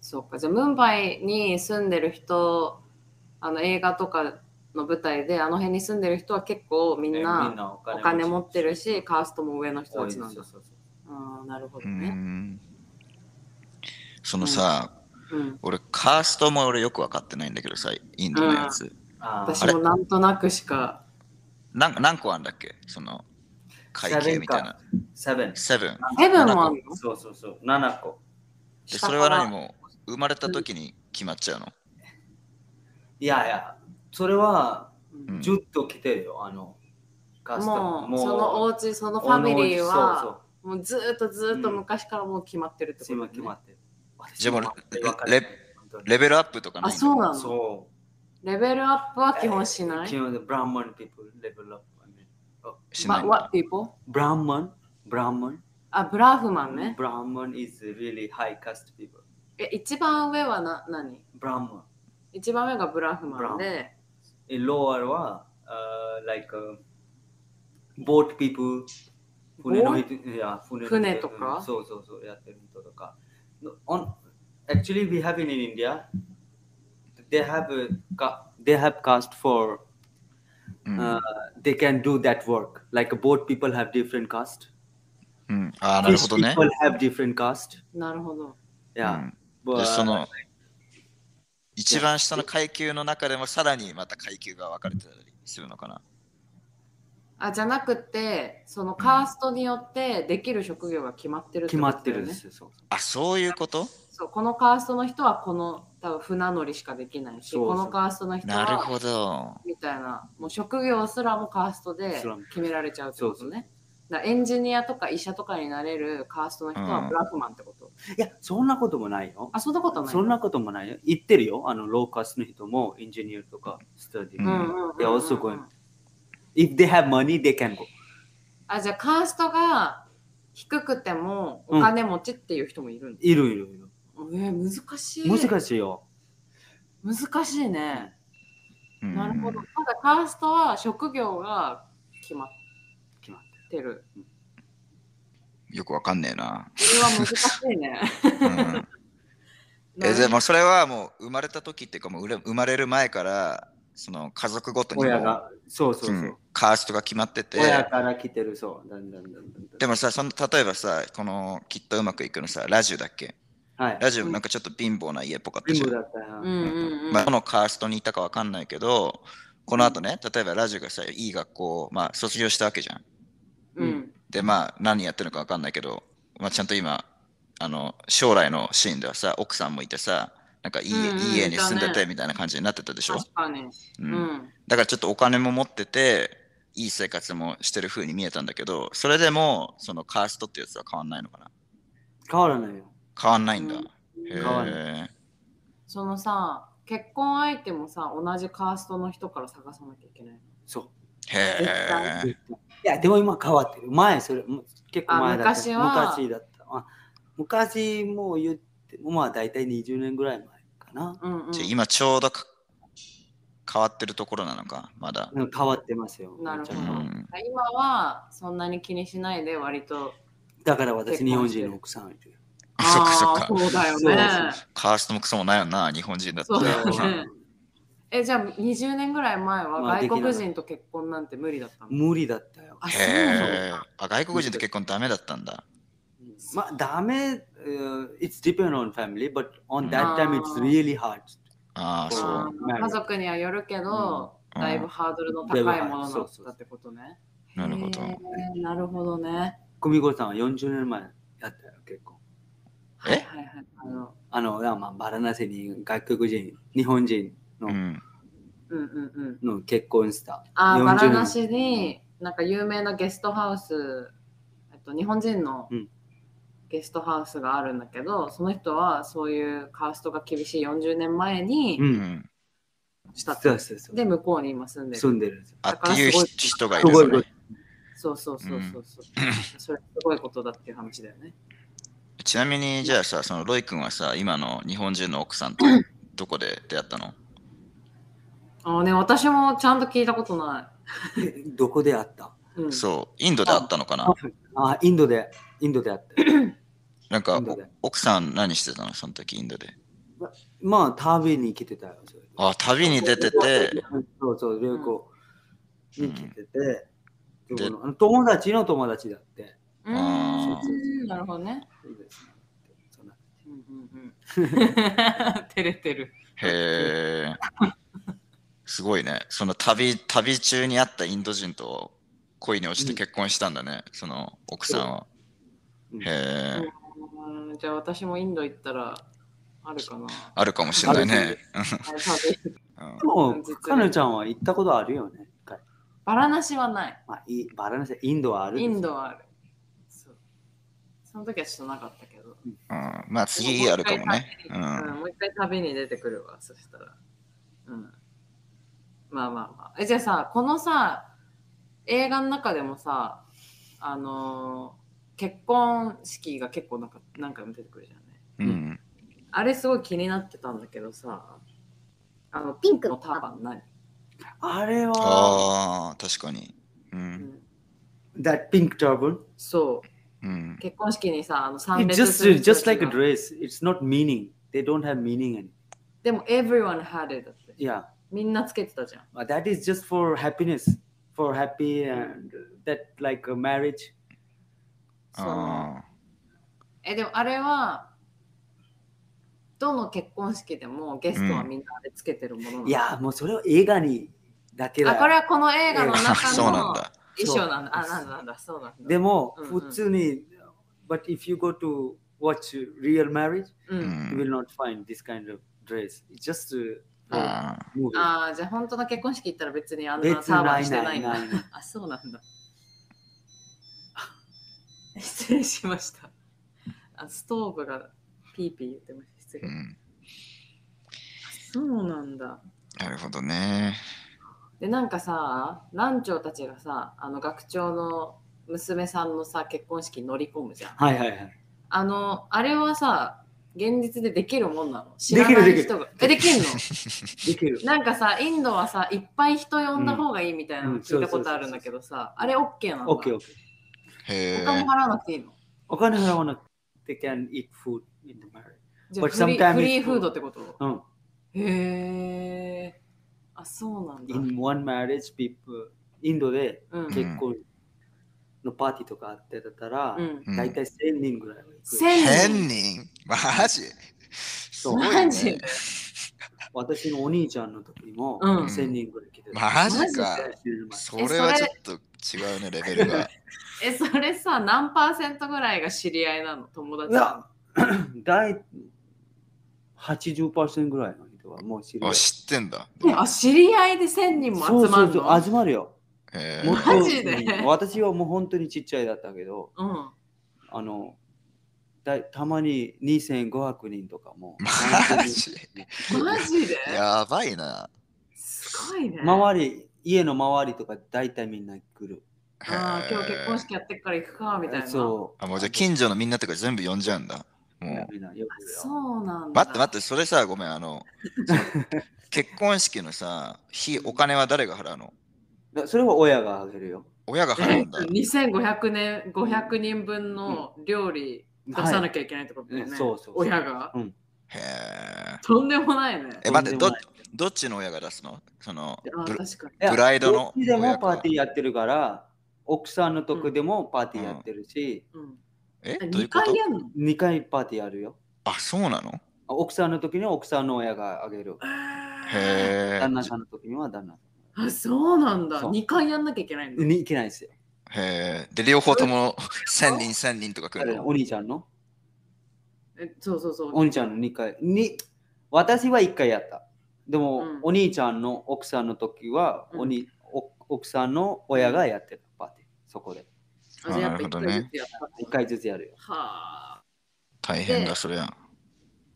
Speaker 1: そうか、じゃあムンバイに住んでる人、あの映画とかの舞台であの辺に住んでる人は結構みん
Speaker 3: ねみん
Speaker 1: な
Speaker 3: なお
Speaker 1: お金持ってるし、カーストも上の人たちなん
Speaker 3: そ
Speaker 1: だ
Speaker 3: う。そうそう
Speaker 1: うん、なるほど
Speaker 2: う
Speaker 1: ね。
Speaker 2: んそのさ、
Speaker 1: うん
Speaker 2: 俺カーストも俺よく分かってないんだけどさインドのやつ、
Speaker 3: あー
Speaker 1: 私もなんとなくしか。
Speaker 2: なん、何個あんだっけその会計みたいな。
Speaker 3: seven
Speaker 2: セブン。
Speaker 1: ヘブンもあるの
Speaker 3: そうそうそう。7個。
Speaker 2: で
Speaker 1: 下
Speaker 2: そ
Speaker 1: か
Speaker 2: れ
Speaker 1: ら
Speaker 2: は何もう生まれた時に決まっちゃうの。
Speaker 3: いやいや、それは
Speaker 2: うん
Speaker 3: ずっと来てるよ、あの、カスタ
Speaker 1: もう
Speaker 3: ム
Speaker 1: そのお
Speaker 3: お
Speaker 1: 家そのファミリー
Speaker 3: そうそう
Speaker 1: はもうずーっとずーっと昔からもう決まってるってこと、
Speaker 3: 今
Speaker 1: ね
Speaker 3: 決まってる。
Speaker 2: じゃあもう
Speaker 3: 私わかんない
Speaker 2: レ
Speaker 3: 本当に
Speaker 2: レベルアップとかない
Speaker 1: あ
Speaker 2: の
Speaker 1: そうなの
Speaker 3: そ
Speaker 1: レベルアップは
Speaker 3: う。
Speaker 1: 基本しない、
Speaker 3: 基本でブランマン people level up.
Speaker 2: しない
Speaker 1: But
Speaker 2: んだ
Speaker 1: what people?
Speaker 3: ブランマン、ブランマン。
Speaker 1: あブラフマンね
Speaker 3: ブランマン is really high caste people.
Speaker 1: え一番上はな何
Speaker 3: ブランマン。
Speaker 1: 一番上がブラフマンで
Speaker 3: In lower は、uh, like、uh, boat people 船の人いや船の人
Speaker 1: 船とか
Speaker 3: うんそうそうそうやってる人とか。No, On, actually, we uh, have in India, they have, a, ca- they have cast for uh, they can do that work. Like boat people have different caste.
Speaker 2: うん、ああ、なるほどね。
Speaker 3: people have different caste.
Speaker 1: なるほど。
Speaker 2: う
Speaker 3: Yeah.
Speaker 2: ん
Speaker 3: But,
Speaker 2: でその一番下の階級の中でもさらにまた階級が分かれてたりするのかな。
Speaker 1: あ、じゃなくて、そのカーストによってできる職業が決まってる
Speaker 3: 決
Speaker 1: こ
Speaker 3: ま
Speaker 1: と
Speaker 3: ってるん
Speaker 1: だ
Speaker 3: で
Speaker 1: よね。
Speaker 3: すよ。そう
Speaker 2: あ、そういうこと
Speaker 1: そう、このカーストの人はこの多分船乗りしかできないし、
Speaker 3: そうそ
Speaker 1: こ
Speaker 3: う
Speaker 1: のカーストの人
Speaker 2: なるほ
Speaker 1: は
Speaker 2: ど。
Speaker 1: みたいな、もう職業すらもカーストで
Speaker 3: スラム
Speaker 1: 決められちゃうってことね。だからエンジニアとか医者とかになれるカーストの人は
Speaker 2: うん
Speaker 1: ブラフマンってこと。
Speaker 3: いや、そんなこともないよ。
Speaker 1: あ、そんなことない。
Speaker 3: そんなこともないよ。言ってるよ。あの、ローカスの人も、エンジニアとか、スタディ。
Speaker 2: う
Speaker 1: うんんうんうんうん
Speaker 3: They are also going. If they have money, they can go.
Speaker 1: あ、じゃあカーストが低くてもお金持ちっていう人もいるんだ。
Speaker 3: いるいるいる。
Speaker 1: えー難しい。
Speaker 3: 難
Speaker 1: しい。
Speaker 3: しいよ。
Speaker 1: 難しいね。
Speaker 2: うん
Speaker 1: なるほど。ただカーストは職業が決まって る。
Speaker 2: よくわかんねえ な。
Speaker 1: それは難しいね。
Speaker 2: うん、えでもそれはもう生まれた時っていうかもううれ生まれる前からその家族ごとにも
Speaker 3: 親が。そうそうそうう。
Speaker 2: ん、カーストが決まってて
Speaker 3: 親から来てる、そう。だんだんだんだんだん。
Speaker 2: でもさその例えばさこのきっとうまくいくのさラジオだっけ
Speaker 3: はい。
Speaker 2: ラジオなんかちょっと貧乏な家っぽかったじ
Speaker 3: 貧
Speaker 2: ゃん
Speaker 3: 乏だったよ
Speaker 1: うんうんうん。
Speaker 2: まあ、どのカーストにいたかわかんないけど、この後ね、例えばラジオがさ、いい学校、まあ、卒業したわけじゃん。
Speaker 1: うん。
Speaker 2: で、まあ、何やってるのかわかんないけど、まあ、ちゃんと今、あの、将来のシーンではさ、奥さんもいてさ、なんかいい,、
Speaker 1: うんうん
Speaker 2: いい家に住んで
Speaker 1: いた
Speaker 2: て
Speaker 1: ね
Speaker 2: みたいな感じになってたでしょ、
Speaker 1: 確かに。
Speaker 2: う
Speaker 1: うんん。
Speaker 2: だからちょっとお金も持ってて、いい生活もしてる風に見えたんだけど、それでも、そのカーストってやつは変わんないのかな
Speaker 3: 変わらないよ。
Speaker 2: 変わんないんだ。
Speaker 1: うん
Speaker 2: へ
Speaker 3: 変わん
Speaker 2: え。
Speaker 1: そのさ、結婚相手もさ、同じカーストの人から探さなきゃいけない。
Speaker 3: そう。
Speaker 2: へ
Speaker 3: 絶対
Speaker 2: え。
Speaker 3: いや、でも今変わってる。前、それ、む結構前だ
Speaker 1: あ
Speaker 3: った。
Speaker 1: 昔は
Speaker 3: 昔だった。あ昔、もう言って、まあ大体20年ぐらい前かな。
Speaker 1: うんうん。
Speaker 2: じゃあ今ちょうどか変わってるところなのか、まだ。
Speaker 3: うん変わってますよ。
Speaker 1: なるほど
Speaker 3: めっちゃ変わってる
Speaker 2: ん
Speaker 1: 今はそんなに気にしないで割と。
Speaker 3: だから私、日本人の奥さんいる。
Speaker 2: そっかそ
Speaker 1: あ
Speaker 2: っ
Speaker 1: あ
Speaker 2: か。
Speaker 1: そうだよ
Speaker 3: そう
Speaker 1: ね。
Speaker 2: カーストもクソもないよな、日本人だって。
Speaker 1: そうだ
Speaker 3: だ
Speaker 1: よ
Speaker 3: よ
Speaker 1: ね
Speaker 3: ね。
Speaker 1: え、じゃあ20年ぐらい前は
Speaker 3: まあ
Speaker 1: 外国
Speaker 3: できな
Speaker 1: 人と結婚なんて無理だったの、
Speaker 3: 無理だったよ。
Speaker 1: あ、そうなん
Speaker 2: へえ
Speaker 1: だ。。
Speaker 2: あ、外国人と結婚ダメだったんだ。
Speaker 3: まあ、ダメ、uh, it's depend on family, but
Speaker 2: う
Speaker 3: on
Speaker 2: ん
Speaker 3: that time it's really hard.
Speaker 2: ああ、そ
Speaker 1: あ
Speaker 2: う。
Speaker 1: ー家族にはよるけど、
Speaker 2: うん
Speaker 1: だいぶハードルの高いものだったってことね。
Speaker 2: なるほど
Speaker 1: へー。なるほどね。
Speaker 3: 久美子さんは40年前やったよ、結構。
Speaker 1: は
Speaker 2: え
Speaker 1: いはいはい。あの、
Speaker 3: あの、いやまあ、バラナセに外国人、日本人の,、
Speaker 2: うん。
Speaker 1: うんうんうん。
Speaker 3: の結婚した。
Speaker 1: あー、
Speaker 3: 40
Speaker 1: バラなしに、なんか有名なゲストハウス、えっと、日本人の
Speaker 3: うん
Speaker 1: ゲストハウスがあるんだけど、その人はそういうカーストが厳しい40年前に
Speaker 3: う。
Speaker 2: うんん。
Speaker 1: したって
Speaker 3: そうそうそう。
Speaker 1: で、向こうに今住んでる。
Speaker 3: 住んでるんですよ。
Speaker 2: あってい
Speaker 1: だからす
Speaker 2: う
Speaker 1: ごい
Speaker 2: ひ人がい
Speaker 3: す
Speaker 2: る
Speaker 3: ご
Speaker 2: よ
Speaker 3: い
Speaker 2: ね。
Speaker 1: そうそうそうそうそう。それすごいことだっていう話だよね。
Speaker 2: ちなみに、じゃあさ、そのロイ君はさ、今の日本人の奥さんとどこで出会ったの
Speaker 1: あのね、私もちゃんと聞いたことな
Speaker 3: えどこで会った
Speaker 1: い。うん、
Speaker 2: そう、インドで会ったのかな
Speaker 3: あ、インドで、インドで会った。
Speaker 2: なんか
Speaker 3: インドで、
Speaker 2: 奥さん何してたのその時インドで。
Speaker 3: まあ、旅に来てたよ。それで
Speaker 2: あ、旅に出てて、
Speaker 3: そうそう、旅行に来てて、
Speaker 2: ん
Speaker 3: でこの友達の友達だって。
Speaker 1: うー
Speaker 2: あ
Speaker 1: ん。なるほどね。
Speaker 3: いいですねそんな
Speaker 1: うんうん うん。照れてる。
Speaker 2: へえ。すごいね。その旅、旅中に会ったインド人と恋に落ちて結婚したんだね、その奥さんは。
Speaker 3: うん
Speaker 2: へえ、
Speaker 1: うーんじゃあ私もインド行ったらあるかな。
Speaker 2: あるかもしれないね。
Speaker 1: あれ旅
Speaker 2: うん
Speaker 3: でも、かのちゃんは行ったことあるよね。一回
Speaker 1: バラなしはない。
Speaker 3: まあ、いバランス、インドはある
Speaker 1: イ
Speaker 3: んです
Speaker 1: ンドはある。そうその時はちょっとなかったけど。
Speaker 2: うんまあ次あるかもね。う
Speaker 1: うん
Speaker 2: ん。
Speaker 1: もう一回旅に出てくるわ、そしたら。うん。まあまあまあ。え、じゃあさ、このさ、映画の中でもさ、あのー結婚式が結構なんか何回も出てくるじゃんね。
Speaker 2: うん。
Speaker 1: あれすごい気になってたんだけどさ、あの、ピンクのターバン何、
Speaker 3: あれは、
Speaker 2: ああ、確かに。う。
Speaker 1: うんん、
Speaker 3: that pink turban,
Speaker 1: そう。
Speaker 2: うん。
Speaker 1: 結婚式にさ、あの3
Speaker 3: it
Speaker 1: 列
Speaker 3: just,
Speaker 1: する
Speaker 3: just like a
Speaker 1: 時が
Speaker 3: dress. It's not meaning. They don't have meaning in it.
Speaker 1: でも、everyone had it だって。
Speaker 3: Yeah.
Speaker 1: みんなつけてたじゃん。
Speaker 3: Uh, that is just for happiness, for happy and that like a marriage.
Speaker 1: そう
Speaker 2: あ
Speaker 1: え、でもあれは、どの結婚式でもゲストはみんなあれつけてるものなの、
Speaker 3: いや、もうそれを映画にだけ
Speaker 1: あ、これ
Speaker 3: だ。
Speaker 1: はこの映画の
Speaker 2: あ、
Speaker 1: 中
Speaker 2: そうなん
Speaker 1: の
Speaker 2: だ。
Speaker 1: 衣装なんだ。あ、なんだなんだ、そうなんだ。
Speaker 3: でも、
Speaker 1: うんうん
Speaker 3: 普通に、but if you go to watch real marriage,
Speaker 1: う。
Speaker 2: うん
Speaker 3: you
Speaker 2: ん。
Speaker 3: will not find this kind of dress. It's just a
Speaker 2: あ
Speaker 3: movie.
Speaker 1: ああ、じゃあ本当の結婚式行ったら別にあんな
Speaker 3: 別
Speaker 1: サー
Speaker 3: に
Speaker 1: バ
Speaker 3: な
Speaker 1: ー
Speaker 3: い
Speaker 1: して
Speaker 3: な
Speaker 1: ない
Speaker 3: い
Speaker 1: んだ。
Speaker 3: ないない。
Speaker 1: あ、そうなんだ。失礼しました。あストーブがピーピー言ってました。失
Speaker 2: ーう
Speaker 1: 礼。
Speaker 2: ん。
Speaker 1: そうなんだ。
Speaker 2: なるほどね。
Speaker 1: で、なんかさ、蘭長たちがさ、あの学長の娘さんのさ、結婚式に乗り込むじゃん。
Speaker 3: はいはいはい。
Speaker 1: あの、あれはさ、現実でできるもんなの知
Speaker 3: で
Speaker 1: ら
Speaker 3: きる
Speaker 1: ない人が。え、できるの
Speaker 3: できる。
Speaker 1: なんかさ、インドはさ、いっぱい人呼んだ方がいいみたいなの聞いたことあるんだけどさ、あれ OK なの
Speaker 3: OK, OK.
Speaker 2: へ
Speaker 1: お
Speaker 2: え。
Speaker 1: 金払わなくていいの
Speaker 3: お金払わなくて、they can eat food in the marriage.
Speaker 1: じゃあ
Speaker 3: But
Speaker 1: フリ
Speaker 3: sometimes
Speaker 1: ーフリー
Speaker 3: it's-
Speaker 1: フードってこと
Speaker 3: うん。
Speaker 1: へえ。あ、そうなんだ。
Speaker 3: in one marriage, people, インドで
Speaker 1: うん
Speaker 2: ん
Speaker 3: 結婚のパーティーとかあってたら、
Speaker 1: うん。
Speaker 2: うん
Speaker 3: 大体1000人ぐらいは行く。
Speaker 1: 千
Speaker 2: 千
Speaker 1: 人
Speaker 2: 人 マジすごい
Speaker 1: マ
Speaker 2: ね。
Speaker 1: ジで
Speaker 3: 私のお兄ちゃんの時も
Speaker 1: うん
Speaker 3: 1000人ぐらい来てた。
Speaker 2: マジ
Speaker 1: マジで
Speaker 2: か。それはちょっと違うね、レベルが。
Speaker 1: え、それさ、何パーセントぐらいが知り合いなの友達
Speaker 3: いや、大80%ぐらいの人はもう知り合い
Speaker 2: あ、知ってんだ。
Speaker 1: あ、知り合いで千人も集まるの
Speaker 3: そうそうそう集まるよ。
Speaker 2: へ
Speaker 3: も
Speaker 2: ー
Speaker 3: っと
Speaker 1: マジで
Speaker 3: うん私はもう本当にちっちゃいだったけど、
Speaker 1: うん。
Speaker 3: あの、だたまに2500人とかも。
Speaker 2: マジ
Speaker 1: マジで
Speaker 2: やばいな。
Speaker 1: すごいね。
Speaker 3: 周り、家の周りとか大体みんな来る。
Speaker 1: ああ、今日
Speaker 2: へー
Speaker 1: 結婚式やってっから行くか、みたいな。う。
Speaker 3: そう。
Speaker 2: あ、もうじゃあ近所のみんなとか全部呼んじゃうんだ。もう。
Speaker 3: みんなよく
Speaker 1: そうなんだ。
Speaker 2: 待って待って、それさ、ごめん、あの、その結婚式のさ、日、お金は誰が払うの
Speaker 3: だそれは親があげるよ。
Speaker 2: 親が 払うんだ。
Speaker 1: 2500年500人分の料理出さなきゃいけないってことだよね、
Speaker 3: はいそうそうそう
Speaker 1: 親が
Speaker 2: へえ。
Speaker 1: とんでもないね
Speaker 2: え、待って、
Speaker 3: と
Speaker 2: ど
Speaker 3: んでもない、
Speaker 2: どっちの親が出すのその、
Speaker 1: あ
Speaker 2: ブ
Speaker 1: 確
Speaker 2: ラ
Speaker 1: かに
Speaker 3: いや
Speaker 2: ブライドの
Speaker 3: どっちで
Speaker 2: 親
Speaker 3: も
Speaker 2: 子
Speaker 3: パーティーやってるから、奥さんのとこでもパーティーやってるし、
Speaker 1: うん
Speaker 2: え、
Speaker 1: え
Speaker 2: どう
Speaker 1: 二
Speaker 2: いうこと
Speaker 1: 回やんの
Speaker 3: 2回パーティーやるよ。
Speaker 2: あ、そうなの
Speaker 3: あ奥さんの時には奥さんの親があげる。
Speaker 1: へえ
Speaker 2: へ
Speaker 3: 旦那さんの時には旦那さ
Speaker 1: あそうなんだ
Speaker 3: そう
Speaker 1: 二回やんなきゃいけないん
Speaker 3: ん。
Speaker 1: だ
Speaker 3: にいけないですよ。
Speaker 2: え。へえ。で、両方とも1000人、1000人とか来るの
Speaker 3: お兄ちゃんの
Speaker 1: えそうそうそう
Speaker 3: お兄ちゃんの2回。に私は1回やった。でも、
Speaker 1: うん
Speaker 3: お兄ちゃんの奥さんの時は、おにお奥さんの親がやってるパーティー。そこで。
Speaker 1: あじゃあやっぱ
Speaker 2: なる
Speaker 1: 一回ず
Speaker 2: ほどね
Speaker 1: つやった
Speaker 3: 1回ずつやるよ。
Speaker 1: はあ
Speaker 2: 大変
Speaker 1: で
Speaker 2: だ、そりゃ。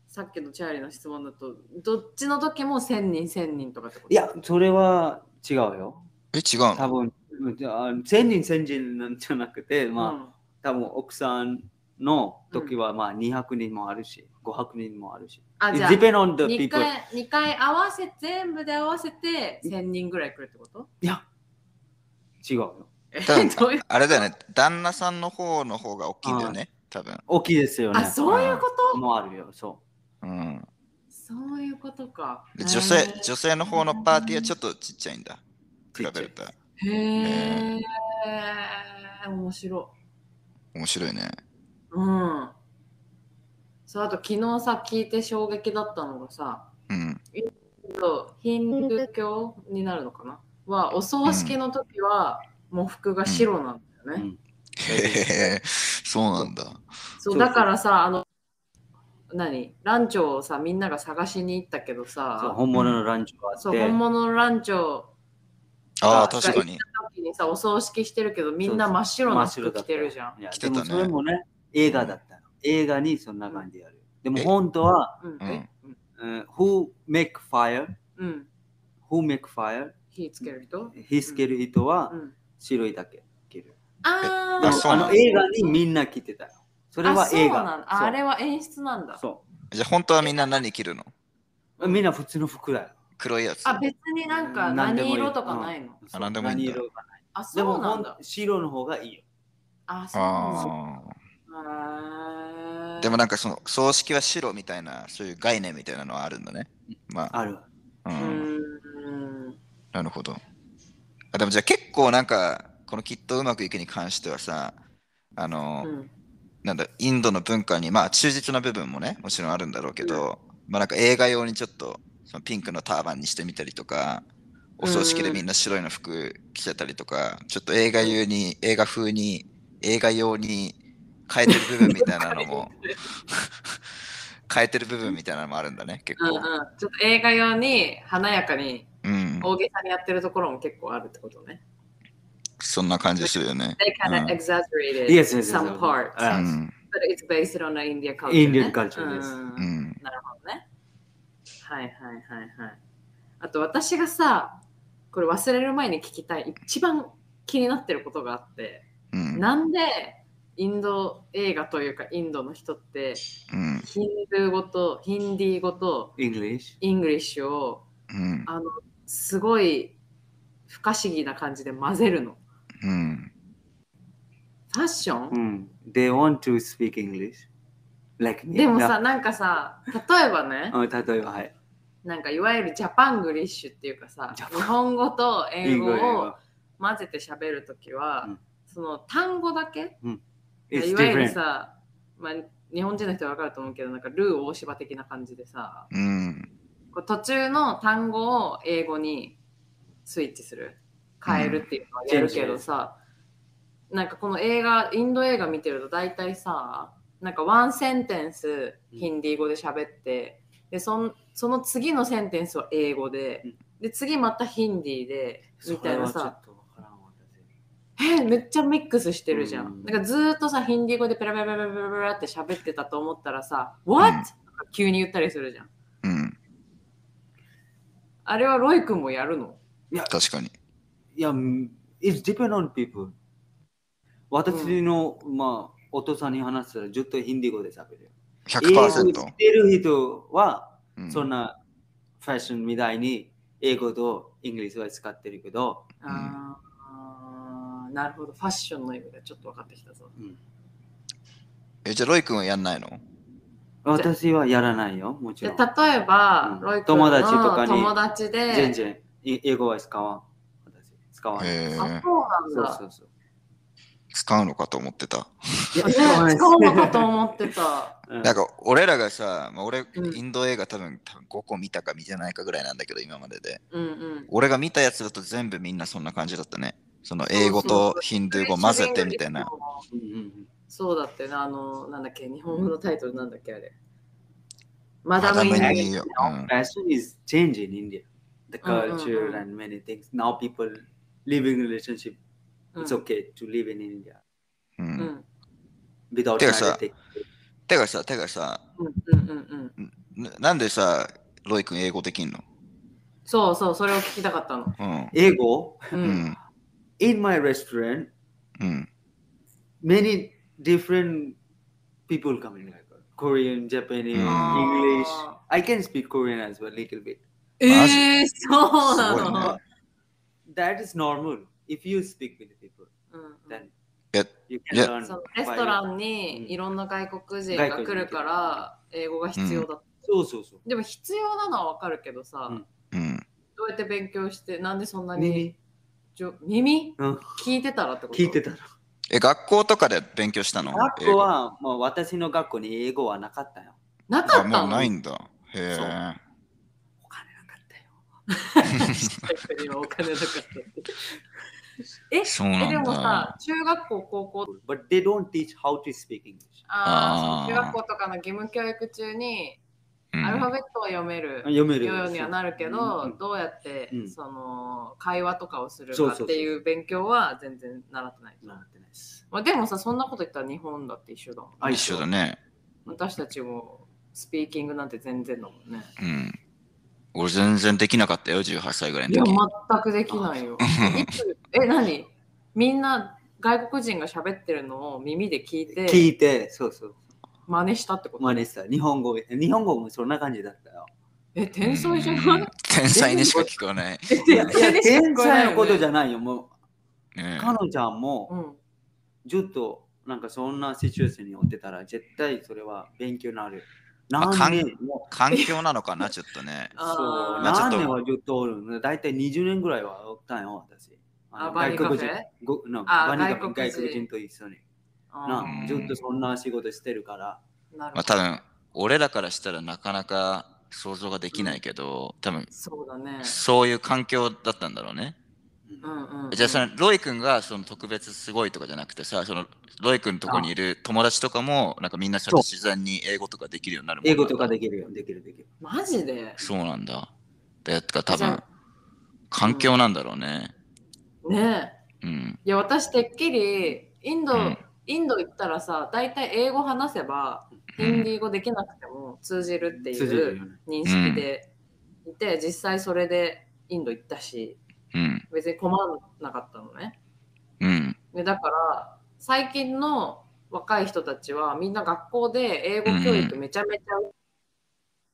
Speaker 1: さっきのチャーリーの質問だとどっちの時も千人千人とかってこと
Speaker 3: い
Speaker 1: い
Speaker 3: や、それは違うよ。
Speaker 2: え、違うの
Speaker 3: 多分、うん千人千人なんじゃなくて、まあ、
Speaker 1: ま
Speaker 3: 多分奥さんの時はまあ200人もあるし、500人もあるし。
Speaker 1: あ、あ
Speaker 3: It
Speaker 1: じゃあ
Speaker 3: depends on the
Speaker 1: 二
Speaker 3: people.
Speaker 1: 回二回合わせ全部で合わせて千人ぐらい来るってこと
Speaker 3: いや、違うよ。
Speaker 1: え
Speaker 2: 多分
Speaker 1: どういう
Speaker 2: あれだよね、旦那さんの方の方が大きいんだよね、多分。
Speaker 3: 大きいですよね。
Speaker 1: あ、そういうこと
Speaker 3: もあるよ、そ
Speaker 2: うん。
Speaker 1: そういうことか。
Speaker 2: で女性、
Speaker 1: へ
Speaker 2: 女性の方のパーティーはちょっとちっちゃいんだ。比べると。
Speaker 1: ーへえ、面白
Speaker 2: 面白いね。
Speaker 1: い。うん。そう、あと昨日さ、聞いて衝撃だったのがさ、
Speaker 2: うん。
Speaker 1: そうヒンドゥー教になるのかなは、お葬式の時は、喪服が白なんだ
Speaker 3: う。
Speaker 1: よね。
Speaker 3: うん
Speaker 2: へえ、 そうなんだ。
Speaker 1: そう、だからさ、あの、何ランチョをさ、みんなが探しに行ったけど
Speaker 3: そう
Speaker 1: さ、
Speaker 3: 本物のランチがあって。
Speaker 1: そう、本物のランチョ
Speaker 2: ああ、
Speaker 1: が
Speaker 2: 確かに。
Speaker 1: 時にさ、お葬式してるけど、みんな真っ白な服着てるじゃん。
Speaker 3: いや
Speaker 2: 着て
Speaker 3: で
Speaker 2: たね
Speaker 3: もそれもね、映画だったの。映画にそんな感じでやる。でも
Speaker 2: え
Speaker 3: 本当は、
Speaker 1: うん
Speaker 2: う。ん。
Speaker 3: うん Who make fire?
Speaker 1: うん。
Speaker 3: Who make fire?
Speaker 1: 火つける人
Speaker 3: 火つける人は
Speaker 1: うん。
Speaker 3: 白いだけ着る。
Speaker 1: あー
Speaker 3: でも
Speaker 2: あそう
Speaker 3: あ
Speaker 2: な
Speaker 3: の
Speaker 2: んだ
Speaker 3: 映画にみんな来てたよ。それは映
Speaker 1: あそうなんだ
Speaker 3: 画。
Speaker 1: ああれは演出なんだ。
Speaker 3: そ
Speaker 2: じゃあ本当はみんな何着るの
Speaker 3: う。みんな普通の服だよ。
Speaker 2: 黒いやつ。
Speaker 1: あ、別になんか
Speaker 3: 何で
Speaker 1: 何
Speaker 3: もいい
Speaker 1: 色とかないの。
Speaker 3: そう
Speaker 2: なんでもいいんだ
Speaker 3: 何色か
Speaker 1: あ、
Speaker 3: で
Speaker 1: そ
Speaker 3: も
Speaker 1: うな
Speaker 3: ほ
Speaker 1: ん
Speaker 3: ん
Speaker 1: だ。
Speaker 3: 白の方がいいよ。
Speaker 1: あ、そうなんだ
Speaker 2: ああ。
Speaker 1: へー。
Speaker 2: でもなんかその葬式は白みたいな、そういう概念みたいなのはあるんだね。まあ、
Speaker 3: ある。
Speaker 2: う
Speaker 1: うーん
Speaker 2: ん。なるほど。あでもじゃあ結構なんか、このきっとうまくいくに関してはさ、あの、
Speaker 1: うん
Speaker 2: なんだ、インドの文化に、まあ忠実な部分もね、もちろんあるんだろうけど、まあなんか映画用にちょっとそのピンクのターバンにしてみたりとか、お葬式でみんな白いの服着てたりとか、ちょっと映画用に、映画風に、映画用に変えてる部分みたいなのも、 変えてる部分みたいなのもあるんだね、結
Speaker 1: うんうん
Speaker 2: 構。、
Speaker 1: ちょっと映画用に華やかに
Speaker 2: うん、
Speaker 1: 大げさにやってるところも結構あるってことね。
Speaker 2: そんな感じするよね。
Speaker 1: They kind
Speaker 2: う
Speaker 1: of
Speaker 2: ん
Speaker 1: exaggerated
Speaker 3: Yes, yes, yes,
Speaker 1: some
Speaker 3: yes.
Speaker 1: parts,
Speaker 2: う
Speaker 3: Uh,
Speaker 2: ん、
Speaker 1: but it's based on an Indian culture.
Speaker 3: Indian
Speaker 1: ね
Speaker 3: culture, yes.
Speaker 1: うん
Speaker 2: うん、
Speaker 1: はいはいはいはい。あと私がさ、これ忘れる前に聞きたい、一番気になってることがあって、
Speaker 2: うん、
Speaker 1: なんでインド映画というかインドの人って
Speaker 2: うん、
Speaker 1: ヒンドゥー語とヒンディー語と
Speaker 3: English.
Speaker 1: イングリッシュを
Speaker 2: うん、
Speaker 1: あのすごい不可思議な感じで混ぜるの。
Speaker 2: うん。
Speaker 1: ファッション、
Speaker 3: Mm. They want to speak English. Like me.
Speaker 1: でもさ、なんかさ、例えばね、
Speaker 3: 例えばはい。
Speaker 1: なんかいわゆるジャパングリッシュっていうかさ、
Speaker 3: ジャ
Speaker 1: 日
Speaker 3: パン
Speaker 1: 本語と英語を混ぜて喋るときは、
Speaker 3: うん
Speaker 1: その単語だけ、
Speaker 3: It's
Speaker 1: いわゆる
Speaker 3: different.
Speaker 1: さ、まあ、日本人の人はわかると思うけど、なんかルー大柴的な感じでさ、
Speaker 2: うん、
Speaker 1: こう途中の単語を英語にスイッチする、変えるっていうのはやるけどさ、なんかこの映画、インド映画見てると大体さ、なんかワンセンテンス、ヒンディー語で喋って、でそんその次のセンテンスは英語で
Speaker 3: うん、
Speaker 1: で次またヒンディーで、みたいなさ、
Speaker 3: それはちょっとわからんわ、私。
Speaker 1: えめっちゃミックスしてるじゃん。
Speaker 3: うん
Speaker 1: だからずーっとさ、ヒンディー語でペラペラペラペラペラペラって喋ってたと思ったらさ、What?、
Speaker 2: うん
Speaker 1: とか急に言ったりするじゃん。
Speaker 2: うん、
Speaker 1: あれはロイ君もやるの
Speaker 2: 確かに。
Speaker 3: いや、mm, it's depend on people. 私の、まあ、お父さんに話したらずっとヒンディー語で喋るよ。英語知
Speaker 2: 100%
Speaker 3: っ。てる人は、
Speaker 2: うん
Speaker 3: そんなファッションみたいに英語とイングリスは使ってるけど、
Speaker 2: ん
Speaker 1: あーなるほど、ファッションの意味がちょっと分かってきたぞ。
Speaker 2: え、じゃあロイ君はやんないの
Speaker 3: 私はやらないよ、もち
Speaker 1: で
Speaker 3: ろん。
Speaker 1: 例えば、
Speaker 3: うん
Speaker 1: ロイ君の
Speaker 3: 友達とかに
Speaker 1: 友達で、
Speaker 3: 全然、い英語は使わん。私使わない。
Speaker 1: あ
Speaker 2: へえ、
Speaker 1: そう
Speaker 3: そう
Speaker 1: なんだ。
Speaker 3: そうそう。
Speaker 2: 使うのかと思ってた。
Speaker 3: いや
Speaker 1: ね
Speaker 3: 使わない
Speaker 1: 使おうかと思ってた。
Speaker 3: うん
Speaker 2: なんか俺らがさ、まあ、俺、
Speaker 1: うん
Speaker 2: インド映画多分多分5個見たか見てないかぐらいなんだけど、今までで。
Speaker 1: うんうん。
Speaker 2: 俺が見たやつだと全部みんなそんな感じだったね。その英語とヒンドゥー語混ぜてみたいな。。
Speaker 3: うんうん
Speaker 1: そうだってな、あの、なんだっけ、日本語のタイトルなんだっけ、あれ。マ
Speaker 2: ま
Speaker 1: ダ
Speaker 2: だ
Speaker 1: ムインデ
Speaker 2: 見な
Speaker 1: ィ
Speaker 2: いよ。
Speaker 3: うん Fashion is changing in India. The
Speaker 1: うんうんうん
Speaker 3: culture and many things. Now people living relationship. It's
Speaker 1: Mm.
Speaker 3: okay to live in India
Speaker 2: うん。
Speaker 1: う
Speaker 2: うん。
Speaker 1: うんん
Speaker 3: without
Speaker 2: てかさ
Speaker 3: marriage.
Speaker 2: てかさ、てかさ、
Speaker 1: うんうんうん。
Speaker 2: ななんでさ、ロイ君英語できんの
Speaker 1: そうそう、それを聞きたかったの。
Speaker 2: うん。
Speaker 3: 英語
Speaker 1: う。
Speaker 2: うんん。
Speaker 3: in my restaurant
Speaker 2: うん。
Speaker 3: many different people coming like Korean, Japanese,
Speaker 2: Mm.
Speaker 3: English.
Speaker 1: Ah.
Speaker 3: I can speak Korean as well, little bit.
Speaker 1: え
Speaker 2: マジ
Speaker 1: えー、そうな
Speaker 2: すごい
Speaker 1: の。
Speaker 2: ね
Speaker 3: But that is normal if you speak with people.
Speaker 1: うんうん
Speaker 3: Then
Speaker 2: Yeah.
Speaker 3: you can
Speaker 2: Yeah.
Speaker 3: learn.
Speaker 1: その
Speaker 3: by-
Speaker 1: レストラン
Speaker 3: うん
Speaker 1: にいろんな外国人が来るから英語が必要だ、
Speaker 3: そうそうそう。
Speaker 1: でも必要なのはわかるけどさ、
Speaker 3: うん
Speaker 2: うん。
Speaker 1: どうやって勉強してなんでそんなに
Speaker 3: 耳
Speaker 1: じょ耳、
Speaker 3: うん
Speaker 1: 聞いてたらってこと
Speaker 3: 聞いてたら。
Speaker 2: え、学校とかで勉強したの
Speaker 3: 学校は、まあ、私の学校に英語はなかったよ。
Speaker 1: な
Speaker 2: 英語
Speaker 1: か
Speaker 2: あ、
Speaker 1: った
Speaker 2: もう
Speaker 1: の
Speaker 2: ないんだ。へ
Speaker 3: そ
Speaker 2: え。
Speaker 3: うお金なかったよ。
Speaker 1: 今お金なかったってえ
Speaker 2: そう
Speaker 1: えで
Speaker 2: なん
Speaker 1: もさ
Speaker 2: だ。
Speaker 1: 中学校高校
Speaker 3: But they don't teach how to speak English.
Speaker 1: あー
Speaker 2: あー
Speaker 1: 中学校とかの義務教育中に
Speaker 2: うん
Speaker 1: アルファベットは読める、
Speaker 3: 読める
Speaker 1: ようにはなるけど、
Speaker 3: うん
Speaker 1: どうやって、
Speaker 3: うん
Speaker 1: その会話とかをする
Speaker 3: そう
Speaker 1: か
Speaker 3: そうそう
Speaker 1: っていう勉強は全然習ってない。
Speaker 3: なってないです。
Speaker 1: まあ、でもさ、そんなこと言ったら日本だって一緒だもん、ね。
Speaker 3: あ
Speaker 2: 一緒だね。
Speaker 1: 私たちもスピーキングなんて全然だもんね。
Speaker 2: うん。俺全然できなかったよ、18歳ぐらい
Speaker 1: いや、
Speaker 2: の時。
Speaker 1: 全くできないよ。いつえ、何みんな外国人が喋ってるのを耳で聞い
Speaker 3: 聞
Speaker 1: て
Speaker 3: いて、そうそう。
Speaker 1: 真似したってこと
Speaker 3: 真似した。日本語、日本語もそんな感じだった よ。
Speaker 1: え、天才じゃない、
Speaker 2: うん天才にしか聞こえない。
Speaker 3: いや、天才のことじ
Speaker 1: ゃ
Speaker 3: ゃないよ。も
Speaker 2: うん
Speaker 3: う、彼女ちゃんも、
Speaker 1: ん。
Speaker 3: ずっと、なんかそんなシチュエーションにおってたら、絶対それは勉強になる。
Speaker 2: あ
Speaker 3: 何
Speaker 2: 関
Speaker 3: 年も
Speaker 2: 環境なのかな、ちょっとね。
Speaker 3: う、
Speaker 1: あー
Speaker 3: そう
Speaker 2: まあちょっ
Speaker 3: 何
Speaker 2: と
Speaker 3: 年はずっとおるの大体20年ぐらいはおったんよ、私。
Speaker 1: あ
Speaker 3: の
Speaker 1: バリカフェ
Speaker 3: 外国人ごな
Speaker 1: あ
Speaker 3: バリカフェ
Speaker 1: 外国
Speaker 3: 外
Speaker 1: 人
Speaker 3: 国人と一緒に。
Speaker 1: あ
Speaker 3: な
Speaker 2: うん
Speaker 3: ずっとそんな仕事してるから。
Speaker 1: ーなるほど
Speaker 2: まあ多分、俺らからしたらなかなか想像ができないけど、多分、
Speaker 1: そうだね。
Speaker 2: そういう環境だったんだろうね。
Speaker 1: うんうんうん、
Speaker 2: じゃあそのロイ君がその特別すごいとかじゃなくてさ、そのロイ君のとこにいる友達とかもなんかみんなちゃんと自然に英語とかできるようになるもんな
Speaker 3: 英
Speaker 2: んだ
Speaker 3: 語とかできるよ、できるできる。
Speaker 1: マジで
Speaker 2: そうなんだ。で、とか多
Speaker 1: じゃ
Speaker 2: 分
Speaker 1: あ
Speaker 2: 環境なんだろうね。
Speaker 1: ねえ。
Speaker 2: うん。
Speaker 1: いや、私てっきりインド、
Speaker 2: うん
Speaker 1: インド行ったらさ、大体英語話せば、
Speaker 2: う
Speaker 1: ヒ
Speaker 2: ん
Speaker 1: ンディー語できなくても通じるってい
Speaker 3: 通じるよ
Speaker 1: う
Speaker 3: ね。
Speaker 1: 認識でいて、実際それでインド行ったし、
Speaker 2: うん。
Speaker 1: 別に困らなかったのね。
Speaker 2: うん。
Speaker 1: でだから、最近の若い人たちはみんな学校で英語教育めちゃめちゃ、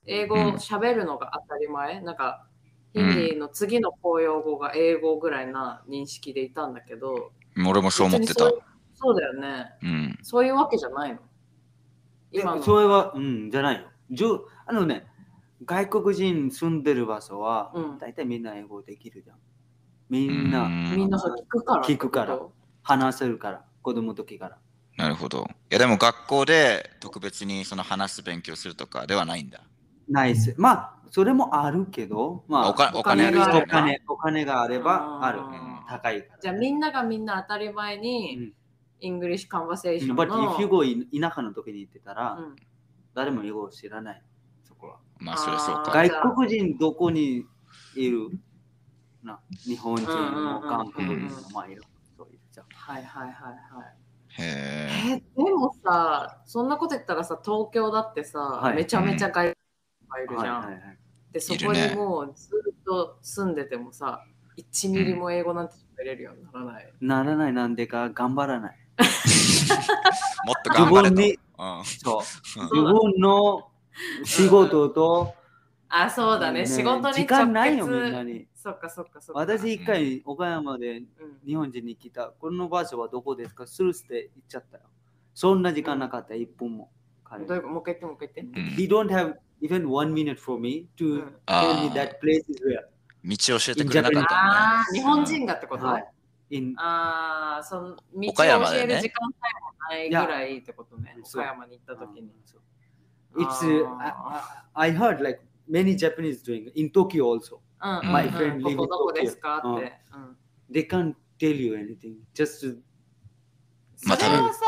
Speaker 1: 英語喋るのが当たり前、なんかヒンディーの次の公用語が英語ぐらいな認識でいたんだけど、
Speaker 2: 俺もそう思ってた。
Speaker 1: 別
Speaker 2: う
Speaker 1: にそうそうだよね。
Speaker 2: ん。
Speaker 1: そういうわけじゃないの。
Speaker 3: で
Speaker 1: 今の。
Speaker 3: それは、うん、じゃないよ。じゅあのね、外国人住んでる場所は、
Speaker 1: うん
Speaker 3: 大体みんな英語できるじゃん。みんな
Speaker 1: みんなそう聞くから。
Speaker 3: 聞くから話せるから、子供の時から。
Speaker 2: なるほど。いやでも学校で特別にその話す勉強するとかではないんだ。
Speaker 3: ナイス。まあ、それもあるけど、まあ、
Speaker 2: おかお
Speaker 1: お
Speaker 2: 金
Speaker 1: 金
Speaker 2: が
Speaker 1: が
Speaker 2: 必要
Speaker 3: お
Speaker 2: だよね。
Speaker 3: 金お金があればある。
Speaker 1: うん
Speaker 3: 高いから。
Speaker 1: じゃあみんながみんな当たり前に、イングリッシュカンバセーションの。
Speaker 3: But if you go in- 田舎の時に行ってたら、
Speaker 1: うん
Speaker 3: 誰も英語を知らない。そこは。
Speaker 2: まあそれはそう
Speaker 1: あ
Speaker 2: か。
Speaker 1: ー
Speaker 3: 外国人どこにいるな日本人も韓国人もまあいる。そういうじゃん
Speaker 1: はいはいはいはい。
Speaker 2: へえ。
Speaker 1: えーでもさ、そんなこと言ったらさ、東京だってさ、
Speaker 3: はい
Speaker 1: めちゃめちゃ外国がいる
Speaker 3: は
Speaker 1: じ
Speaker 3: い
Speaker 1: ゃん。
Speaker 3: はいはい。
Speaker 1: で、そ
Speaker 2: い
Speaker 1: こ
Speaker 2: るね
Speaker 1: にもうずっと住んでてもさ、1ミリも英語なんて喋れるようにならない。
Speaker 3: ならないなんでか頑張らない。
Speaker 2: もっと
Speaker 3: 自
Speaker 2: 頑張れ
Speaker 3: 分
Speaker 2: と。
Speaker 3: に、
Speaker 2: うん。
Speaker 3: そう。自
Speaker 1: そうだね
Speaker 3: 分の仕事と、
Speaker 1: あ、そうだね。
Speaker 3: ね
Speaker 1: 仕事に直結
Speaker 3: 時間ないよ、みんなに。
Speaker 1: そっかそっかそっか。
Speaker 3: 私一回岡山で
Speaker 1: うん
Speaker 3: 日本人に来た、この場所はどこですかスルスで行っちゃったよ。そんな時間なかった、一分も。彼
Speaker 1: どういうこともう一回言ってもう一回言って。
Speaker 2: うん
Speaker 3: He don't have even one minute for me
Speaker 1: う
Speaker 3: to
Speaker 1: ん
Speaker 3: tell me
Speaker 2: あー
Speaker 3: that place is where.
Speaker 2: 道を教えてくれなかったんだ
Speaker 1: あ
Speaker 2: ね
Speaker 1: あ、日本人がってこと、
Speaker 3: はい In
Speaker 1: ああ、その道を
Speaker 2: 岡
Speaker 1: 教
Speaker 2: 山だ
Speaker 1: え
Speaker 2: よね
Speaker 1: る時間さえもないぐらいってことね
Speaker 3: い。やそう
Speaker 1: 岡山に行った時に。
Speaker 3: It's
Speaker 1: あ
Speaker 3: uh, I heard like many Japanese doing in Tokyo also.
Speaker 1: うんうん
Speaker 2: My
Speaker 1: うん
Speaker 3: friend
Speaker 1: ここどこ
Speaker 3: living
Speaker 1: ですかっ
Speaker 3: Tokyo
Speaker 1: て。うん
Speaker 3: They can't tell you anything. Just to,
Speaker 1: そ
Speaker 2: ま
Speaker 1: れ
Speaker 2: あ多分
Speaker 1: はさ、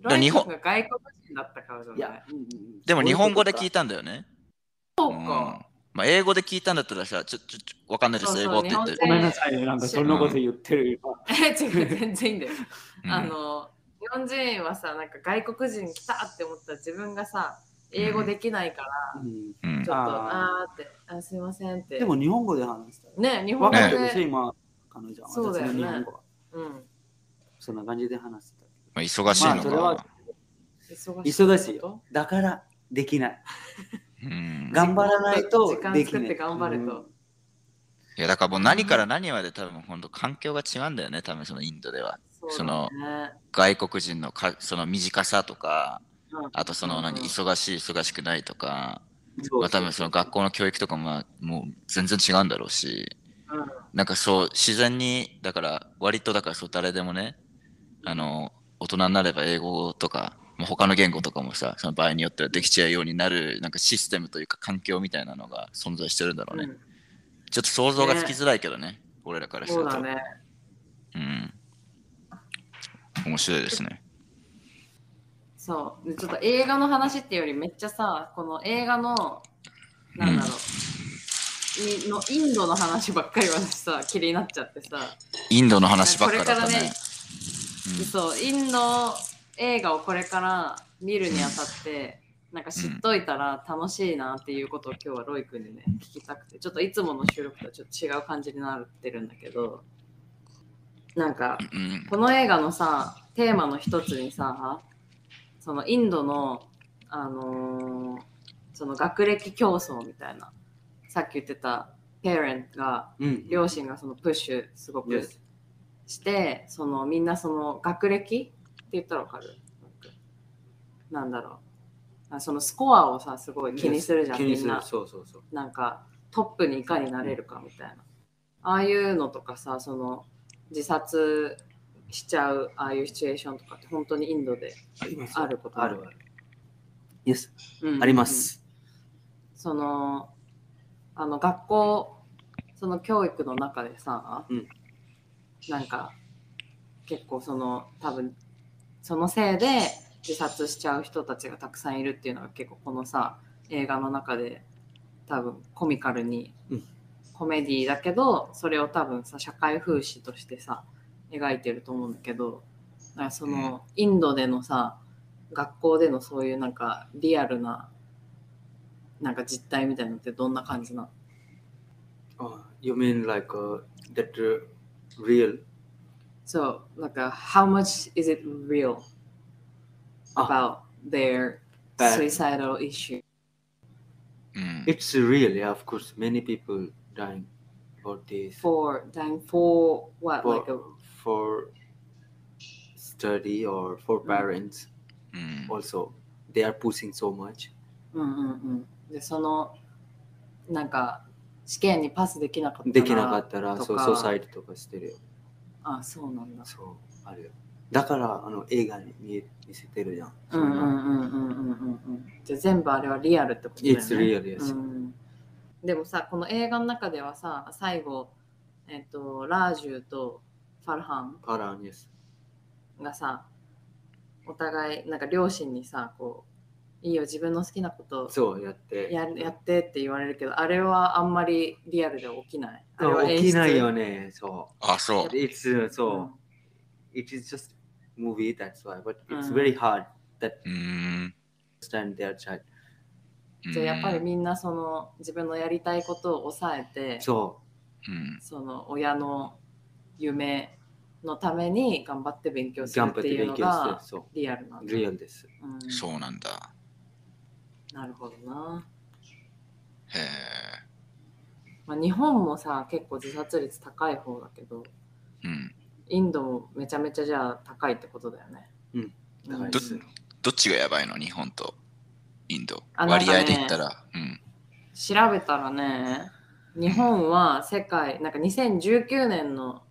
Speaker 1: ロイ君
Speaker 2: 日本
Speaker 1: が外国人だったからじゃ
Speaker 3: い
Speaker 1: ない
Speaker 3: や。うんうん
Speaker 2: でも日本語で聞い
Speaker 3: そ
Speaker 2: たんだよね。
Speaker 1: そう
Speaker 2: うん
Speaker 1: か。
Speaker 2: まあ、英語で聞いたんだったらさ、ちょ、ちょ、ちょわかんないです、
Speaker 1: そう
Speaker 2: 英
Speaker 1: そう
Speaker 2: 語って言っ
Speaker 1: 日
Speaker 2: て
Speaker 3: ういうことかご
Speaker 1: 本人
Speaker 3: めんなさいね。なんかそんなこと言ってる。
Speaker 1: え、違う、全然いいんだよ。
Speaker 2: うん
Speaker 1: あの、日本人はさ、なんか外国人来たって思ったら自分がさ、英語できないから、
Speaker 3: うん
Speaker 2: うん
Speaker 1: ちょっと、あ
Speaker 3: あ
Speaker 1: ーって、あすいませんって。
Speaker 3: でも日本語で話した。
Speaker 1: ね、日本
Speaker 3: 分
Speaker 1: 語
Speaker 3: かっ
Speaker 1: で
Speaker 3: てるし、今、彼女は
Speaker 1: そうだよね
Speaker 3: 私の日本語は。
Speaker 1: うん、
Speaker 3: そんな感じで話してた。
Speaker 2: まあ、忙しいの
Speaker 3: まあそ
Speaker 2: か
Speaker 3: れは
Speaker 2: な。
Speaker 1: 忙しい。
Speaker 3: 忙しいよ。。だから、できない。
Speaker 2: うん
Speaker 3: 頑張らないと
Speaker 1: 時間
Speaker 3: できな
Speaker 1: 時間
Speaker 3: い。
Speaker 1: 作って頑張ると
Speaker 3: うん
Speaker 2: いや、だからもう何から何まで多分本当環境が違うんだよね、多分そのインドでは。
Speaker 1: その、ね、
Speaker 2: 外国人のかその短さとか
Speaker 1: うん、
Speaker 2: あとその何、
Speaker 1: うん
Speaker 2: 忙しい、忙しくないとか、
Speaker 3: そう
Speaker 2: まあ、多分その学校の教育とかもまあもう全然違うんだろうし、
Speaker 1: うん
Speaker 2: なんかそう自然にだから割とだからそう誰でもねあの大人になれば英語とかまあ他の言語とかもさその場合によってはできちゃうようになるなんかシステムというか環境みたいなのが存在してるんだろうね、
Speaker 1: うん
Speaker 2: ちょっと想像がつきづらいけどね俺らからす
Speaker 1: そ
Speaker 2: る
Speaker 1: う
Speaker 2: と
Speaker 1: だね。
Speaker 2: うん面白いですね
Speaker 1: そう。でちょっと映画の話っていうよりめっちゃさ、この映画の、なんだろう、いのインドの話ばっかり私さ、気になっちゃってさ、
Speaker 2: インドの話ばっかりだっ
Speaker 1: こ
Speaker 2: た
Speaker 1: れ
Speaker 2: ね
Speaker 1: からねそう、インド映画をこれから見るにあたって、なんか知っといたら楽しいなっていうことを今日はロイ君にね、聞きたくて、ちょっといつもの収録とはちょっと違う感じになってるんだけど、なんか、
Speaker 2: うん、うん
Speaker 1: この映画のさテーマの一つにさそのインドの、あのーその学歴競争みたいなさっき言ってたペアレントが
Speaker 3: うん
Speaker 1: 両親がそのプッシュすごく
Speaker 3: Yes
Speaker 1: してそのみんなその学歴って言ったらわかるなんだろうあそのスコアをさ、すごい気にするじゃん、
Speaker 3: 気に
Speaker 1: み
Speaker 3: す
Speaker 1: ん
Speaker 3: る
Speaker 1: な。
Speaker 3: そうそうそう。
Speaker 1: なんかトップにいかになれるかみたいな。ああいうのとかさ、その自殺しちゃうああいうシチュエーションとかって本当にインドで
Speaker 3: あります。
Speaker 1: あること
Speaker 3: あるある。Yes、
Speaker 1: うん
Speaker 3: あります。
Speaker 1: そのあの学校その教育の中でさ、
Speaker 3: うん
Speaker 1: なんか結構その多分そのせいで自殺しちゃう人たちがたくさんいるっていうのが結構このさ映画の中で多分コミカルに、
Speaker 3: うん
Speaker 1: コメディだけどそれを多分さ社会風刺としてさ描いてると思うんだけどなんかその、インドでのさ学校でのそういうなんかリアルななんか実態みたいなのってどんな感じなの
Speaker 3: Oh, you mean like uh, that uh, real?
Speaker 1: So, like, uh, how much is it real about their
Speaker 3: Bad.
Speaker 1: suicidal issue?
Speaker 2: うん
Speaker 3: It's real, yeah, of course. Many people dying about this
Speaker 1: For dying for what?
Speaker 3: For-
Speaker 1: like, a,
Speaker 3: for study or for
Speaker 1: Mm.
Speaker 3: parents
Speaker 2: うん
Speaker 3: also. They are pushing so much.
Speaker 1: うんうんうん。で、その、なんか、試験にパスできなかったら
Speaker 3: できなかったら、
Speaker 1: と
Speaker 3: そう、
Speaker 1: か
Speaker 3: ソサイトとかしてるよ。
Speaker 1: あ、そうなんだ。
Speaker 3: そう、あるよ。だから、あの、映画に見見せてるじゃん。
Speaker 1: うんうんうんうんうんうんうん。じゃあ全部あれはリアルってことだよね。
Speaker 3: It's real, yes.
Speaker 1: うんでもさ、この映画の中ではさ、最後、えっと、ラージュとファルハン。
Speaker 3: パラニュース。
Speaker 1: がさお互いなんか両親にさこういいよ自分の好きなこと
Speaker 3: そう、やって。
Speaker 1: ややってって言われるけどあれはあんまりリアルでは起きないあれは演
Speaker 3: 起
Speaker 1: 出
Speaker 3: きないよね、そ。
Speaker 2: あ、そう
Speaker 3: It's,
Speaker 1: う
Speaker 3: そう。
Speaker 1: ん
Speaker 3: it is just movie that's why but it's
Speaker 1: Mm.
Speaker 3: very hard to
Speaker 2: う。うーん。
Speaker 3: understand their child
Speaker 1: じゃあやっぱりみんなその自分のやりたいことを抑えて
Speaker 3: そ
Speaker 2: うん。
Speaker 1: その親の夢のために頑張って勉強するっていうのが
Speaker 3: してそ
Speaker 1: リアルなん
Speaker 3: う
Speaker 1: だ、
Speaker 3: リアルです
Speaker 1: うん
Speaker 2: そうなんだ。
Speaker 1: なるほどな、
Speaker 2: へ
Speaker 1: まあ、日本もさ結構自殺率高い方だけど
Speaker 2: え。うん。
Speaker 1: インドもめちゃめちゃじゃあ高いってことだよね。
Speaker 3: うん
Speaker 1: うん
Speaker 3: 高い
Speaker 2: ど
Speaker 3: です
Speaker 2: どっちがやばいの日本とインド。
Speaker 1: あなん
Speaker 2: 割
Speaker 1: かね
Speaker 2: 合で言ったら。うん。
Speaker 1: 調べたらね、日本は世界、なんか2019年の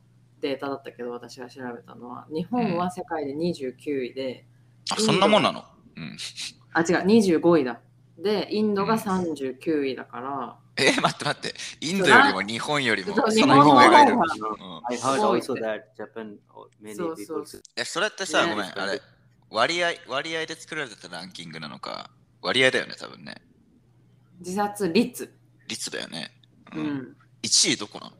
Speaker 1: データだったけど、私が調べたのは、日本は世界で29位で、
Speaker 2: あ、そんなもんなのうん。
Speaker 1: あ、違う、25位だ。で、インドが39位だから、
Speaker 2: えー、待って待って。インドよりも日本よりも
Speaker 1: そう
Speaker 2: そ
Speaker 1: 日
Speaker 2: の
Speaker 1: 本
Speaker 2: 上がいる。う
Speaker 1: の
Speaker 2: ん
Speaker 1: 方。
Speaker 3: I heard
Speaker 1: すごいって
Speaker 3: also that Japan oh, many
Speaker 1: そう
Speaker 3: people
Speaker 1: そうそう
Speaker 2: え、それってさ、
Speaker 1: ね
Speaker 2: ごめん、あれ。割合、割合で作られてたランキングなのか。割合だよね、多分ね。
Speaker 1: 自殺率。
Speaker 2: 率だよね。
Speaker 1: う。ん。
Speaker 2: 1位どこなの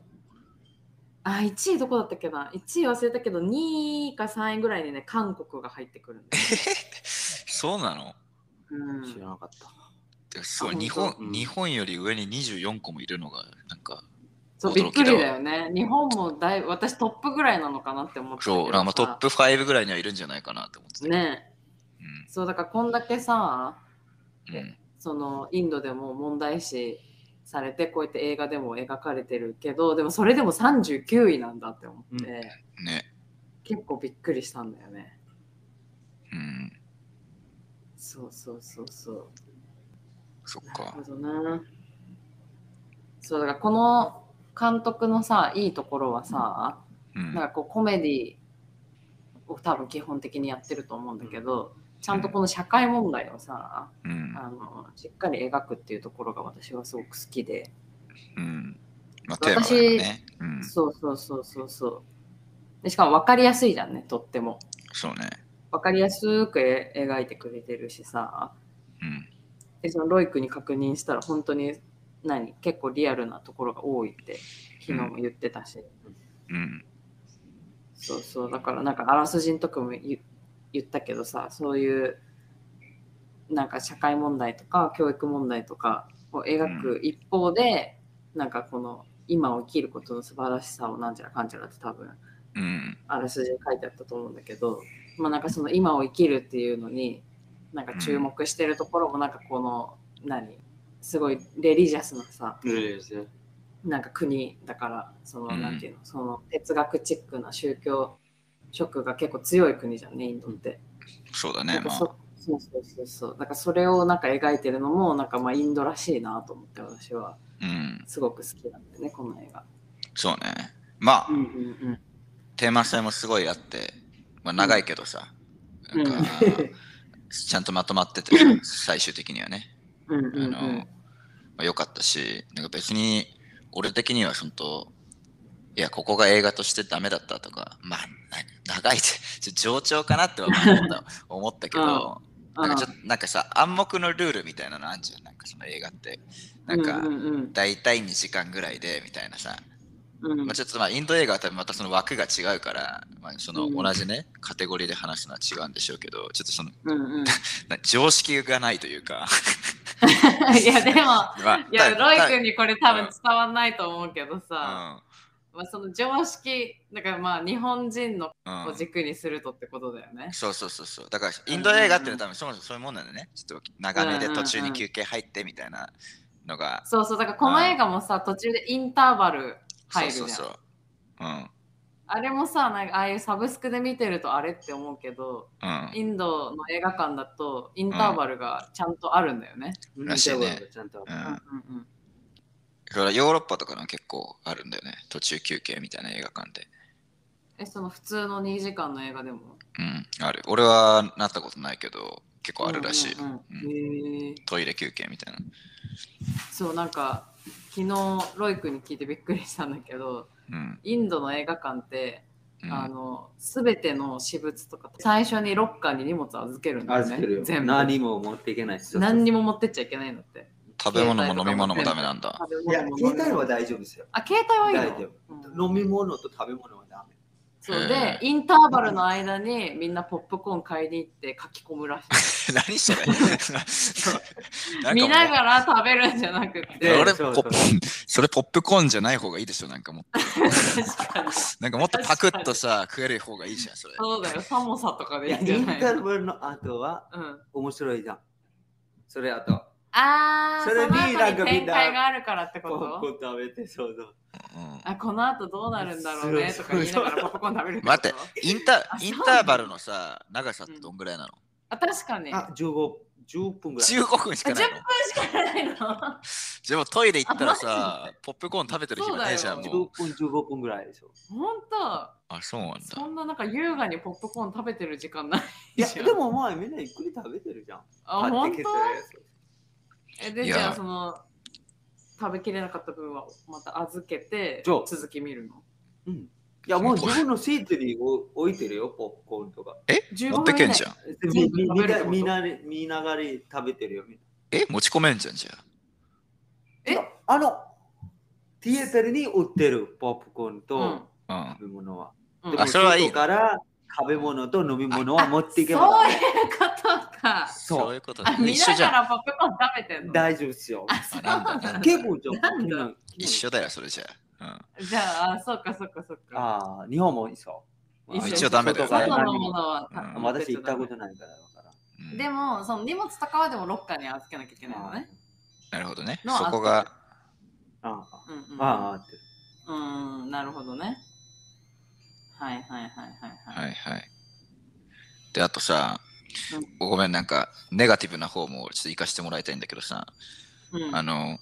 Speaker 1: あ、1位どこだったっけな ?1 位忘れたけど、2位か3位ぐらいにね、韓国が入ってくるんだよ。
Speaker 2: そうなの
Speaker 1: うん
Speaker 3: 知らなかった
Speaker 2: てかすごい
Speaker 1: あ
Speaker 2: 日
Speaker 1: 本
Speaker 2: 本
Speaker 3: 当うん
Speaker 2: 日本より上に24個もいるのが、なんか、
Speaker 1: そうびっ
Speaker 2: 驚
Speaker 1: く
Speaker 2: きだわ
Speaker 1: りだよね。日本もだいぶ私トップぐらいなのかなって思ってたけど
Speaker 2: そう、なんかまあトップ5ぐらいにはいるんじゃないかなって思ってた。
Speaker 1: ねえ
Speaker 2: うん
Speaker 1: そうだからこんだけさ
Speaker 2: うん
Speaker 1: そのインドでも問題視されてこうやって映画でも描かれてるけどでもそれでも39位なんだって思って、
Speaker 3: う
Speaker 2: ね。
Speaker 1: 結構びっくりしたんだよね。
Speaker 2: うん。
Speaker 1: そうそうそうそう。
Speaker 2: そっ
Speaker 1: なる
Speaker 2: か
Speaker 1: ほ。どな。そうだからこの監督のさいいところはさ、
Speaker 2: うん
Speaker 1: なんかこうコメディを多分基本的にやってると思うんだけど、ちゃんとこの社会問題をさ、
Speaker 2: うん
Speaker 1: あのしっかり描くっていうところが私はすごく好きで、
Speaker 2: うん。まあ、テーマだよね。うん。
Speaker 1: そうそうそうそうそうでしかも分かりやすいじゃんねとっても
Speaker 2: そうね。
Speaker 1: 分かりやすくえ描いてくれてるしさ
Speaker 2: うん。
Speaker 1: でそのロイクに確認したら本当に何結構リアルなところが多いって昨日も言ってたし、
Speaker 2: うん。
Speaker 1: そうそうだからなんかあらすじんとかも言言ったけどさそういうなんか社会問題とか教育問題とかを描く一方で、なんかこの今を生きることの素晴らしさをなんちゃらかんちゃらって多分
Speaker 2: うん。
Speaker 1: あらすじに書いてあったと思うんだけど、まあ、なんかその今を生きるっていうのになんか注目してるところもなんかこの何すごいレリジャスなさ
Speaker 3: Yes, yeah.
Speaker 1: なんか国だからその、
Speaker 2: うん
Speaker 1: なんていうのその哲学チックな宗教色が結構強い国じゃんねインドって、
Speaker 2: そうだ
Speaker 1: な
Speaker 2: ね。
Speaker 1: んか
Speaker 2: まあ
Speaker 1: そ。そうそうそうそう。なんかそれをなんか描いてるのも、なんかまあインドらしいなと思って、私は
Speaker 2: うん、
Speaker 1: すごく好きなんだよね、この映画。
Speaker 2: そうね。まあ、
Speaker 1: うんうん
Speaker 2: テーマ性もすごいあって、まあ、長いけどさ、
Speaker 1: うん
Speaker 2: な んか、ちゃんとまとまってて、最終的にはね。
Speaker 1: うん。うん
Speaker 2: あ
Speaker 1: うん
Speaker 2: の、まあ、良かったし、なんか別に、俺的には、そのと、いや、ここが映画としてダメだったとか、まあ、な長い って、ちょ上長かなって思った思ったけど、
Speaker 1: うん。
Speaker 2: なんかちょっと、なんかさ、暗黙のルールみたいなのあんじゃん、なんかその映画って。なんか、
Speaker 1: うんうん
Speaker 2: 大体2時間ぐらいで、みたいなさ。
Speaker 1: うんうん
Speaker 2: まあ、ちょっとまあインド映画は多分またその枠が違うから、まあ、その
Speaker 1: うん
Speaker 2: 同じね、カテゴリーで話すのは違うんでしょうけど、ちょっとその
Speaker 1: うん うん。
Speaker 2: な常識がないというか、
Speaker 1: いや、でも、
Speaker 2: まあ
Speaker 1: いや、
Speaker 2: た
Speaker 1: ロイ
Speaker 2: た
Speaker 1: 君にこれ多分伝わんないと思うけどさ、まあその常識、だからまあ日本人の
Speaker 2: うんう
Speaker 1: を
Speaker 2: ん
Speaker 1: 軸にするとってことだよね。
Speaker 2: そうそうそうそう。だからインド映画っていうのは多分そもそもそういうもんなんだよね。ちょっと長めで途中に休憩入ってみたいなのが。
Speaker 1: そうそう、だからこの映画もさ、途中でインターバル入るじゃ
Speaker 2: そ
Speaker 1: ん。
Speaker 2: うそうそう。うん。
Speaker 1: あれもさ、なんかああいうサブスクで見てるとあれって思うけど、
Speaker 2: うん。
Speaker 1: インドの映画館だとインターバルがちゃんとあるんだよね。
Speaker 2: らしいね
Speaker 3: ちゃんと
Speaker 2: う
Speaker 1: うん
Speaker 2: ん。
Speaker 1: うん
Speaker 2: それはヨーロッパとかの結構あるんだよね。途中休憩みたいな映画館で。
Speaker 1: え、その普通の2時間の映画でも
Speaker 2: うん。ある。俺はなったことないけど、結構あるらしい。
Speaker 1: うんうんうん
Speaker 2: うん
Speaker 1: へえ
Speaker 2: トイレ休憩みたいな。
Speaker 1: そう、なんか昨日ロイ君に聞いてびっくりしたんだけど、
Speaker 2: うん。
Speaker 1: インドの映画館って、
Speaker 2: うん
Speaker 1: あの全ての私物とか最初にロッカーに荷物預けるんだよ
Speaker 3: 預
Speaker 1: ね
Speaker 3: けるよ。
Speaker 1: 全部
Speaker 3: 何も持っていけないし。
Speaker 1: 何にも持ってっちゃいけないのって
Speaker 2: 食べ物も飲み物もダメなんだ。
Speaker 1: 食べ
Speaker 3: いや、
Speaker 1: 物も
Speaker 3: 携帯は大丈夫ですよ。
Speaker 1: あ携帯はいい
Speaker 3: 大
Speaker 1: の
Speaker 3: 丈
Speaker 1: うん
Speaker 3: 夫。飲み物と食べ物はダメ。
Speaker 1: そう
Speaker 2: へ
Speaker 1: でインターバルの間にみんなポップコーン買いに行って書き込むらし
Speaker 2: 何それ ないんかもう
Speaker 1: 見ながら食べるんじゃなく
Speaker 2: いや
Speaker 1: て
Speaker 3: え
Speaker 2: 俺
Speaker 3: そう
Speaker 2: ポップそれポップコーンじゃない方がいいでしょなんかもっと
Speaker 1: 確かに
Speaker 2: なんかもっとパクッとさ食える方がいいじゃんそれ
Speaker 1: そうだよ寒さとかで
Speaker 3: い
Speaker 1: い
Speaker 3: や、
Speaker 1: いんじゃ
Speaker 3: イン
Speaker 1: ない
Speaker 3: ターバルの後は
Speaker 1: うん、
Speaker 3: 面白いじゃん。それあと、
Speaker 1: あー
Speaker 3: それに
Speaker 1: その後に
Speaker 3: なんかみん
Speaker 1: 展
Speaker 3: な
Speaker 1: 開があるからってこ
Speaker 3: ポップ
Speaker 1: と
Speaker 3: コーン食べて、そうそう。
Speaker 2: うん
Speaker 1: あこの後どうなるんだろうねとか言いながらポップコーン食べること
Speaker 2: 待ってインタ
Speaker 1: あそう
Speaker 2: インターバルのさ長さってどんぐらいなの
Speaker 1: あ確かに
Speaker 3: あ、15、10分ぐらい。
Speaker 2: 15分しかないの
Speaker 1: しかないの。
Speaker 2: でもトイレ行ったらさポップコーン食べてる暇ないじゃん
Speaker 1: そうだ
Speaker 2: も
Speaker 3: 15
Speaker 2: う
Speaker 3: 分、15分ぐらいでしょ。
Speaker 1: 本
Speaker 2: あそうなん
Speaker 1: 当、
Speaker 2: だ
Speaker 1: そんななんか優雅にポップコーン食べてる時間ない
Speaker 3: い
Speaker 1: で
Speaker 3: や、
Speaker 1: しょ。
Speaker 3: でもお前みんなゆっくり食べてるじゃん。
Speaker 1: あ本
Speaker 3: 買ってき
Speaker 1: 当
Speaker 3: てるやつ
Speaker 1: えで
Speaker 2: い
Speaker 1: じ
Speaker 2: や
Speaker 1: ゃあその食べきれなかった分はまた預けて
Speaker 3: そう
Speaker 1: 続き見るの。
Speaker 3: いや、もう自分のシートに置いてるよ、ポップコーンとか。
Speaker 1: 15
Speaker 2: 持ってけんじ
Speaker 1: ん。
Speaker 2: ゃん
Speaker 3: み
Speaker 1: 全部
Speaker 3: み
Speaker 1: 食べるってこと
Speaker 3: みんな見ながら食べてるよ、みんな。
Speaker 2: え持ち込めんじゃんじゃあ
Speaker 1: え
Speaker 3: あの、ティエタルに売ってるポップコーンと
Speaker 2: うん
Speaker 3: 食べ物は。
Speaker 1: うんうん
Speaker 3: でも
Speaker 2: あそれはいい
Speaker 3: 外から食べ物と飲み物は持っていけば
Speaker 1: そういうことか。
Speaker 3: そう
Speaker 2: そういうこと
Speaker 1: あ
Speaker 2: ね
Speaker 1: 見
Speaker 2: 一緒
Speaker 1: な
Speaker 2: じゃ
Speaker 1: が
Speaker 2: んあ
Speaker 1: らポップコーン食べてんの。
Speaker 3: 大丈夫ですよ。
Speaker 1: あそう
Speaker 2: なんだなんだ
Speaker 3: 結構じゃ
Speaker 1: なんだ
Speaker 3: ん。
Speaker 2: 一緒だよそれじゃあうん
Speaker 1: じゃああそうかそうかそうか。
Speaker 3: ああ、日本もいいそ
Speaker 1: いいっすよ
Speaker 2: 一応ダメだよ
Speaker 1: 外のものは、
Speaker 2: うん
Speaker 3: う。私行ったことないからだから。
Speaker 2: うん
Speaker 1: でもその荷物とかはでもロッカーに預けなきゃいけないのね。
Speaker 2: なるほどね。
Speaker 1: の
Speaker 2: そこが、
Speaker 3: あ
Speaker 1: うんうん
Speaker 3: あ、ああ、って。
Speaker 1: うーん、なるほどね。はいはいはいはいは。
Speaker 2: はいいはい。で、あとさ
Speaker 1: うん、
Speaker 2: ごめん、なんか、ネガティブな方もちょっと生かしてもらいたいんだけどさ、
Speaker 1: うん
Speaker 2: あの、
Speaker 1: うん
Speaker 2: い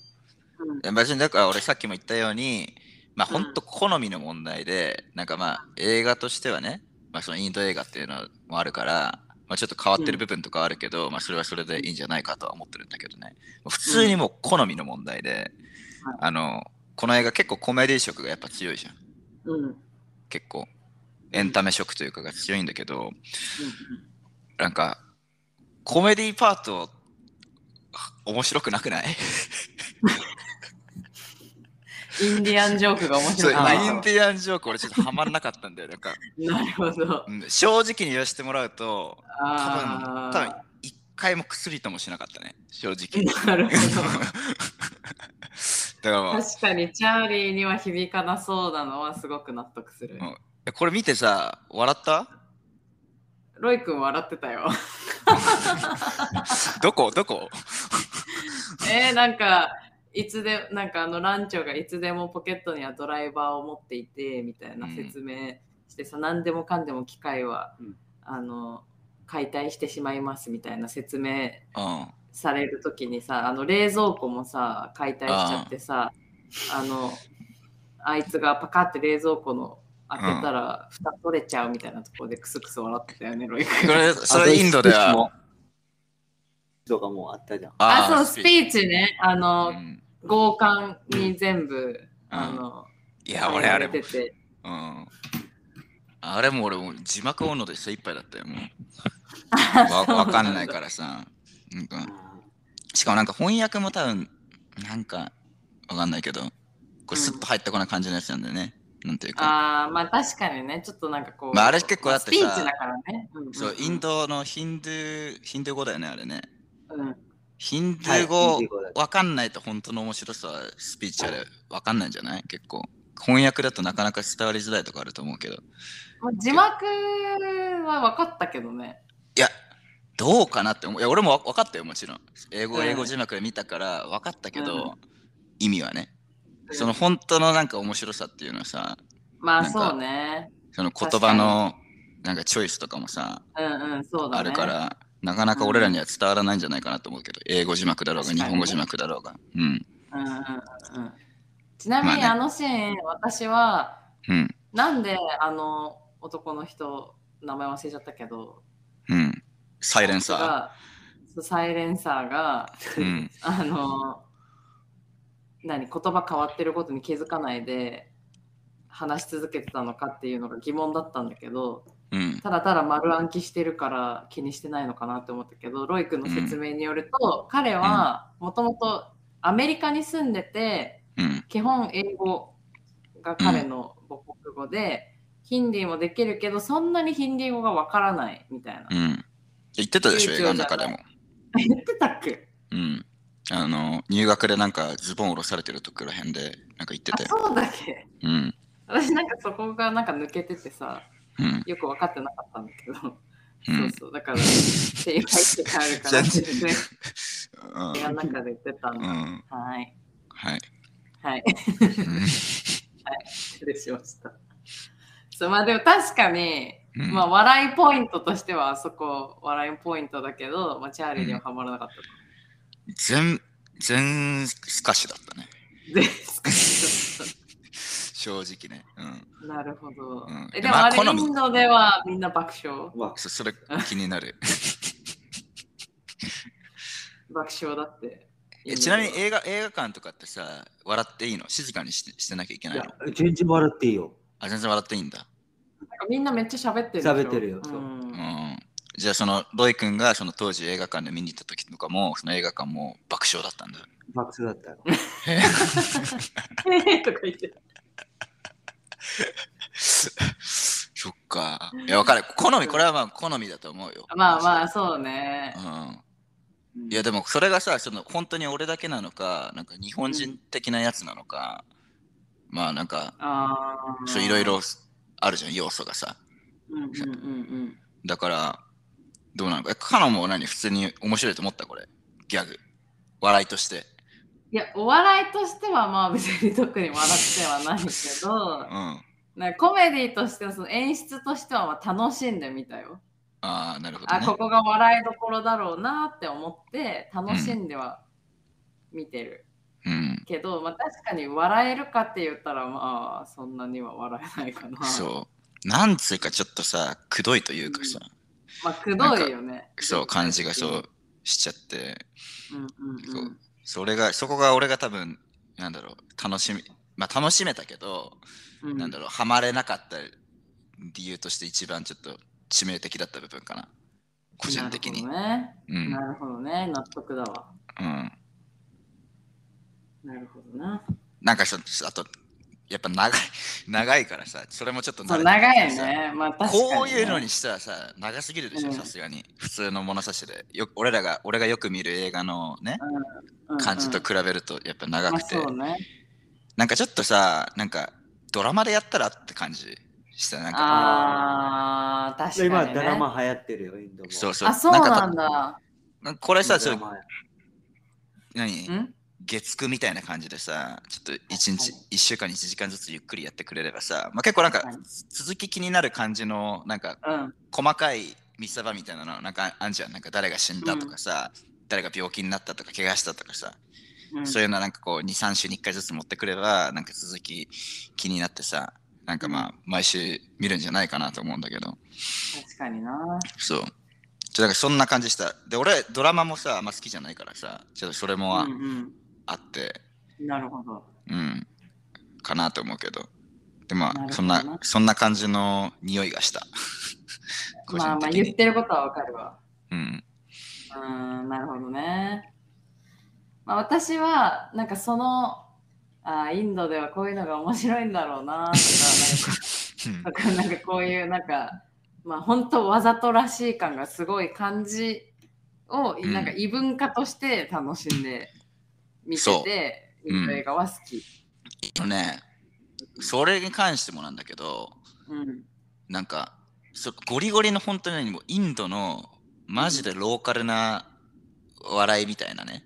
Speaker 2: や別に、だから俺さっきも言ったように、まあ、
Speaker 1: う
Speaker 2: ほ
Speaker 1: ん
Speaker 2: んと好みの問題で、なんかまあ、映画としてはね、まあ、そのインド映画っていうのもあるから、まあ、ちょっと変わってる部分とかはあるけど、まあ、それはそれでいいんじゃないかとは思ってるんだけどね。普通にもう好みの問題で、
Speaker 1: はい
Speaker 2: あの、この映画結構コメディ色がやっぱ強いじゃん。
Speaker 1: うんうん
Speaker 2: 結構エンタメ色というかが強いんだけど、なんかコメディパートは面白くなくない
Speaker 1: インディアンジョークが面
Speaker 2: そう
Speaker 1: 白い
Speaker 3: あー
Speaker 2: インディアンジョーク俺ちょっとハマらなかったんだよなんか、
Speaker 1: なるほど。
Speaker 2: うん正直に言わせてもらうと多分多分
Speaker 1: あ
Speaker 2: 一回も薬ともしなかったね正直
Speaker 1: ーなる ほど。
Speaker 2: だからもう
Speaker 1: 確かにチャーリーには響かなそうなのはすごく納得する。
Speaker 2: うんえこれ見てさ笑った
Speaker 1: ロイ君笑ってた よ。
Speaker 2: どこどこ
Speaker 1: えー、なんか、いつで、なんかあの、ランチョがいつでもポケットにはドライバーを持っていて、みたいな説明してさ、何でもかんでも機械は、
Speaker 3: うん
Speaker 1: あの、解体してしまいますみたいな説明
Speaker 2: うん。
Speaker 1: される時にさあの冷蔵庫もさ解体しちゃってさあのあいつがパカって冷蔵庫の開けたら蓋取れちゃうみたいなところでクスクス笑ってたよねロイ
Speaker 2: こ
Speaker 1: 君。
Speaker 2: れ、それインドで
Speaker 3: あ
Speaker 2: は。
Speaker 3: ととかもあったじゃん。
Speaker 1: あそう
Speaker 2: ー
Speaker 1: スピーチねあの、
Speaker 2: うん
Speaker 1: 強姦に全部、あの
Speaker 2: いや、俺あれも
Speaker 1: 入。てて
Speaker 2: うん。あれも俺も字幕追うので精一杯だったよ。もう わわかんないからさ。なんかしかもなんか翻訳も多分、なんかわかんないけど、これスッと入ってこない感じのやつなんだよね。なんていうか。
Speaker 1: ああまあ確かにねちょっとなんかこう、
Speaker 2: まああれ結構だって
Speaker 1: ス
Speaker 2: さ
Speaker 1: ピーチだからね、うんん
Speaker 2: そう、インドのヒンドゥー、ヒンドゥー語だよね、あれね。
Speaker 1: うん
Speaker 2: ヒンドゥー語、
Speaker 3: はいヒンドゥー語だ
Speaker 2: わかんないと本当の面白さはスピーチあれわかんないんじゃない結構。翻訳だとなかなか伝わりづらいとかあると思うけど。
Speaker 1: まあ、字幕は分かったけどね
Speaker 2: いや、どうかなって思う。いや、俺もわ分かったよ、もちろん。英語、
Speaker 1: うん
Speaker 2: 英語字幕で見たから分かったけ
Speaker 1: う
Speaker 2: ど、意味はね。その本当のなんか面白さっていうのはさ、
Speaker 1: まあ
Speaker 2: なんか
Speaker 1: そうね
Speaker 2: その言葉のなんかチョイスとかもさ、
Speaker 1: うんうんそうだね
Speaker 2: あるから、なかなか俺らには伝わらないんじゃないかなと思うけど、英語字幕だろうが、
Speaker 1: 確
Speaker 2: 日
Speaker 1: かに
Speaker 2: 本語字幕だろうが。うん。
Speaker 1: うんうんうんうんちなみ
Speaker 2: まあ
Speaker 1: に
Speaker 2: ね
Speaker 1: あのシーン、私は
Speaker 2: うん。
Speaker 1: なんであの男の人名前忘れちゃったけど
Speaker 2: うん。サイレンサー。
Speaker 1: がそうサイレンサーが
Speaker 2: うん。
Speaker 1: あの何言葉変わってることに気づかないで話し続けてたのかっていうのが疑問だったんだけど
Speaker 2: うん。
Speaker 1: ただただ丸暗記してるから気にしてないのかなって思ったけどロイ君の説明によると、彼はもともとアメリカに住んでて
Speaker 2: うん。
Speaker 1: 基本英語が彼の母国語で、ヒンディーもできるけどそんなにヒンディー語がわからないみたいな、
Speaker 2: うん。言ってたでしょ、
Speaker 1: いい
Speaker 2: 映
Speaker 1: 強
Speaker 2: 画
Speaker 1: じ
Speaker 2: の
Speaker 1: ゃない
Speaker 2: 中でも。
Speaker 1: 言ってたっけ
Speaker 2: うん。あの、入学でなんかズボン下ろされてるとこら辺で、なんか言って
Speaker 1: あ
Speaker 2: たよ。
Speaker 1: そうだっけ
Speaker 2: うん。
Speaker 1: 私なんかそこがなんか抜けててさ
Speaker 2: うん。
Speaker 1: よく分かってなかったんだけど、
Speaker 2: うん
Speaker 1: そうそうだから精一杯ってあるからって
Speaker 2: 全
Speaker 1: いうね
Speaker 2: うん
Speaker 1: 映画の中で言ってたん
Speaker 2: う
Speaker 1: だ、
Speaker 2: ん。
Speaker 1: はい
Speaker 2: はい。
Speaker 1: はい
Speaker 2: う
Speaker 1: 失礼しましたそうまあでも確かに、
Speaker 2: ん
Speaker 1: まあ笑いポイントとしてはあそこ笑いポイントだけど、まあ、チャーリーにはハマらなかった、
Speaker 2: 全、全スカシだったね。
Speaker 1: でちょっ
Speaker 2: 正直ね。うん。
Speaker 1: と なるほど、
Speaker 2: うん
Speaker 1: えで
Speaker 2: で
Speaker 1: も
Speaker 2: まあ
Speaker 1: あれ、
Speaker 2: 好み
Speaker 1: インドではみんな爆笑
Speaker 3: わ
Speaker 2: そ それ気になる。
Speaker 1: 爆笑だって
Speaker 2: えちなみに映画映画館とかってさ、笑っていいの静かにしてしてなきゃいけないい
Speaker 3: や
Speaker 2: の
Speaker 3: 全然笑っていいよ。
Speaker 2: あ、全然笑っていいんだ。
Speaker 1: なんかみんなめっちゃ喋ってるでしょ
Speaker 3: 喋ってるよそう
Speaker 2: うんん。じゃあそのロイ君がその当時映画館で見に行った時とかもその映画館も爆笑だったんだ。
Speaker 3: 爆笑だったよ。
Speaker 1: え ーとか言って
Speaker 2: そっか。いや、わかる。好み、これはまあ好みだと思うよ。
Speaker 1: まあまあそうね。
Speaker 2: うん。いやでもそれがさその本当に俺だけなのかなんか日本人的なやつなのか、まあなんか
Speaker 1: あー
Speaker 2: そういろい。ろあるじゃん要素がさ
Speaker 1: うんうんうんうん。
Speaker 2: だからどうなのかえカノンも何普通に面白いと思ったこれギャグ笑いとして
Speaker 1: いやお笑いとしてはまあ別に特に笑ってはないけ
Speaker 2: う
Speaker 1: ど
Speaker 2: ん、 あ
Speaker 1: なんかコメディとしてのその演出としてはまあ楽しんでみたよ。
Speaker 2: あなるほど
Speaker 1: あ
Speaker 2: ね
Speaker 1: ここが笑いどころだろうなって思って楽しんでは見てる。
Speaker 2: うん
Speaker 1: けど、まあ、確かに笑えるかって言ったらまあそんなには笑えないかな。
Speaker 2: そうなんつうかちょっとさくどいというかさ、
Speaker 1: まあくどいよね。
Speaker 2: そう感じがそうしちゃって
Speaker 1: うんうんうん。
Speaker 2: それがそこが俺が多分なんだろう楽しみまあ楽しめたけど
Speaker 1: うん
Speaker 2: なんだろう、ハマれなかった理由として一番ちょっと致命的だった部分かな。個人的に。
Speaker 1: な
Speaker 2: う
Speaker 1: るほどね。
Speaker 2: ん。
Speaker 1: なるほどね。納得だわ。
Speaker 2: うん。
Speaker 1: なるほどな。
Speaker 2: なんかそ、あと、やっぱ長い、 長いからさ、それもちょっと慣れ
Speaker 1: そう
Speaker 2: て
Speaker 1: 長
Speaker 2: き
Speaker 1: い
Speaker 2: てさ。
Speaker 1: ね。まあ確かに、ね。
Speaker 2: こういうのにしてはさ、長すぎるでし
Speaker 1: う
Speaker 2: ょ、
Speaker 1: ん
Speaker 2: さすがに。普通の物差しで。よ俺らが、俺がよく見る映画のね、
Speaker 1: うんうん
Speaker 2: 感じと比べるとやっぱ長
Speaker 1: まあ
Speaker 2: くて。
Speaker 1: そうね。
Speaker 2: なんかちょっとさ、なんか、ドラマでやったらって感じした。なんか、
Speaker 1: ああ、確かに、ね。
Speaker 3: 今、ドラマ流行ってるよ、インドも。
Speaker 2: そうそう。
Speaker 1: あ、そうな
Speaker 2: か
Speaker 1: んだ。
Speaker 2: とこれさ、ちょっ
Speaker 3: ド
Speaker 2: と
Speaker 3: ラマ
Speaker 2: 何
Speaker 1: ん
Speaker 2: 月9みたいな感じでさ、ちょっと一
Speaker 1: 確
Speaker 2: 日、一週間に1時間ずつゆっくりやってくれればさ、まあ、結構なんか
Speaker 1: 確かに
Speaker 2: 続き気になる感じの、なんか
Speaker 1: うん。
Speaker 2: 細かいミサバみたいなのなんかあんじゃんなんか誰が死んだとかさ、誰が病気になったとか怪我したとかさ、
Speaker 1: うん
Speaker 2: そういうのなんかこう23週に1回ずつ持ってくればなんか続き気になってさなんかまあ毎週見るんじゃないかなと思うんだけど
Speaker 1: 確かにな。
Speaker 2: そうちょなんかそんな感じしたで俺ドラマもさあんま好きじゃないからさちょっとそれもあ
Speaker 1: うん
Speaker 2: あって
Speaker 1: うん、なるほど。
Speaker 2: うん、かなと思うけど。でま
Speaker 1: なるほどな
Speaker 2: あそんなそんな感じの匂いがした。個
Speaker 1: まあ
Speaker 2: 人
Speaker 1: まあ
Speaker 2: 的
Speaker 1: 言っ
Speaker 2: に。
Speaker 1: てることはわかるわ。
Speaker 2: うん。
Speaker 1: うーん、なるほどね。まあ私は、なんかその、あーインドではこういうのが面白いんだろうなとか、
Speaker 2: うん
Speaker 1: なんかなんかこういうなんかまあ本当わざとらしい感がすごい感じを、
Speaker 2: うん
Speaker 1: なんか異文化として楽しんで見て
Speaker 2: そ
Speaker 1: て、
Speaker 2: う
Speaker 1: 見る映画は好き。
Speaker 2: あのね、それに関してもなんだけど、
Speaker 1: うん。
Speaker 2: なんかそゴリゴリの本当にもうインドのマジでローカルな笑いみたいなね、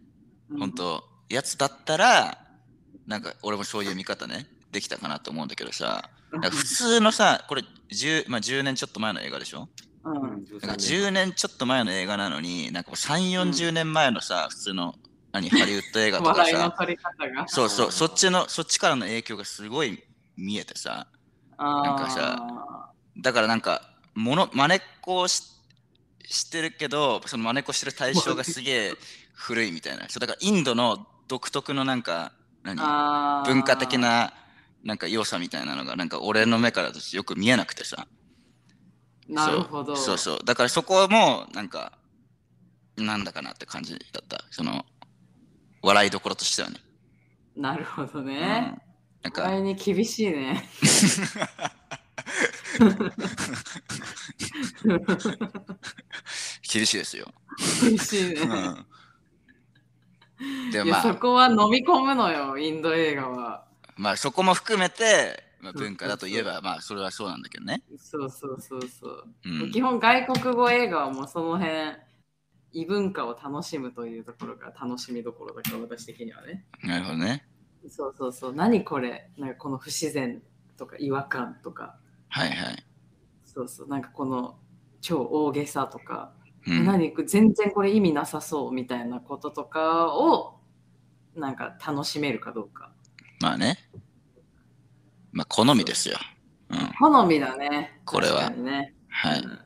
Speaker 1: うん、
Speaker 2: 本当やつだったら、なんか俺もそういう見方ね、できたかなと思うんだけどさ、
Speaker 1: うん。
Speaker 2: なんか普通のさ、これ 10,、まあ、10年ちょっと前の映画でしょ
Speaker 1: うん。
Speaker 2: なんか10年ちょっと前の映画なのに、なんか3、40年前のさ、普通の何ハリウッド映画とか
Speaker 1: 笑いの
Speaker 2: さ、
Speaker 1: 取り方が。
Speaker 2: そうそう、そっちの、そっちからの影響がすごい見えてさ、
Speaker 1: なん
Speaker 2: かさだからなんか、もの、真似っこをししてるけど、その真似っこしてる対象がすげえ古いみたいな、そうだからインドの独特のなんか、何文化的。ななんか良さみたいなのが、なんか俺の目からだとよく見えなくてさ。
Speaker 1: なるほど。
Speaker 2: そうそうそうだからそこもなんかなんだかなって感じだったその笑いどころとしてはね、
Speaker 1: なるほど
Speaker 2: う
Speaker 1: ね。
Speaker 2: んなん
Speaker 1: 意外
Speaker 2: か
Speaker 1: に厳しい ね。
Speaker 2: 厳しいですよ、
Speaker 1: 厳しいね。
Speaker 2: うん、で
Speaker 1: いや
Speaker 2: ま
Speaker 1: そ
Speaker 2: あ
Speaker 1: こは飲み込むのよ、インド映画は。
Speaker 2: まあそこも含めて、まあ、
Speaker 1: そうそうそう
Speaker 2: 文化だといえばまあそれはそうなんだけどね、
Speaker 1: そうそうそうそう。
Speaker 2: うん
Speaker 1: 基、本外国語映画はもうその辺、異文化を楽しむというところが楽しみどころだから、私的にはね。
Speaker 2: なるほどね
Speaker 1: そうそうそう。何これなんかこの不自然とか違和感とか、
Speaker 2: はいはい、
Speaker 1: そうそう。なんかこの超大げさとか、
Speaker 2: うん、
Speaker 1: 何全然これ意味なさそうみたいなこととかをなんか楽しめるかどうか
Speaker 2: まあねまあ好みですよ、うん、
Speaker 1: 好みだね
Speaker 2: これは
Speaker 1: 確かにね、
Speaker 2: はい
Speaker 1: うん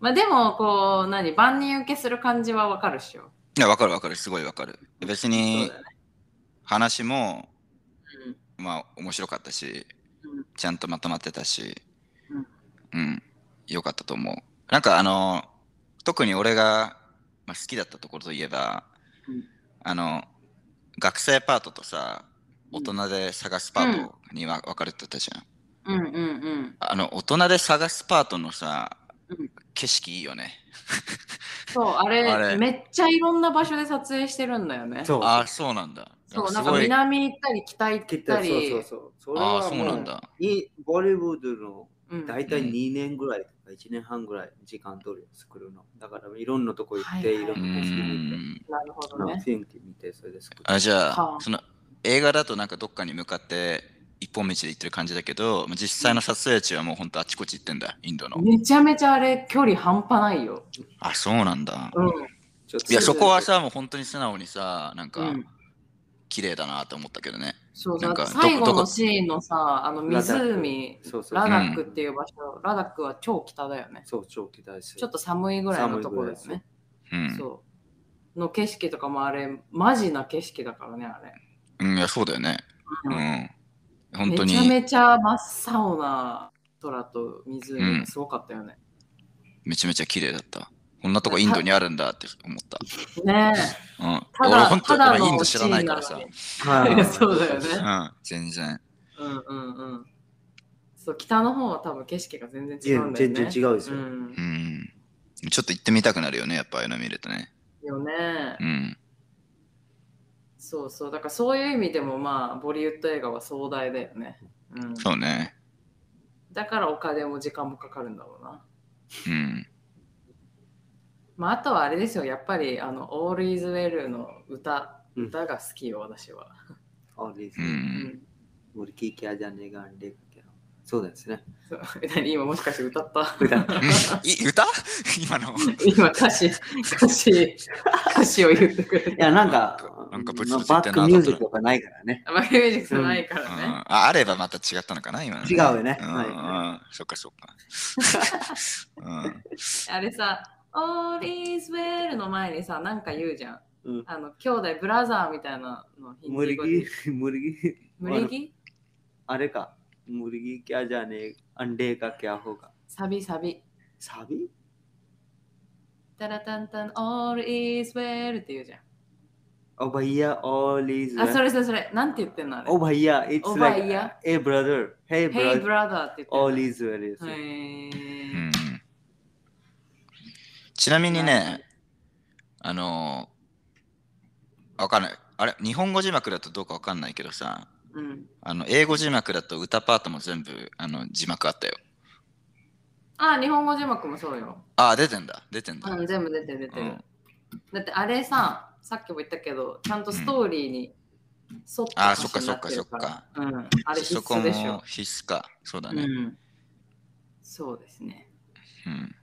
Speaker 1: まあでもこう何万人受けする感じはわかるっしょ
Speaker 2: いやわかるわかるすごいわかる別
Speaker 1: そう
Speaker 2: に
Speaker 1: だね
Speaker 2: 話もまあ面白かったし、
Speaker 1: うん
Speaker 2: ちゃんとまとまってたし、
Speaker 1: うん
Speaker 2: うん、良かったと思う。なんかあの、特に俺が、まあ、好きだったところといえば、
Speaker 1: うん
Speaker 2: あの、学生パートとさ、
Speaker 1: うん
Speaker 2: 大人で探すパートには分かれてたじゃん。
Speaker 1: うんうんうん
Speaker 2: あの、大人で探すパートのさ、
Speaker 1: うん
Speaker 2: 景色いいよね。
Speaker 1: そうあれ
Speaker 2: あれ
Speaker 1: めっちゃいろんな場所で撮影してるんだよね
Speaker 3: そう。
Speaker 2: ああ、そうなんだ。
Speaker 1: そう
Speaker 2: す
Speaker 1: なんか
Speaker 2: ごい
Speaker 1: 南行ったり北行
Speaker 3: 切っ
Speaker 1: った
Speaker 3: たそう
Speaker 1: り
Speaker 3: そうそう。それ
Speaker 2: あ
Speaker 3: は
Speaker 2: あ、
Speaker 3: も
Speaker 2: そうなんだ。
Speaker 3: いボリウッドの
Speaker 1: うん
Speaker 3: 大体2年ぐらいとか1年半ぐらい時間取るよ、作るの。だからいろんなとこ行って、
Speaker 1: はい
Speaker 3: い
Speaker 1: はい
Speaker 3: ろ
Speaker 2: うん
Speaker 3: な景色見て。
Speaker 2: ん。
Speaker 1: なるほどね
Speaker 3: 雰囲気見て、それで作る。
Speaker 2: あじゃ
Speaker 1: はあ
Speaker 2: あその映画だとなんかどっかに向かって一本道で行ってる感じだけどまあ実際の撮影地はもうほんとあちこち行ってんだインドの
Speaker 1: めちゃめちゃあれ距離半端ないよ、
Speaker 2: あそうなんだ
Speaker 1: うん
Speaker 3: ちょっと
Speaker 2: いやそこは、さもう本当に素直にさなん
Speaker 1: う
Speaker 2: か
Speaker 1: ん
Speaker 2: 綺麗だなと思ったけどね
Speaker 1: そう
Speaker 2: なん
Speaker 1: そう
Speaker 2: か
Speaker 1: 最後
Speaker 2: どこど
Speaker 1: の
Speaker 2: こ
Speaker 1: シーンのさ、あの湖、
Speaker 3: そうそう。
Speaker 1: ラダックっていう場所、ラダックは超北だよね。
Speaker 3: そう、長期大好き。
Speaker 1: ちょっと寒いぐらいのところですね。
Speaker 2: うん
Speaker 1: そう。の景色とかもあれ、マジな景色だからね、あれ。
Speaker 2: うんいやそうだよねうん本当
Speaker 1: めちゃ
Speaker 2: に
Speaker 1: めちゃ真っ青な空と湖
Speaker 2: う
Speaker 1: が
Speaker 2: ん
Speaker 1: すごかったよね。
Speaker 2: めちゃめちゃ綺麗だったこんなとこインドにあるんだって思った
Speaker 1: ね
Speaker 2: うん
Speaker 1: ただ
Speaker 2: 俺本当
Speaker 1: ただの
Speaker 2: 俺インド知らないから
Speaker 1: 地
Speaker 2: さ
Speaker 1: 位なの
Speaker 3: はい
Speaker 1: え、 そうだよね。
Speaker 2: うん全然
Speaker 1: うんうんうん。そう、北の方は多分景色が全然
Speaker 3: い
Speaker 1: 違う
Speaker 3: や
Speaker 1: んだよ
Speaker 3: 全
Speaker 1: ね。
Speaker 3: 然違うです
Speaker 1: う
Speaker 3: よ。
Speaker 1: ん
Speaker 2: う。んちょっと行ってみたくなるよねやっぱああいうの見るとね
Speaker 1: よね
Speaker 2: う。ん
Speaker 1: そうそう。だからそういう意味でもまあ、ボリウッド映画は壮大だよね。うん。
Speaker 2: そうね
Speaker 1: だからお金も時間もかかるんだろうな。
Speaker 2: うん。
Speaker 1: まあ、あとはあれですよ、やっぱりあの、All is Well の歌、
Speaker 3: うん
Speaker 1: 歌が好きよ、私は。
Speaker 3: あ、リズ
Speaker 2: う
Speaker 3: ム。
Speaker 2: ん。
Speaker 3: 俺、聞きゃじゃねえがんで。そうですね。
Speaker 1: そう 何今もしかして歌った
Speaker 3: 歌 った
Speaker 2: うん い歌今の。
Speaker 1: 今歌詞、歌詞、歌詞を言ってくれ
Speaker 3: い
Speaker 1: て。
Speaker 3: や、なんか、
Speaker 2: なんかブツ
Speaker 3: まあ
Speaker 2: ブツ言
Speaker 3: バ
Speaker 2: って
Speaker 3: ッ
Speaker 2: ん
Speaker 3: ク
Speaker 2: な
Speaker 3: ミュージックとかないからね。
Speaker 1: マリオミュージックじゃないか
Speaker 2: うん
Speaker 1: らね。
Speaker 2: ああればまた違ったのかな今の、
Speaker 3: 違うよね
Speaker 2: うん
Speaker 3: はい
Speaker 2: うんそっかそっか。うん
Speaker 1: あれさ、All is well の前にさ、なんか言うじゃん。
Speaker 3: うん
Speaker 1: あの、兄弟、ブラザーみたいなのヒン
Speaker 3: ム
Speaker 1: ディー
Speaker 3: ル
Speaker 1: 語で。
Speaker 3: ギ、ムルギ、
Speaker 1: 無理ギ
Speaker 3: あれか。ムルギ、キャジャネ、アンデーか、キャホか。
Speaker 1: サビサビ。
Speaker 3: サビ
Speaker 1: タラタンタン、All is well って言うじゃん。
Speaker 3: おばいや、all is
Speaker 1: あ、それそれそれ。なんて言ってんのあれ。
Speaker 3: おばいや、it's
Speaker 1: おば
Speaker 3: like,
Speaker 1: いや
Speaker 3: hey brother, hey
Speaker 1: Hey
Speaker 3: brother,
Speaker 1: brother って言ってんの。
Speaker 3: all is well で
Speaker 1: へ
Speaker 2: う
Speaker 3: す。
Speaker 1: ー
Speaker 2: んちなみにね、あのーわかんない。あれ、日本語字幕だとどうかわかんないけどさ、
Speaker 1: うん。
Speaker 2: あの英語字幕だと歌パートも全部あの字幕あったよ。
Speaker 1: あ、日本語字幕もそうよ。
Speaker 2: ああ、出てんだ、出てんだ。
Speaker 1: うん、全部出てる出て
Speaker 2: う
Speaker 1: る
Speaker 2: ん。
Speaker 1: だってあれさ、さっきも言ったけど、ちゃんとストーリーに沿った
Speaker 2: あーそっかそっかそっ
Speaker 1: 歌詞に
Speaker 2: か。
Speaker 1: なってるから。うん、あれ必
Speaker 2: そこ
Speaker 1: 須でしょ
Speaker 2: も。必須か。そうだ
Speaker 1: う
Speaker 2: ね。
Speaker 1: ん。そうですね。
Speaker 2: うん。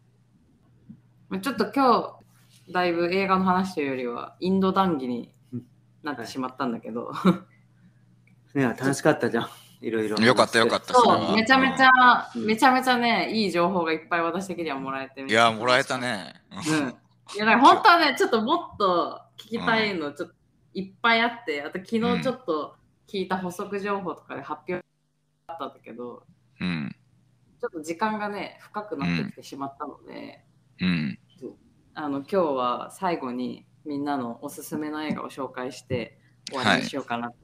Speaker 1: まあちょっと今日、だいぶ映画の話というよりは、インド談義になってしまったんだけど、
Speaker 3: ね、楽しかったじゃん。いろいろ。
Speaker 2: よかったよかったそれ
Speaker 1: そ
Speaker 2: は
Speaker 1: う、めちゃめちゃ、
Speaker 3: うん
Speaker 1: めちゃめちゃね、いい情報がいっぱい私的にはもらえてね
Speaker 2: いやー、もらえた。ね。
Speaker 1: うん。いや、だから本当はね、ちょっともっと聞きたいの、ちょっといっぱいあって、あと昨日ちょっと聞いた補足情報とかで発表あったんだけど、
Speaker 2: うん。
Speaker 1: ちょっと時間がね、深くなってきてしまったので、
Speaker 2: うん。
Speaker 1: あの、今日は最後にみんなのおすすめの映画を紹介して終わりにしようかなと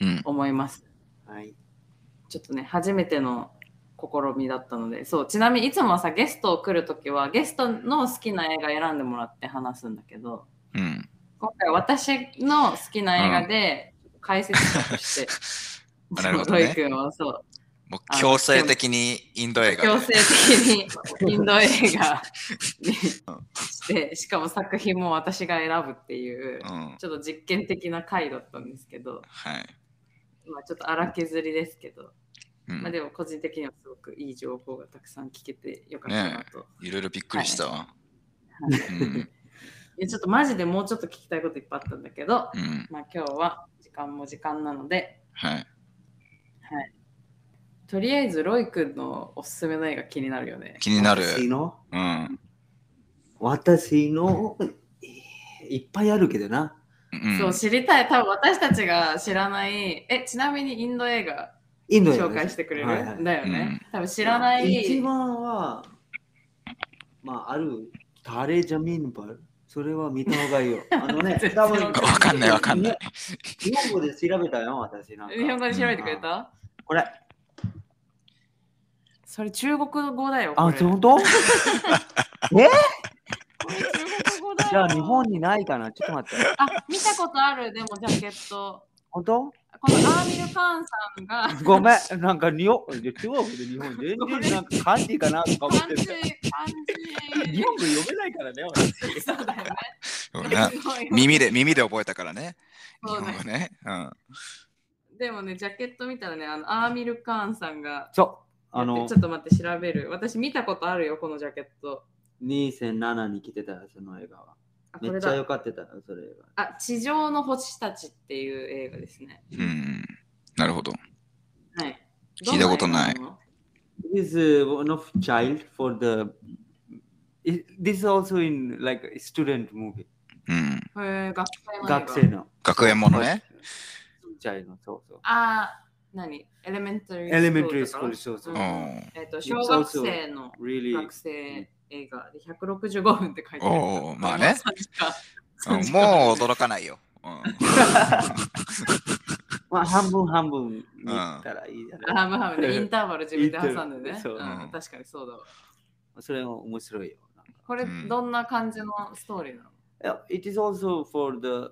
Speaker 2: うん。
Speaker 1: 思います。
Speaker 3: はい。
Speaker 1: ちょっとね、初めての試みだったので、そう、ちなみにいつもはさ、ゲストを来るときは、ゲストの好きな映画選んでもらって話すんだけど、
Speaker 2: うん。
Speaker 1: 今回私の好きな映画で解説者として、
Speaker 2: あなるほど
Speaker 1: ロ
Speaker 2: ね
Speaker 1: イ君をそう
Speaker 2: もう強制的にインド映画。
Speaker 1: 強制的にインド映画にしてしかも作品も私が選ぶっていう
Speaker 2: うん。
Speaker 1: ちょっと実験的な回だったんですけど、
Speaker 2: はい。
Speaker 1: まあ、ちょっと荒削りですけど、
Speaker 2: うん
Speaker 1: まあ、でも個人的にはすごくいい情報がたくさん聞けてよかったなと、
Speaker 2: いろいろびっくりしたわ。うん
Speaker 1: いやちょっとマジでもうちょっと聞きたいこといっぱいあったんだけど、
Speaker 2: うん。
Speaker 1: まあ、今日は時間も時間なので
Speaker 2: はい。
Speaker 1: とりあえずロイ君のおすすめの映画気になるよね。
Speaker 2: 気になる。
Speaker 3: 私の、
Speaker 2: うん。
Speaker 3: 私の、いっぱいあるけどな。
Speaker 2: うん
Speaker 1: そう、知りたい。多分私たちが知らない。え、ちなみにインド映画
Speaker 3: インド映画
Speaker 1: 紹
Speaker 3: です
Speaker 1: 介してくれる、
Speaker 3: はいはい
Speaker 1: だよね。多分知らな
Speaker 3: 一
Speaker 1: い。
Speaker 3: 番は、まあ、ある、タレジャミンバル。それは見た方が いいよ。あのね、多分。
Speaker 1: わ
Speaker 2: かんないわかんない
Speaker 3: ね。日本語で調べたよ、私なんか。
Speaker 1: 日本語で調べてくれた、
Speaker 3: これ。
Speaker 1: それ中国語だよ。こ
Speaker 3: あ、
Speaker 1: れ
Speaker 3: 本当え
Speaker 1: これ中国語だよ。
Speaker 3: じゃあ日本にないかなちょっと待って。
Speaker 1: あ、見たことある、でもジャケット。
Speaker 3: 本当
Speaker 1: このアーミル・カーンさんが
Speaker 3: ごめん。なんか日本、中国で日本、全然なんか漢字かなとか思っ
Speaker 1: 漢
Speaker 3: て
Speaker 1: 字、
Speaker 3: る。
Speaker 1: 漢
Speaker 3: 日本語読めないからね、私
Speaker 1: 字。そうだよね。
Speaker 2: そうね
Speaker 1: すごいよ
Speaker 2: 耳で、耳で覚えたからね。日
Speaker 1: そうだ
Speaker 2: 本
Speaker 1: よ
Speaker 2: 語ね。うん。
Speaker 1: でもね、ジャケット見たらね、あのアーミル・カーンさんが。
Speaker 3: そう。あの
Speaker 1: ちょ、っと待って、調べる。私見たことあるよ、このジャケット。
Speaker 3: 2007に来てた、その映画は。
Speaker 1: あ、こ
Speaker 3: め
Speaker 1: れ
Speaker 3: っちゃ
Speaker 1: だ
Speaker 3: 良。かったな、それ映画。
Speaker 1: あ、地上の星たちっていう映画ですね。
Speaker 2: うん。なるほど。
Speaker 1: はい。
Speaker 2: 聞いたことない
Speaker 1: どん映画の
Speaker 3: This is one of child for the. It- This is also in like a student movie.
Speaker 2: うん。
Speaker 1: へー学生の映画
Speaker 3: 学生の。
Speaker 2: 学園ものね。
Speaker 3: チャイルド、そうそう。
Speaker 1: あー、何エレメンタリー
Speaker 3: Elementary school, そうそう
Speaker 2: う。ん。
Speaker 1: えっと、小学生の
Speaker 3: Really.
Speaker 1: 学生映画で165分って書いてある。
Speaker 2: おおまあね
Speaker 1: 3時間。
Speaker 2: うん
Speaker 1: 3時間
Speaker 2: もう驚かないよ。うん。
Speaker 3: まあ、半分半分見たらいいじゃない。
Speaker 1: ハムハムでインターバル自分で挟んでね。
Speaker 3: そう
Speaker 1: うん確かにそうだわ。
Speaker 3: それも面白いよ。なんか
Speaker 1: これ、
Speaker 2: うん
Speaker 1: どんな感じのストーリーなの
Speaker 3: Yeah, it is also for the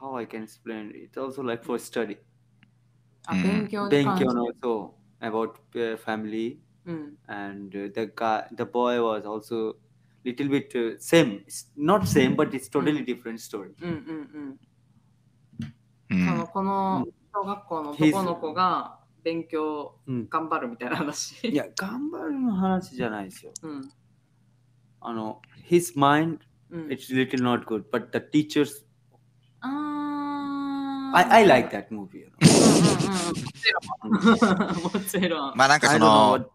Speaker 3: how I can explain it. It's also like for study.
Speaker 1: あ、
Speaker 2: うん
Speaker 1: 勉強に
Speaker 3: 勉
Speaker 1: 関して
Speaker 3: 強の also about uh, family
Speaker 1: うん。
Speaker 3: and uh, the guy, the boy was also little bit uh, same. It's not same, but it's totally different story.
Speaker 1: うんうんうん。
Speaker 2: う
Speaker 1: その
Speaker 2: ん。
Speaker 1: この小学校の男の子が勉強
Speaker 3: うん、
Speaker 1: 頑張るみたいな話。
Speaker 3: いや、頑張るの話じゃないですよ。
Speaker 1: うん。
Speaker 3: あの、his Oh, mind,
Speaker 1: うん、
Speaker 3: it's little not good, but the teachers,
Speaker 1: あー
Speaker 3: I, I like that movie. You
Speaker 1: うんうんうん もちろん。もちろん。
Speaker 2: まあなんか
Speaker 3: know. I
Speaker 2: そ
Speaker 3: don't know
Speaker 2: の
Speaker 3: what-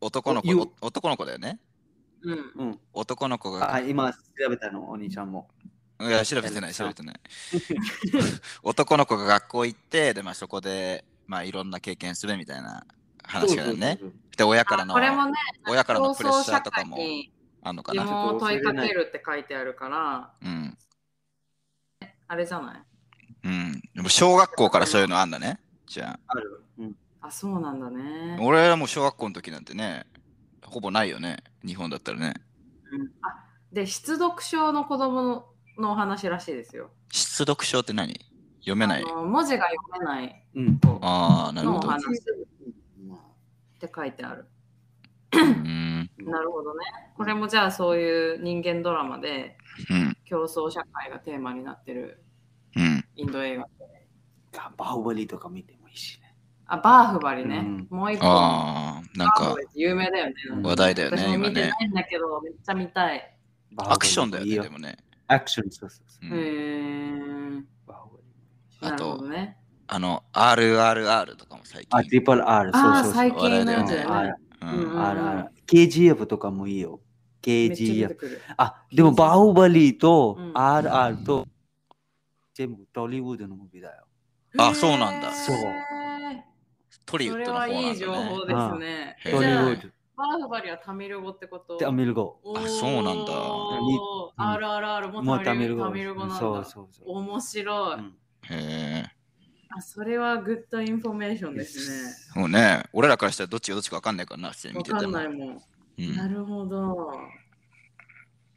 Speaker 2: 男の子
Speaker 3: You-
Speaker 2: お男の子だよね
Speaker 1: うん。
Speaker 3: うん、
Speaker 2: 男の子が
Speaker 3: あ今調べたの、お兄ちゃんも。
Speaker 2: いや調べてない
Speaker 3: そ
Speaker 2: 調
Speaker 3: う
Speaker 2: べてない男の子が学校行ってでまあそこでまあいろんな経験するみたいな話だよね
Speaker 3: そうそう
Speaker 2: で親からの
Speaker 1: これもね、
Speaker 2: 親からのプレッシャーとか
Speaker 1: 競争社
Speaker 2: も
Speaker 1: 会に
Speaker 2: あんのか
Speaker 1: 疑
Speaker 2: な
Speaker 1: 問を問いかけるって書いてあるから、
Speaker 2: うん
Speaker 1: あれじゃない
Speaker 2: うんでも小学校からそういうのあんだねじゃ
Speaker 3: ある。うん、
Speaker 1: あ、そうなんだね
Speaker 2: あ。俺はもう小学校の時なんてねほぼないよね日本だったらね
Speaker 1: うんあで、失読症の子供ののお話らしいですよ。
Speaker 2: 失読症って何読めない
Speaker 1: あの文字が読めない
Speaker 3: うん。
Speaker 2: ああなる
Speaker 1: の
Speaker 2: ほ
Speaker 1: お
Speaker 2: ど
Speaker 1: 話っ
Speaker 3: ま
Speaker 1: て書いてある。
Speaker 2: うん
Speaker 1: なるほどね。これもじゃあそういう人間ドラマで
Speaker 2: うん
Speaker 1: 競争社会がテーマになってる
Speaker 2: うん
Speaker 1: インド映画。
Speaker 3: あ、バウバリとか見てもいいしね。
Speaker 1: あ、バーフバリね。
Speaker 3: うん
Speaker 1: もう一個。
Speaker 2: ああなん
Speaker 1: バー
Speaker 2: か
Speaker 1: フバリって有名だよね。
Speaker 3: うん
Speaker 2: 話題だよ
Speaker 1: 私
Speaker 2: ね
Speaker 1: も
Speaker 2: 今
Speaker 1: 見て
Speaker 2: ね
Speaker 1: ないんだけど、めっちゃ見たい。
Speaker 3: バウバリ
Speaker 2: アクションだよ
Speaker 3: いい
Speaker 2: ねでもね
Speaker 3: アクション、そうそうそう
Speaker 1: へ
Speaker 2: ん
Speaker 1: ー。
Speaker 3: バウバリ
Speaker 2: あ
Speaker 1: なるほど
Speaker 2: と
Speaker 1: ね。
Speaker 2: あの RRR とかも最
Speaker 3: あ、
Speaker 2: 近
Speaker 3: トリプル Ah, R、そ
Speaker 1: あ
Speaker 3: うそ
Speaker 1: あ、
Speaker 3: うそう
Speaker 1: 最。近のやつだ
Speaker 3: Ah,
Speaker 1: よね。
Speaker 2: う
Speaker 1: うん
Speaker 2: ん
Speaker 3: R、R。KGF とかもいいよ。
Speaker 1: めっちゃ出
Speaker 3: KGF
Speaker 1: て。くる。
Speaker 3: あ、でもバウバリと
Speaker 1: うん
Speaker 3: RR と全部トリウッドのムービーだよ。
Speaker 2: あそうなんだ
Speaker 1: へー
Speaker 3: そう
Speaker 2: トリウ
Speaker 1: そ
Speaker 2: ッ
Speaker 1: れ
Speaker 2: ドの方
Speaker 1: はいい情
Speaker 2: なんだ
Speaker 1: 報
Speaker 2: ね
Speaker 1: ですね。
Speaker 2: へ
Speaker 1: え
Speaker 2: ー
Speaker 3: ト
Speaker 1: じ
Speaker 3: リウ
Speaker 1: ゃあ、
Speaker 3: ッ
Speaker 1: バーフバリはタミル語ってこと
Speaker 3: ド。で、アミルゴ。
Speaker 2: あそうなんだ
Speaker 1: おー RRR
Speaker 3: も
Speaker 1: も
Speaker 3: うタ
Speaker 1: タ
Speaker 3: ミ
Speaker 1: ミ
Speaker 3: ル
Speaker 1: ル
Speaker 3: 語
Speaker 1: 語タ
Speaker 3: です
Speaker 1: ミル語なんだ。
Speaker 3: そうそうそう。
Speaker 1: 面白い、
Speaker 3: うん
Speaker 2: へ
Speaker 1: あ。それはグッドインフォメーションですね。
Speaker 2: えもうね俺らからしたらどっちがどっちかわかんないからな普通に
Speaker 1: わ
Speaker 2: 見て
Speaker 1: か
Speaker 2: て
Speaker 1: ん
Speaker 2: も
Speaker 1: ないもん。
Speaker 2: うん
Speaker 1: なるほど。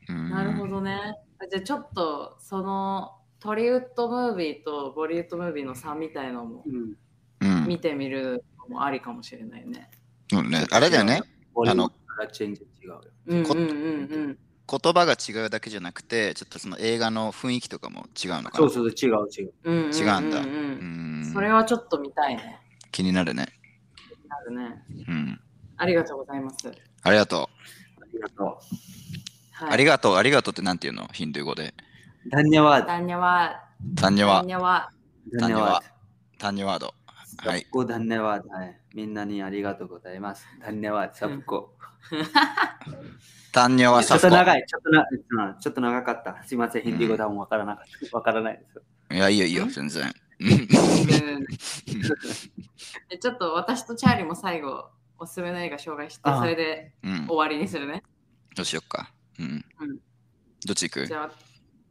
Speaker 2: うん
Speaker 1: なるほどね。あじゃあちょっとそのトリウッドムービーとボリウッドムービーの差みたいのも
Speaker 3: うん
Speaker 2: うん
Speaker 1: 見てみるのもありかもしれないね。
Speaker 2: そうねあれだよね
Speaker 3: ボリュー
Speaker 2: あ
Speaker 3: ム
Speaker 2: の
Speaker 3: からチェンジ違うよ。
Speaker 1: うんうん
Speaker 2: こ
Speaker 1: うんうん。
Speaker 2: 言葉が違うだけじゃなくてちょっとその映画の雰囲気とかも違うのかな
Speaker 3: そうそう、違う違う。
Speaker 1: うんうんうんうん
Speaker 2: 違うんだう
Speaker 1: だ。
Speaker 2: ん
Speaker 1: それはちょっと見たいね。
Speaker 2: 気になるね、
Speaker 1: なるね。
Speaker 2: うん、
Speaker 1: ありがとうございます。
Speaker 2: ありがと
Speaker 3: ありがと
Speaker 2: う、
Speaker 1: はい、
Speaker 2: ありがとうありがとうってなんていうのヒンドゥー語で
Speaker 3: う。ダンニャワー
Speaker 1: ダンニャワ
Speaker 2: タンニョ
Speaker 1: ダ
Speaker 2: ワ
Speaker 1: ンニャワ
Speaker 3: ド。ダンニャワード。
Speaker 2: タンニョワードはい
Speaker 3: サブコダンニャワード。はい。みんなにありがとうございます。ダンニャワード、サブコ。
Speaker 2: タンニョワ
Speaker 3: ちょ
Speaker 2: サ
Speaker 3: っ
Speaker 2: フ
Speaker 3: と
Speaker 2: コ
Speaker 3: 長い、ちょっとな、うんちょっと長かった。すいません、ヒンディー語多分わからなかった。わからないです。
Speaker 2: いやいいよいいよ
Speaker 1: ん
Speaker 2: 全然
Speaker 1: うんでちょっと私とチャーリーも最後おすすめの映画紹介して
Speaker 3: ああ
Speaker 1: それで
Speaker 2: うん
Speaker 1: 終わりにするね。
Speaker 2: どうしよっかうん
Speaker 1: うん
Speaker 2: どっち行
Speaker 1: じ
Speaker 2: く
Speaker 1: ゃあ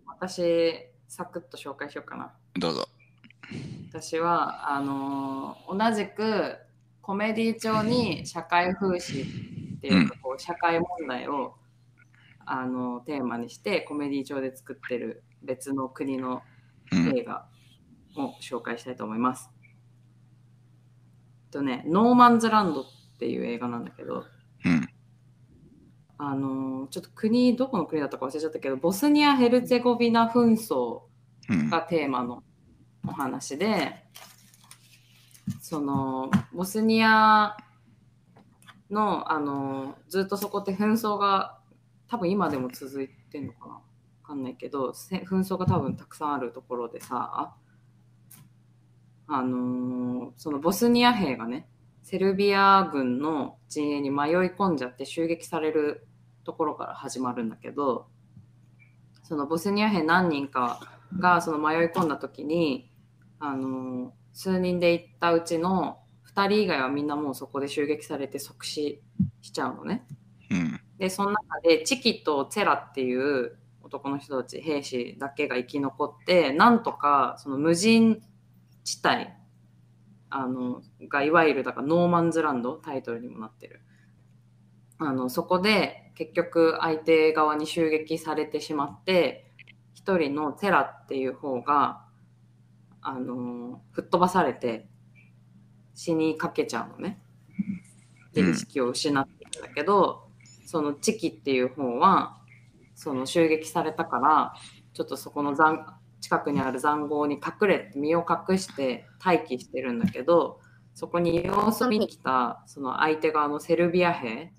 Speaker 1: 私サクッと紹介しようかな。
Speaker 2: どうぞ
Speaker 1: 私はあのー同じくコメディ調に社会風刺っていうかこう社会問題を、あのテーマにしてコメディ調で作ってる別の国の
Speaker 2: うん
Speaker 1: 映画を紹介したいと思います。えっとね、ノーマンズランドっていう映画なんだけど、
Speaker 2: うん
Speaker 1: あのーちょっと国、どこの国だったか忘れちゃったけど、ボスニア・ヘルツェゴビナ紛争
Speaker 2: うん
Speaker 1: がテーマのお話で、そのボスニアのあのずっとそこって紛争が多分今でも続いてんのかなわかんないけどせ紛争が多分たくさんあるところでさあのそのボスニア兵がねセルビア軍の陣営に迷い込んじゃって襲撃されるところから始まるんだけどそのボスニア兵何人かがその迷い込んだ時にあの数人で行ったうちの2人以外はみんなもうそこで襲撃されて即死しちゃうのね。
Speaker 2: うん
Speaker 1: でその中でチキとチェラっていう男の人たち兵士だけが生き残ってなんとかその無人地帯あのがいわゆるだからノーマンズランドタイトルにもなってるあのそこで結局相手側に襲撃されてしまって一人のチェラっていう方があの吹っ飛ばされて死にかけちゃうのね。で
Speaker 2: うん
Speaker 1: 意識を失ってるんだけど、そのチキっていう方はその襲撃されたからちょっとそこの残近くにある塹壕に隠れて身を隠して待機してるんだけどそこに様子見に来たその相手側のセルビア兵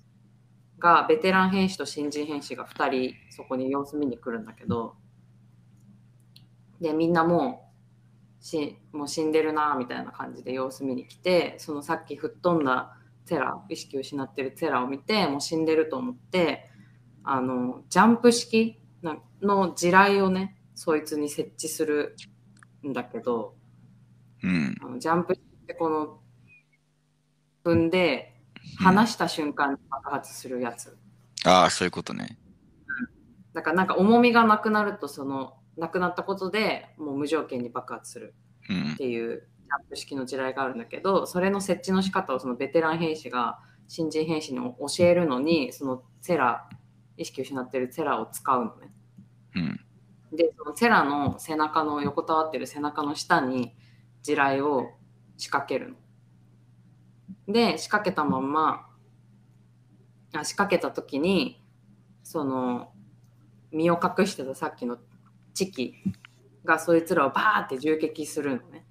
Speaker 1: がベテラン兵士と新人兵士が2人そこに様子見に来るんだけどでみんなもうしもう死んでるなみたいな感じで様子見に来てそのさっき吹っ飛んだテラ意識を失ってるテラを見てもう死んでると思ってあのジャンプ式なの地雷をねそいつに設置するんだけど
Speaker 2: うん。
Speaker 1: あのジャンプってこの踏んで離した瞬間に爆発するやつ。
Speaker 2: ああ、そういうことね。
Speaker 1: だからなんか重みがなくなるとそのなくなったことでもう無条件に爆発する
Speaker 2: うん
Speaker 1: っ。ていうジャンプ式の地雷があるんだけどそれの設置の仕方をそのベテラン兵士が新人兵士に教えるのにそのセラ意識失ってるセラを使うのね。
Speaker 2: うん。
Speaker 1: でそのセラの背中の横たわってる背中の下に地雷を仕掛けるの。で仕掛けたまんまあ仕掛けた時にその身を隠してたさっきのチキがそいつらをバーって銃撃するのね。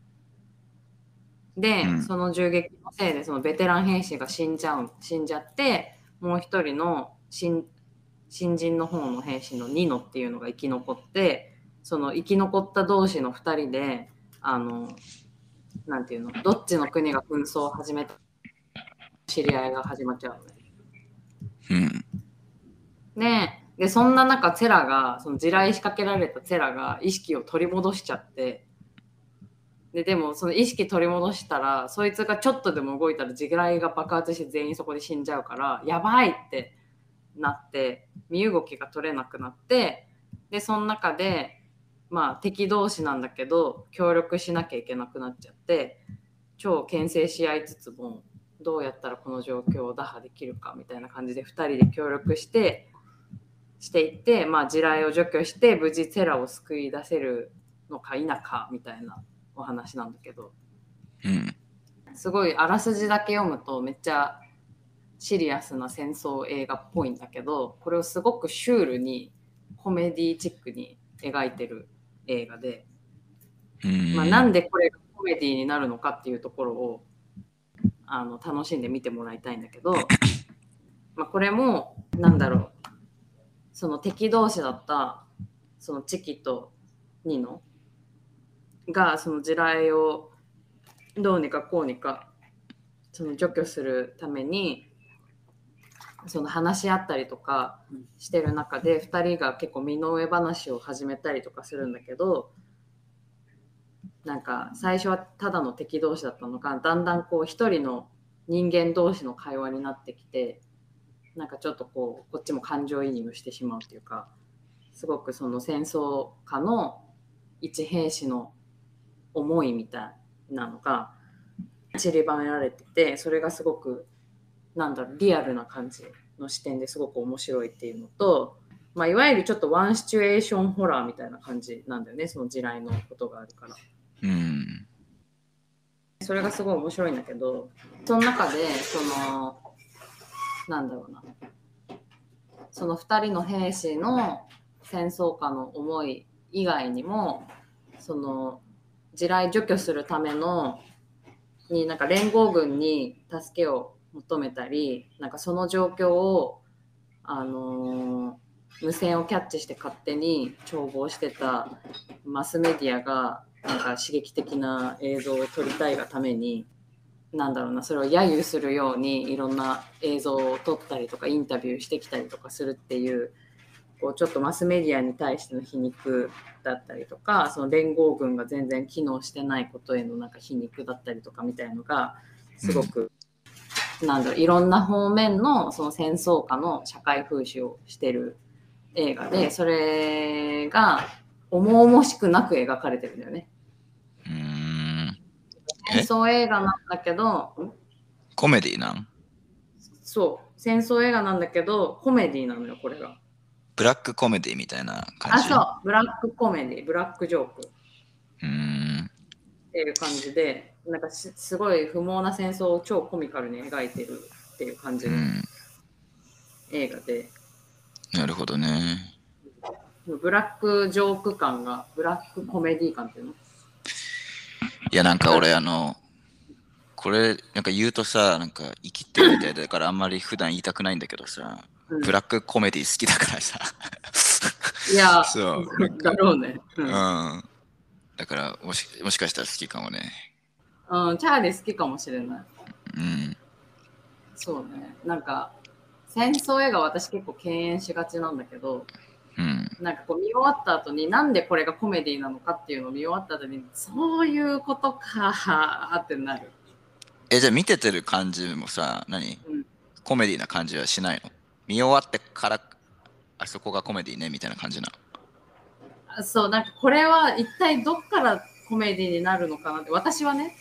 Speaker 1: で、
Speaker 2: うん
Speaker 1: その銃撃のせいでそのベテラン兵士が死んじゃう死んじゃってもう一人の新新人の方の兵士のニノっていうのが生き残ってその生き残った同士の2人であのなんていうのどっちの国が紛争を始めた知り合いが始まっちゃうのね。
Speaker 2: うん。
Speaker 1: ねえでそんな中セラがその地雷仕掛けられたセラが意識を取り戻しちゃってででもその意識取り戻したらそいつがちょっとでも動いたら地雷が爆発して全員そこで死んじゃうからやばいってなって身動きが取れなくなってでその中でまあ敵同士なんだけど協力しなきゃいけなくなっちゃって超牽制し合いつつもどうやったらこの状況を打破できるかみたいな感じで2人で協力してしていって、まあ、地雷を除去して無事テラを救い出せるのか否かみたいなお話なんだけど
Speaker 2: うん。
Speaker 1: すごいあらすじだけ読むとめっちゃシリアスな戦争映画っぽいんだけどこれをすごくシュールにコメディチックに描いてる映画で。
Speaker 2: うん。
Speaker 1: まあ、なんでこれがコメディになるのかっていうところをあの楽しんで見てもらいたいんだけ ど、まあ、これもなんだろうその敵同士だったそのチキとニノがその地雷をどうにかこうにかその除去するためにその話し合ったりとかしてる中で2人が結構身の上話を始めたりとかするんだけどなんか最初はただの敵同士だったのがだんだんこう一人の人間同士の会話になってきてなんかちょっとこうこっちも感情移入してしまうというかすごくその戦争下の一兵士の思いみたいなのが散りばめられててそれがすごくなんだろうリアルな感じの視点ですごく面白いっていうのと、まあ、いわゆるちょっとワンシチュエーションホラーみたいな感じなんだよねその地雷のことがあるから。
Speaker 2: うん。
Speaker 1: それがすごい面白いんだけどその中でそのなんだろうなその2人の兵士の戦争下の思い以外にもその地雷除去するためのになんか連合軍に助けを求めたりなんかその状況を、あのー無線をキャッチして勝手に調合してたマスメディアがなんか刺激的な映像を撮りたいがためになんだろうなそれを揶揄するようにいろんな映像を撮ったりとかインタビューしてきたりとかするっていうこうちょっとマスメディアに対しての皮肉だったりとかその連合軍が全然機能してないことへのなんか皮肉だったりとかみたいのがすごく、なんだろういろんな方面のその戦争下の社会風刺をしてる映画でそれが重々しくなく描かれてるんだよね。
Speaker 2: うん。え
Speaker 1: 戦争映画なんだけど、ん
Speaker 2: コメディなん
Speaker 1: そう、戦争映画なんだけど、コメディなのよ、これが。
Speaker 2: ブラックコメディみたいな
Speaker 1: あ、
Speaker 2: 感じ。
Speaker 1: そう、ブラックコメディ、ブラックジョークっ
Speaker 2: う。うん。
Speaker 1: ていう感じで、なんかしすごい不毛な戦争を超コミカルに描いてるっていう感じ
Speaker 2: う
Speaker 1: の
Speaker 2: ん。
Speaker 1: 映画で、
Speaker 2: なるほどね。
Speaker 1: ブラックジョーク感が、ブラックコメディ感っていうの
Speaker 2: いや、なんか俺、あの、これ、なんか言うとさ、なんか生きてるみたいだからあんまり普段言いたくないんだけどさ、
Speaker 1: うん
Speaker 2: ブラックコメディ好きだからさ。
Speaker 1: いや、
Speaker 2: そう。
Speaker 1: だろうね。う
Speaker 2: うん。
Speaker 1: ん
Speaker 2: だからもし、もしかしたら好きかもね。
Speaker 1: うん、チャーリー好きかもしれない。
Speaker 2: うん。
Speaker 1: そうね。なんか、戦争映画私結構敬遠しがちなんだけど、
Speaker 2: うん。
Speaker 1: なんかこう見終わった後に、なんでこれがコメディなのかっていうのを見終わった後に、そういうことかーってなる。
Speaker 2: え、じゃあ見ててる感じもさ、何、
Speaker 1: うん
Speaker 2: コメディな感じはしないの見終わってから、あそこがコメディねみたいな感じなの。
Speaker 1: あそう、なんかこれは一体どっからコメディになるのかなって、私はね、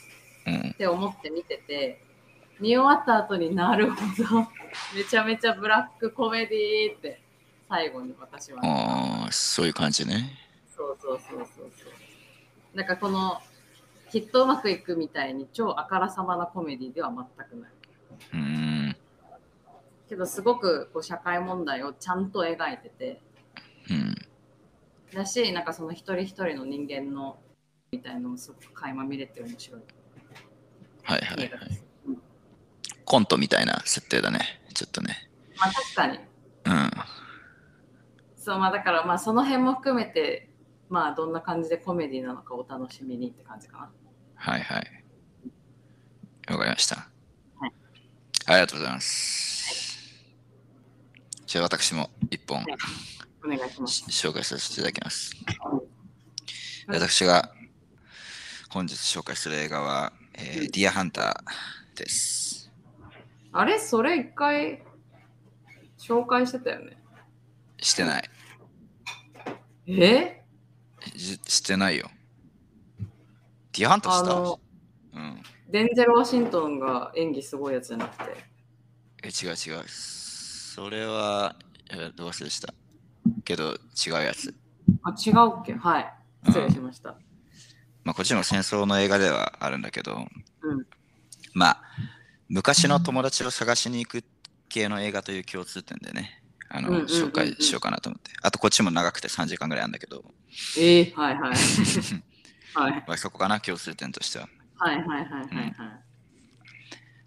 Speaker 2: うん
Speaker 1: っ。て思って見てて見終わった後になるほど めちゃめちゃブラックコメディーって最後に私は、
Speaker 2: ああ、そういう感じね。
Speaker 1: そうそうそうそうそうなんかこのきっとうまくいくみたいに超あからさまなコメディでは全くない
Speaker 2: うん。
Speaker 1: けどすごくこう社会問題をちゃんと描いてて
Speaker 2: うん。
Speaker 1: だしなんかその一人一人の人間のみたいのもすごく垣間見れて面白い
Speaker 2: はいはいは
Speaker 1: 映
Speaker 2: い
Speaker 1: 画。です、
Speaker 2: コントみたいな設定だね。ちょっとね。
Speaker 1: まあ確かに
Speaker 2: うん。
Speaker 1: そうまあだからまあその辺も含めてまあどんな感じでコメディなのかお楽しみにって感じかな。
Speaker 2: はいはい。わかりました。
Speaker 1: はい
Speaker 2: ありがとうございます。じゃあ私も一本
Speaker 1: はいお願いします。
Speaker 2: し紹介させていただきます。
Speaker 1: はい
Speaker 2: 私が本日紹介する映画は、え
Speaker 1: う
Speaker 2: ー
Speaker 1: ん
Speaker 2: ディアハンターです。
Speaker 1: あれそれ一回紹介してたよね。
Speaker 2: してない。
Speaker 1: え
Speaker 2: じしてないよ。ディアハンター
Speaker 1: あ
Speaker 2: した
Speaker 1: の
Speaker 2: うん。
Speaker 1: デンゼル・ワシントンが演技すごいやつじゃなくて。
Speaker 2: え、違う違う。それは、えどう忘れした。けど違うやつ。
Speaker 1: あ違うっけはい。失礼しました。
Speaker 2: まあ、こっちも戦争の映画ではあるんだけど、
Speaker 1: うん
Speaker 2: まあ昔の友達を探しに行く系の映画という共通点でねあの、
Speaker 1: うんうんうんうん
Speaker 2: 紹介しようかなと思ってあとこっちも長くて3時間ぐらいあるんだけど、
Speaker 1: えー、 はいはい。はい
Speaker 2: まあ、そこかな共通点としては
Speaker 1: はいはいはいはいはい。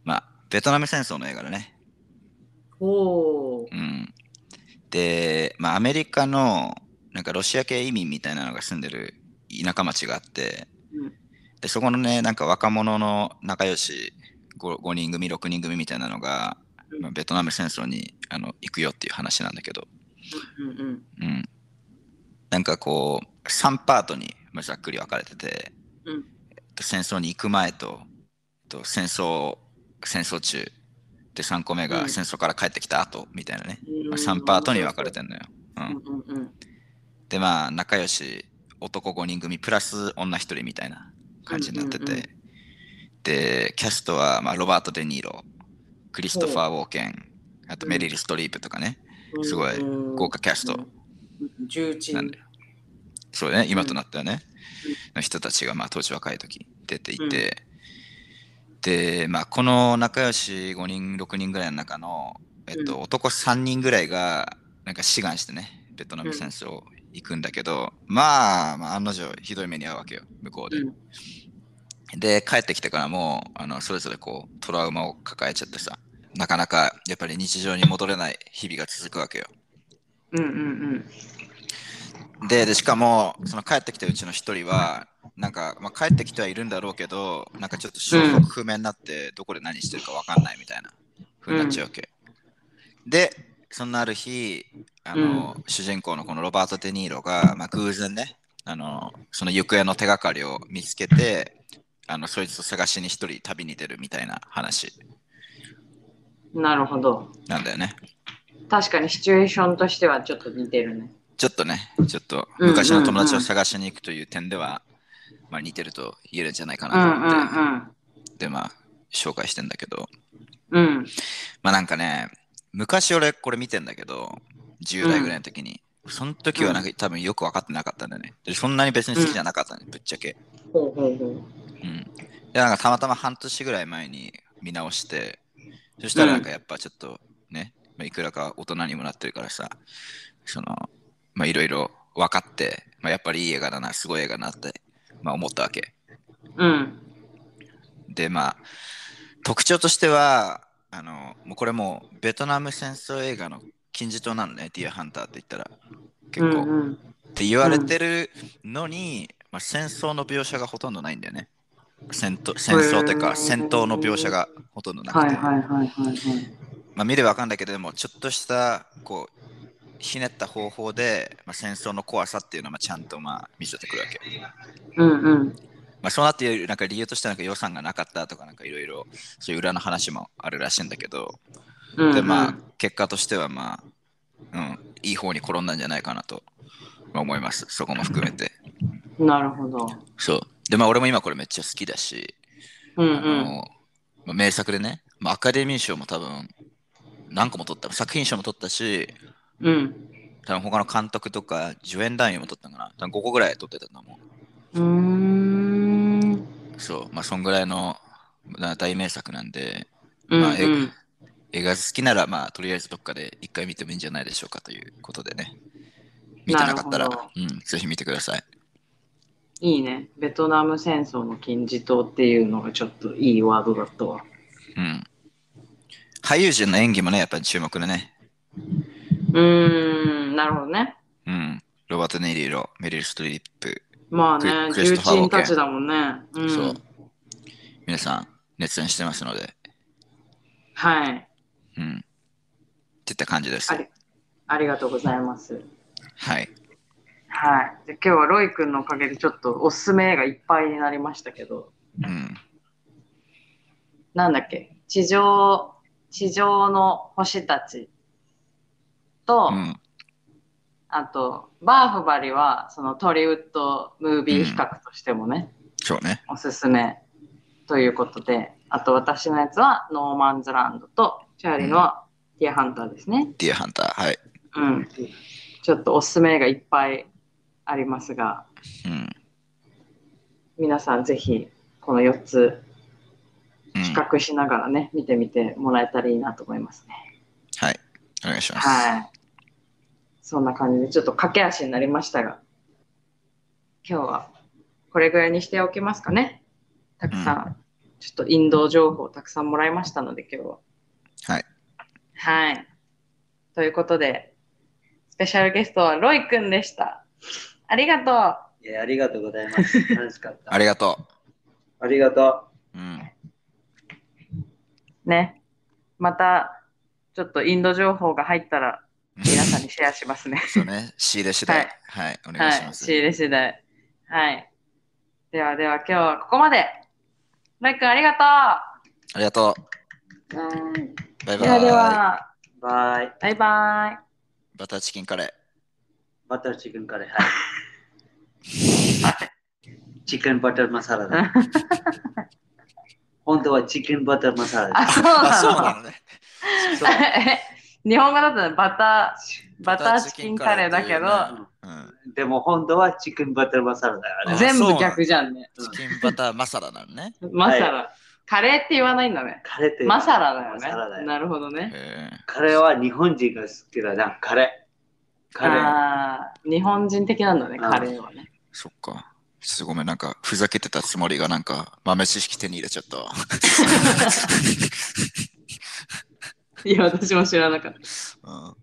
Speaker 2: まあベトナム戦争の映画だね
Speaker 1: おー
Speaker 2: うんで、まあ、アメリカのなんかロシア系移民みたいなのが住んでる田舎町があって
Speaker 1: うん
Speaker 2: でそこのねなんか若者の仲良し 5, 5人組6人組みたいなのが、
Speaker 1: うん
Speaker 2: まあベトナム戦争にあの行くよっていう話なんだけど、
Speaker 1: うんうん
Speaker 2: うん、なんかこう3パートにまあざっくり分かれてて、
Speaker 1: うん
Speaker 2: と戦争に行く前とと戦争戦争中で3個目
Speaker 1: う
Speaker 2: が
Speaker 1: ん
Speaker 2: 戦争から帰ってきた後みたいなね、
Speaker 1: うん
Speaker 2: まあ、3パートに分かれてんのよ、う
Speaker 1: うん
Speaker 2: ん、
Speaker 1: うんうん
Speaker 2: でまあ仲良し男5人組プラス女1人みたいな感じになってて、
Speaker 1: うんうんうん
Speaker 2: でキャストは、まあ、ロバート・デ・ニーロクリストファー・ウォーケンあと
Speaker 1: うん
Speaker 2: メリル・ストリープとかね、
Speaker 1: うん。
Speaker 2: すごい豪華キャスト
Speaker 1: うん。重鎮。
Speaker 2: なんだよそうね今となってはね、の人たちがまあ当時若い時出ていて、でまあこの仲良し5人6人ぐらいの中の、えっと
Speaker 1: う
Speaker 2: 男3人ぐらいがなんか志願してねベトナム戦争行くんだけど、まあ、まあ案の定ひどい目に遭うわけよ向こうで、
Speaker 1: うん
Speaker 2: で帰ってきてからもあのそれぞれこうトラウマを抱えちゃってさなかなかやっぱり日常に戻れない日々が続くわけよ
Speaker 1: うんうん
Speaker 2: ででしかもその帰ってきたうちの一人はなんか、まあ、帰ってきてはいるんだろうけどなんかちょっと消息不明になってどこで何してるかわかんないみたいなふうになっちゃうわけ、でそんなある日あの、主人公のこのロバート・デ・ニーロが、まあ、偶然ねあのその行方の手がかりを見つけてあのそいつを探しに一人旅に出るみたいな話
Speaker 1: うん。なるほど。
Speaker 2: なんだよね
Speaker 1: 確かにシチュエーションとしてはちょっと似てるね。
Speaker 2: ちょっとねちょっと
Speaker 1: うんうんうん
Speaker 2: 昔の友達を探しに行くという点では、まあ、似てると言えるんじゃないか
Speaker 1: うん
Speaker 2: なと思って。
Speaker 1: うん
Speaker 2: でまあ紹介してんだけど
Speaker 1: うん。うん。
Speaker 2: まあなんかね昔俺これ見てんだけど10代ぐらいの時に、その時はなんか多分よく分かってなかったんだよねでそんなに別に好きじゃなかったね、ぶっちゃけ
Speaker 1: ほうほうほう。
Speaker 2: うんでなんかたまたま半年ぐらい前に見直してそしたらなんかやっぱちょっとね、まあ、いくらか大人にもなってるからさそのまあいろいろ分かって、まあ、やっぱりいい映画だなすごい映画だなって、まあ、思ったわけ
Speaker 1: うん。
Speaker 2: でまあ特徴としては、あの、もうこれもうベトナム戦争映画の金字塔なのね、ディアハンターって言ったら。結構、
Speaker 1: うんうん
Speaker 2: って言われてるのに、まあ、戦争の描写がほとんどないんだよね。戦闘戦争という
Speaker 1: へ
Speaker 2: か
Speaker 1: ー
Speaker 2: 戦闘の描写がほとんどなくて、
Speaker 1: はいはいはいはいはい。
Speaker 2: まあ、見ればわかんないけどでもちょっとしたこうひねった方法で、まあ、戦争の怖さっていうのはまあちゃんとまあ見せてくるわけ、
Speaker 1: うんうん。
Speaker 2: まあ、そうなっているなんか理由としてはなんか予算がなかったとかなんかいろいろそういう裏の話もあるらしいんだけど
Speaker 1: うんうん
Speaker 2: でまあ結果としてはまあ、うん、いい方に転んだんじゃないかなとまあ思いますそこも含めて
Speaker 1: なるほど。
Speaker 2: そうでまあ俺も今これめっちゃ好きだし
Speaker 1: うんう
Speaker 2: あ
Speaker 1: ん。
Speaker 2: のまあ名作でね、まあ、アカデミー賞も多分何個も取った作品賞も取ったし
Speaker 1: うん。
Speaker 2: 多分他の監督とか助演男優も取ったのかな多分5個ぐらい取ってたと思
Speaker 1: うーん。
Speaker 2: うそうまあそんぐらいのまあ大名作なんで
Speaker 1: うん
Speaker 2: まあえ
Speaker 1: うん
Speaker 2: 映画好きならまあとりあえずどっかで一回見てもいいんじゃないでしょうかということでね見てなかったら
Speaker 1: なるほ、
Speaker 2: うん、ぜひ見てください
Speaker 1: いいね。ベトナム戦争の金字塔っていうのがちょっといいワードだったわ。
Speaker 2: うん俳優陣の演技もねやっぱり注目でね
Speaker 1: うーん、なるほどね。
Speaker 2: うんロバート・ネイリーロメリル・ストリップ
Speaker 1: まあね、
Speaker 2: クリク
Speaker 1: 重
Speaker 2: リストファーウ
Speaker 1: 鎮
Speaker 2: ォーケン
Speaker 1: たちだもんね。うん、
Speaker 2: そう。皆さん、熱演してますので、
Speaker 1: はい
Speaker 2: うん。っていった感じです
Speaker 1: あ。り。ありがとうございます。
Speaker 2: はい。
Speaker 1: はい。で今日はロイ君のおかげでちょっとおすすめ映画いっぱいになりましたけど、
Speaker 2: うん。
Speaker 1: なんだっけ地上、地上の星たちと、
Speaker 2: うん。
Speaker 1: あと、バーフバリはそのトリウッドムービー比較としてもね、
Speaker 2: そうね。
Speaker 1: おすすめということで、あと私のやつはノーマンズランドと、チャーリーのはディアハンターですね。
Speaker 2: ディアハンター。はい。
Speaker 1: うん。ちょっとおすすめがいっぱいありますが、
Speaker 2: うん。
Speaker 1: 皆さんぜひこの4つ
Speaker 2: うん
Speaker 1: 比較しながらね、見てみてもらえたらいいなと思いますね。
Speaker 2: はい。お願いします。
Speaker 1: はい。そんな感じで、ちょっと駆け足になりましたが、今日はこれぐらいにしておきますかね。たくさん、ちょっとインド情報をたくさんもらいましたので、今日は。
Speaker 2: はい。
Speaker 1: はい。ということで、スペシャルゲストはロイくんでした。ありがとう。
Speaker 3: いやありがとうございます。楽しかった。
Speaker 2: ありがと
Speaker 3: ありがとう。
Speaker 2: う。うん。
Speaker 1: ね。また、ちょっとインド情報が入ったら、皆さんにシェアしますね。
Speaker 2: そうね。仕入れ次第。はい。お願いし
Speaker 1: は
Speaker 2: ま
Speaker 1: い、仕
Speaker 2: す。
Speaker 1: 入れ次第。はい。ではでは今日はここまで。ロイ君ありがと
Speaker 2: ありがと
Speaker 1: う。うん
Speaker 2: う。バイバ
Speaker 1: では
Speaker 2: イ。
Speaker 1: では、
Speaker 3: バイ。
Speaker 1: バイバイ。
Speaker 2: バターチキンカ レー。
Speaker 3: バターチキンカレー。はい。チキンバターマサラ だ。本当はチキンバターマサラだ。
Speaker 1: あ、そう
Speaker 2: あ、そうな
Speaker 1: なの
Speaker 2: のね。
Speaker 3: そう
Speaker 1: え 日本語だとバター、バ
Speaker 2: バ
Speaker 1: タ
Speaker 2: タ
Speaker 1: ー
Speaker 2: ー
Speaker 1: チ
Speaker 2: チ
Speaker 1: キ
Speaker 2: キ
Speaker 1: ン
Speaker 2: ン
Speaker 1: カ
Speaker 2: カ
Speaker 1: レ
Speaker 2: レ
Speaker 1: ー
Speaker 2: ー
Speaker 1: だけ
Speaker 2: っ
Speaker 1: ど、
Speaker 2: うん。
Speaker 3: でも本当はチキンバターマサラだ。あれ
Speaker 2: ん
Speaker 1: 全
Speaker 2: あそうな
Speaker 1: 部
Speaker 2: の
Speaker 1: 逆じゃんね。
Speaker 2: チキンバターマサラなのね。
Speaker 1: マサラ。カレーって言わないんだね。
Speaker 3: カレーって
Speaker 1: マサラだ
Speaker 3: マサラ
Speaker 1: よ
Speaker 3: だ
Speaker 1: ね。
Speaker 3: よ
Speaker 1: なるほどね。
Speaker 2: え
Speaker 3: カレーは日本人が好きだな。カレー。カレー。
Speaker 1: あー日本人的なんだね、
Speaker 3: うん
Speaker 1: カレーはね。
Speaker 2: ーそっか。ちょっとごめん、なんか、ふざけてたつもりが、なんか、豆知識手に入れちゃっ たわ。
Speaker 1: いや、私も知らなかった。
Speaker 2: うん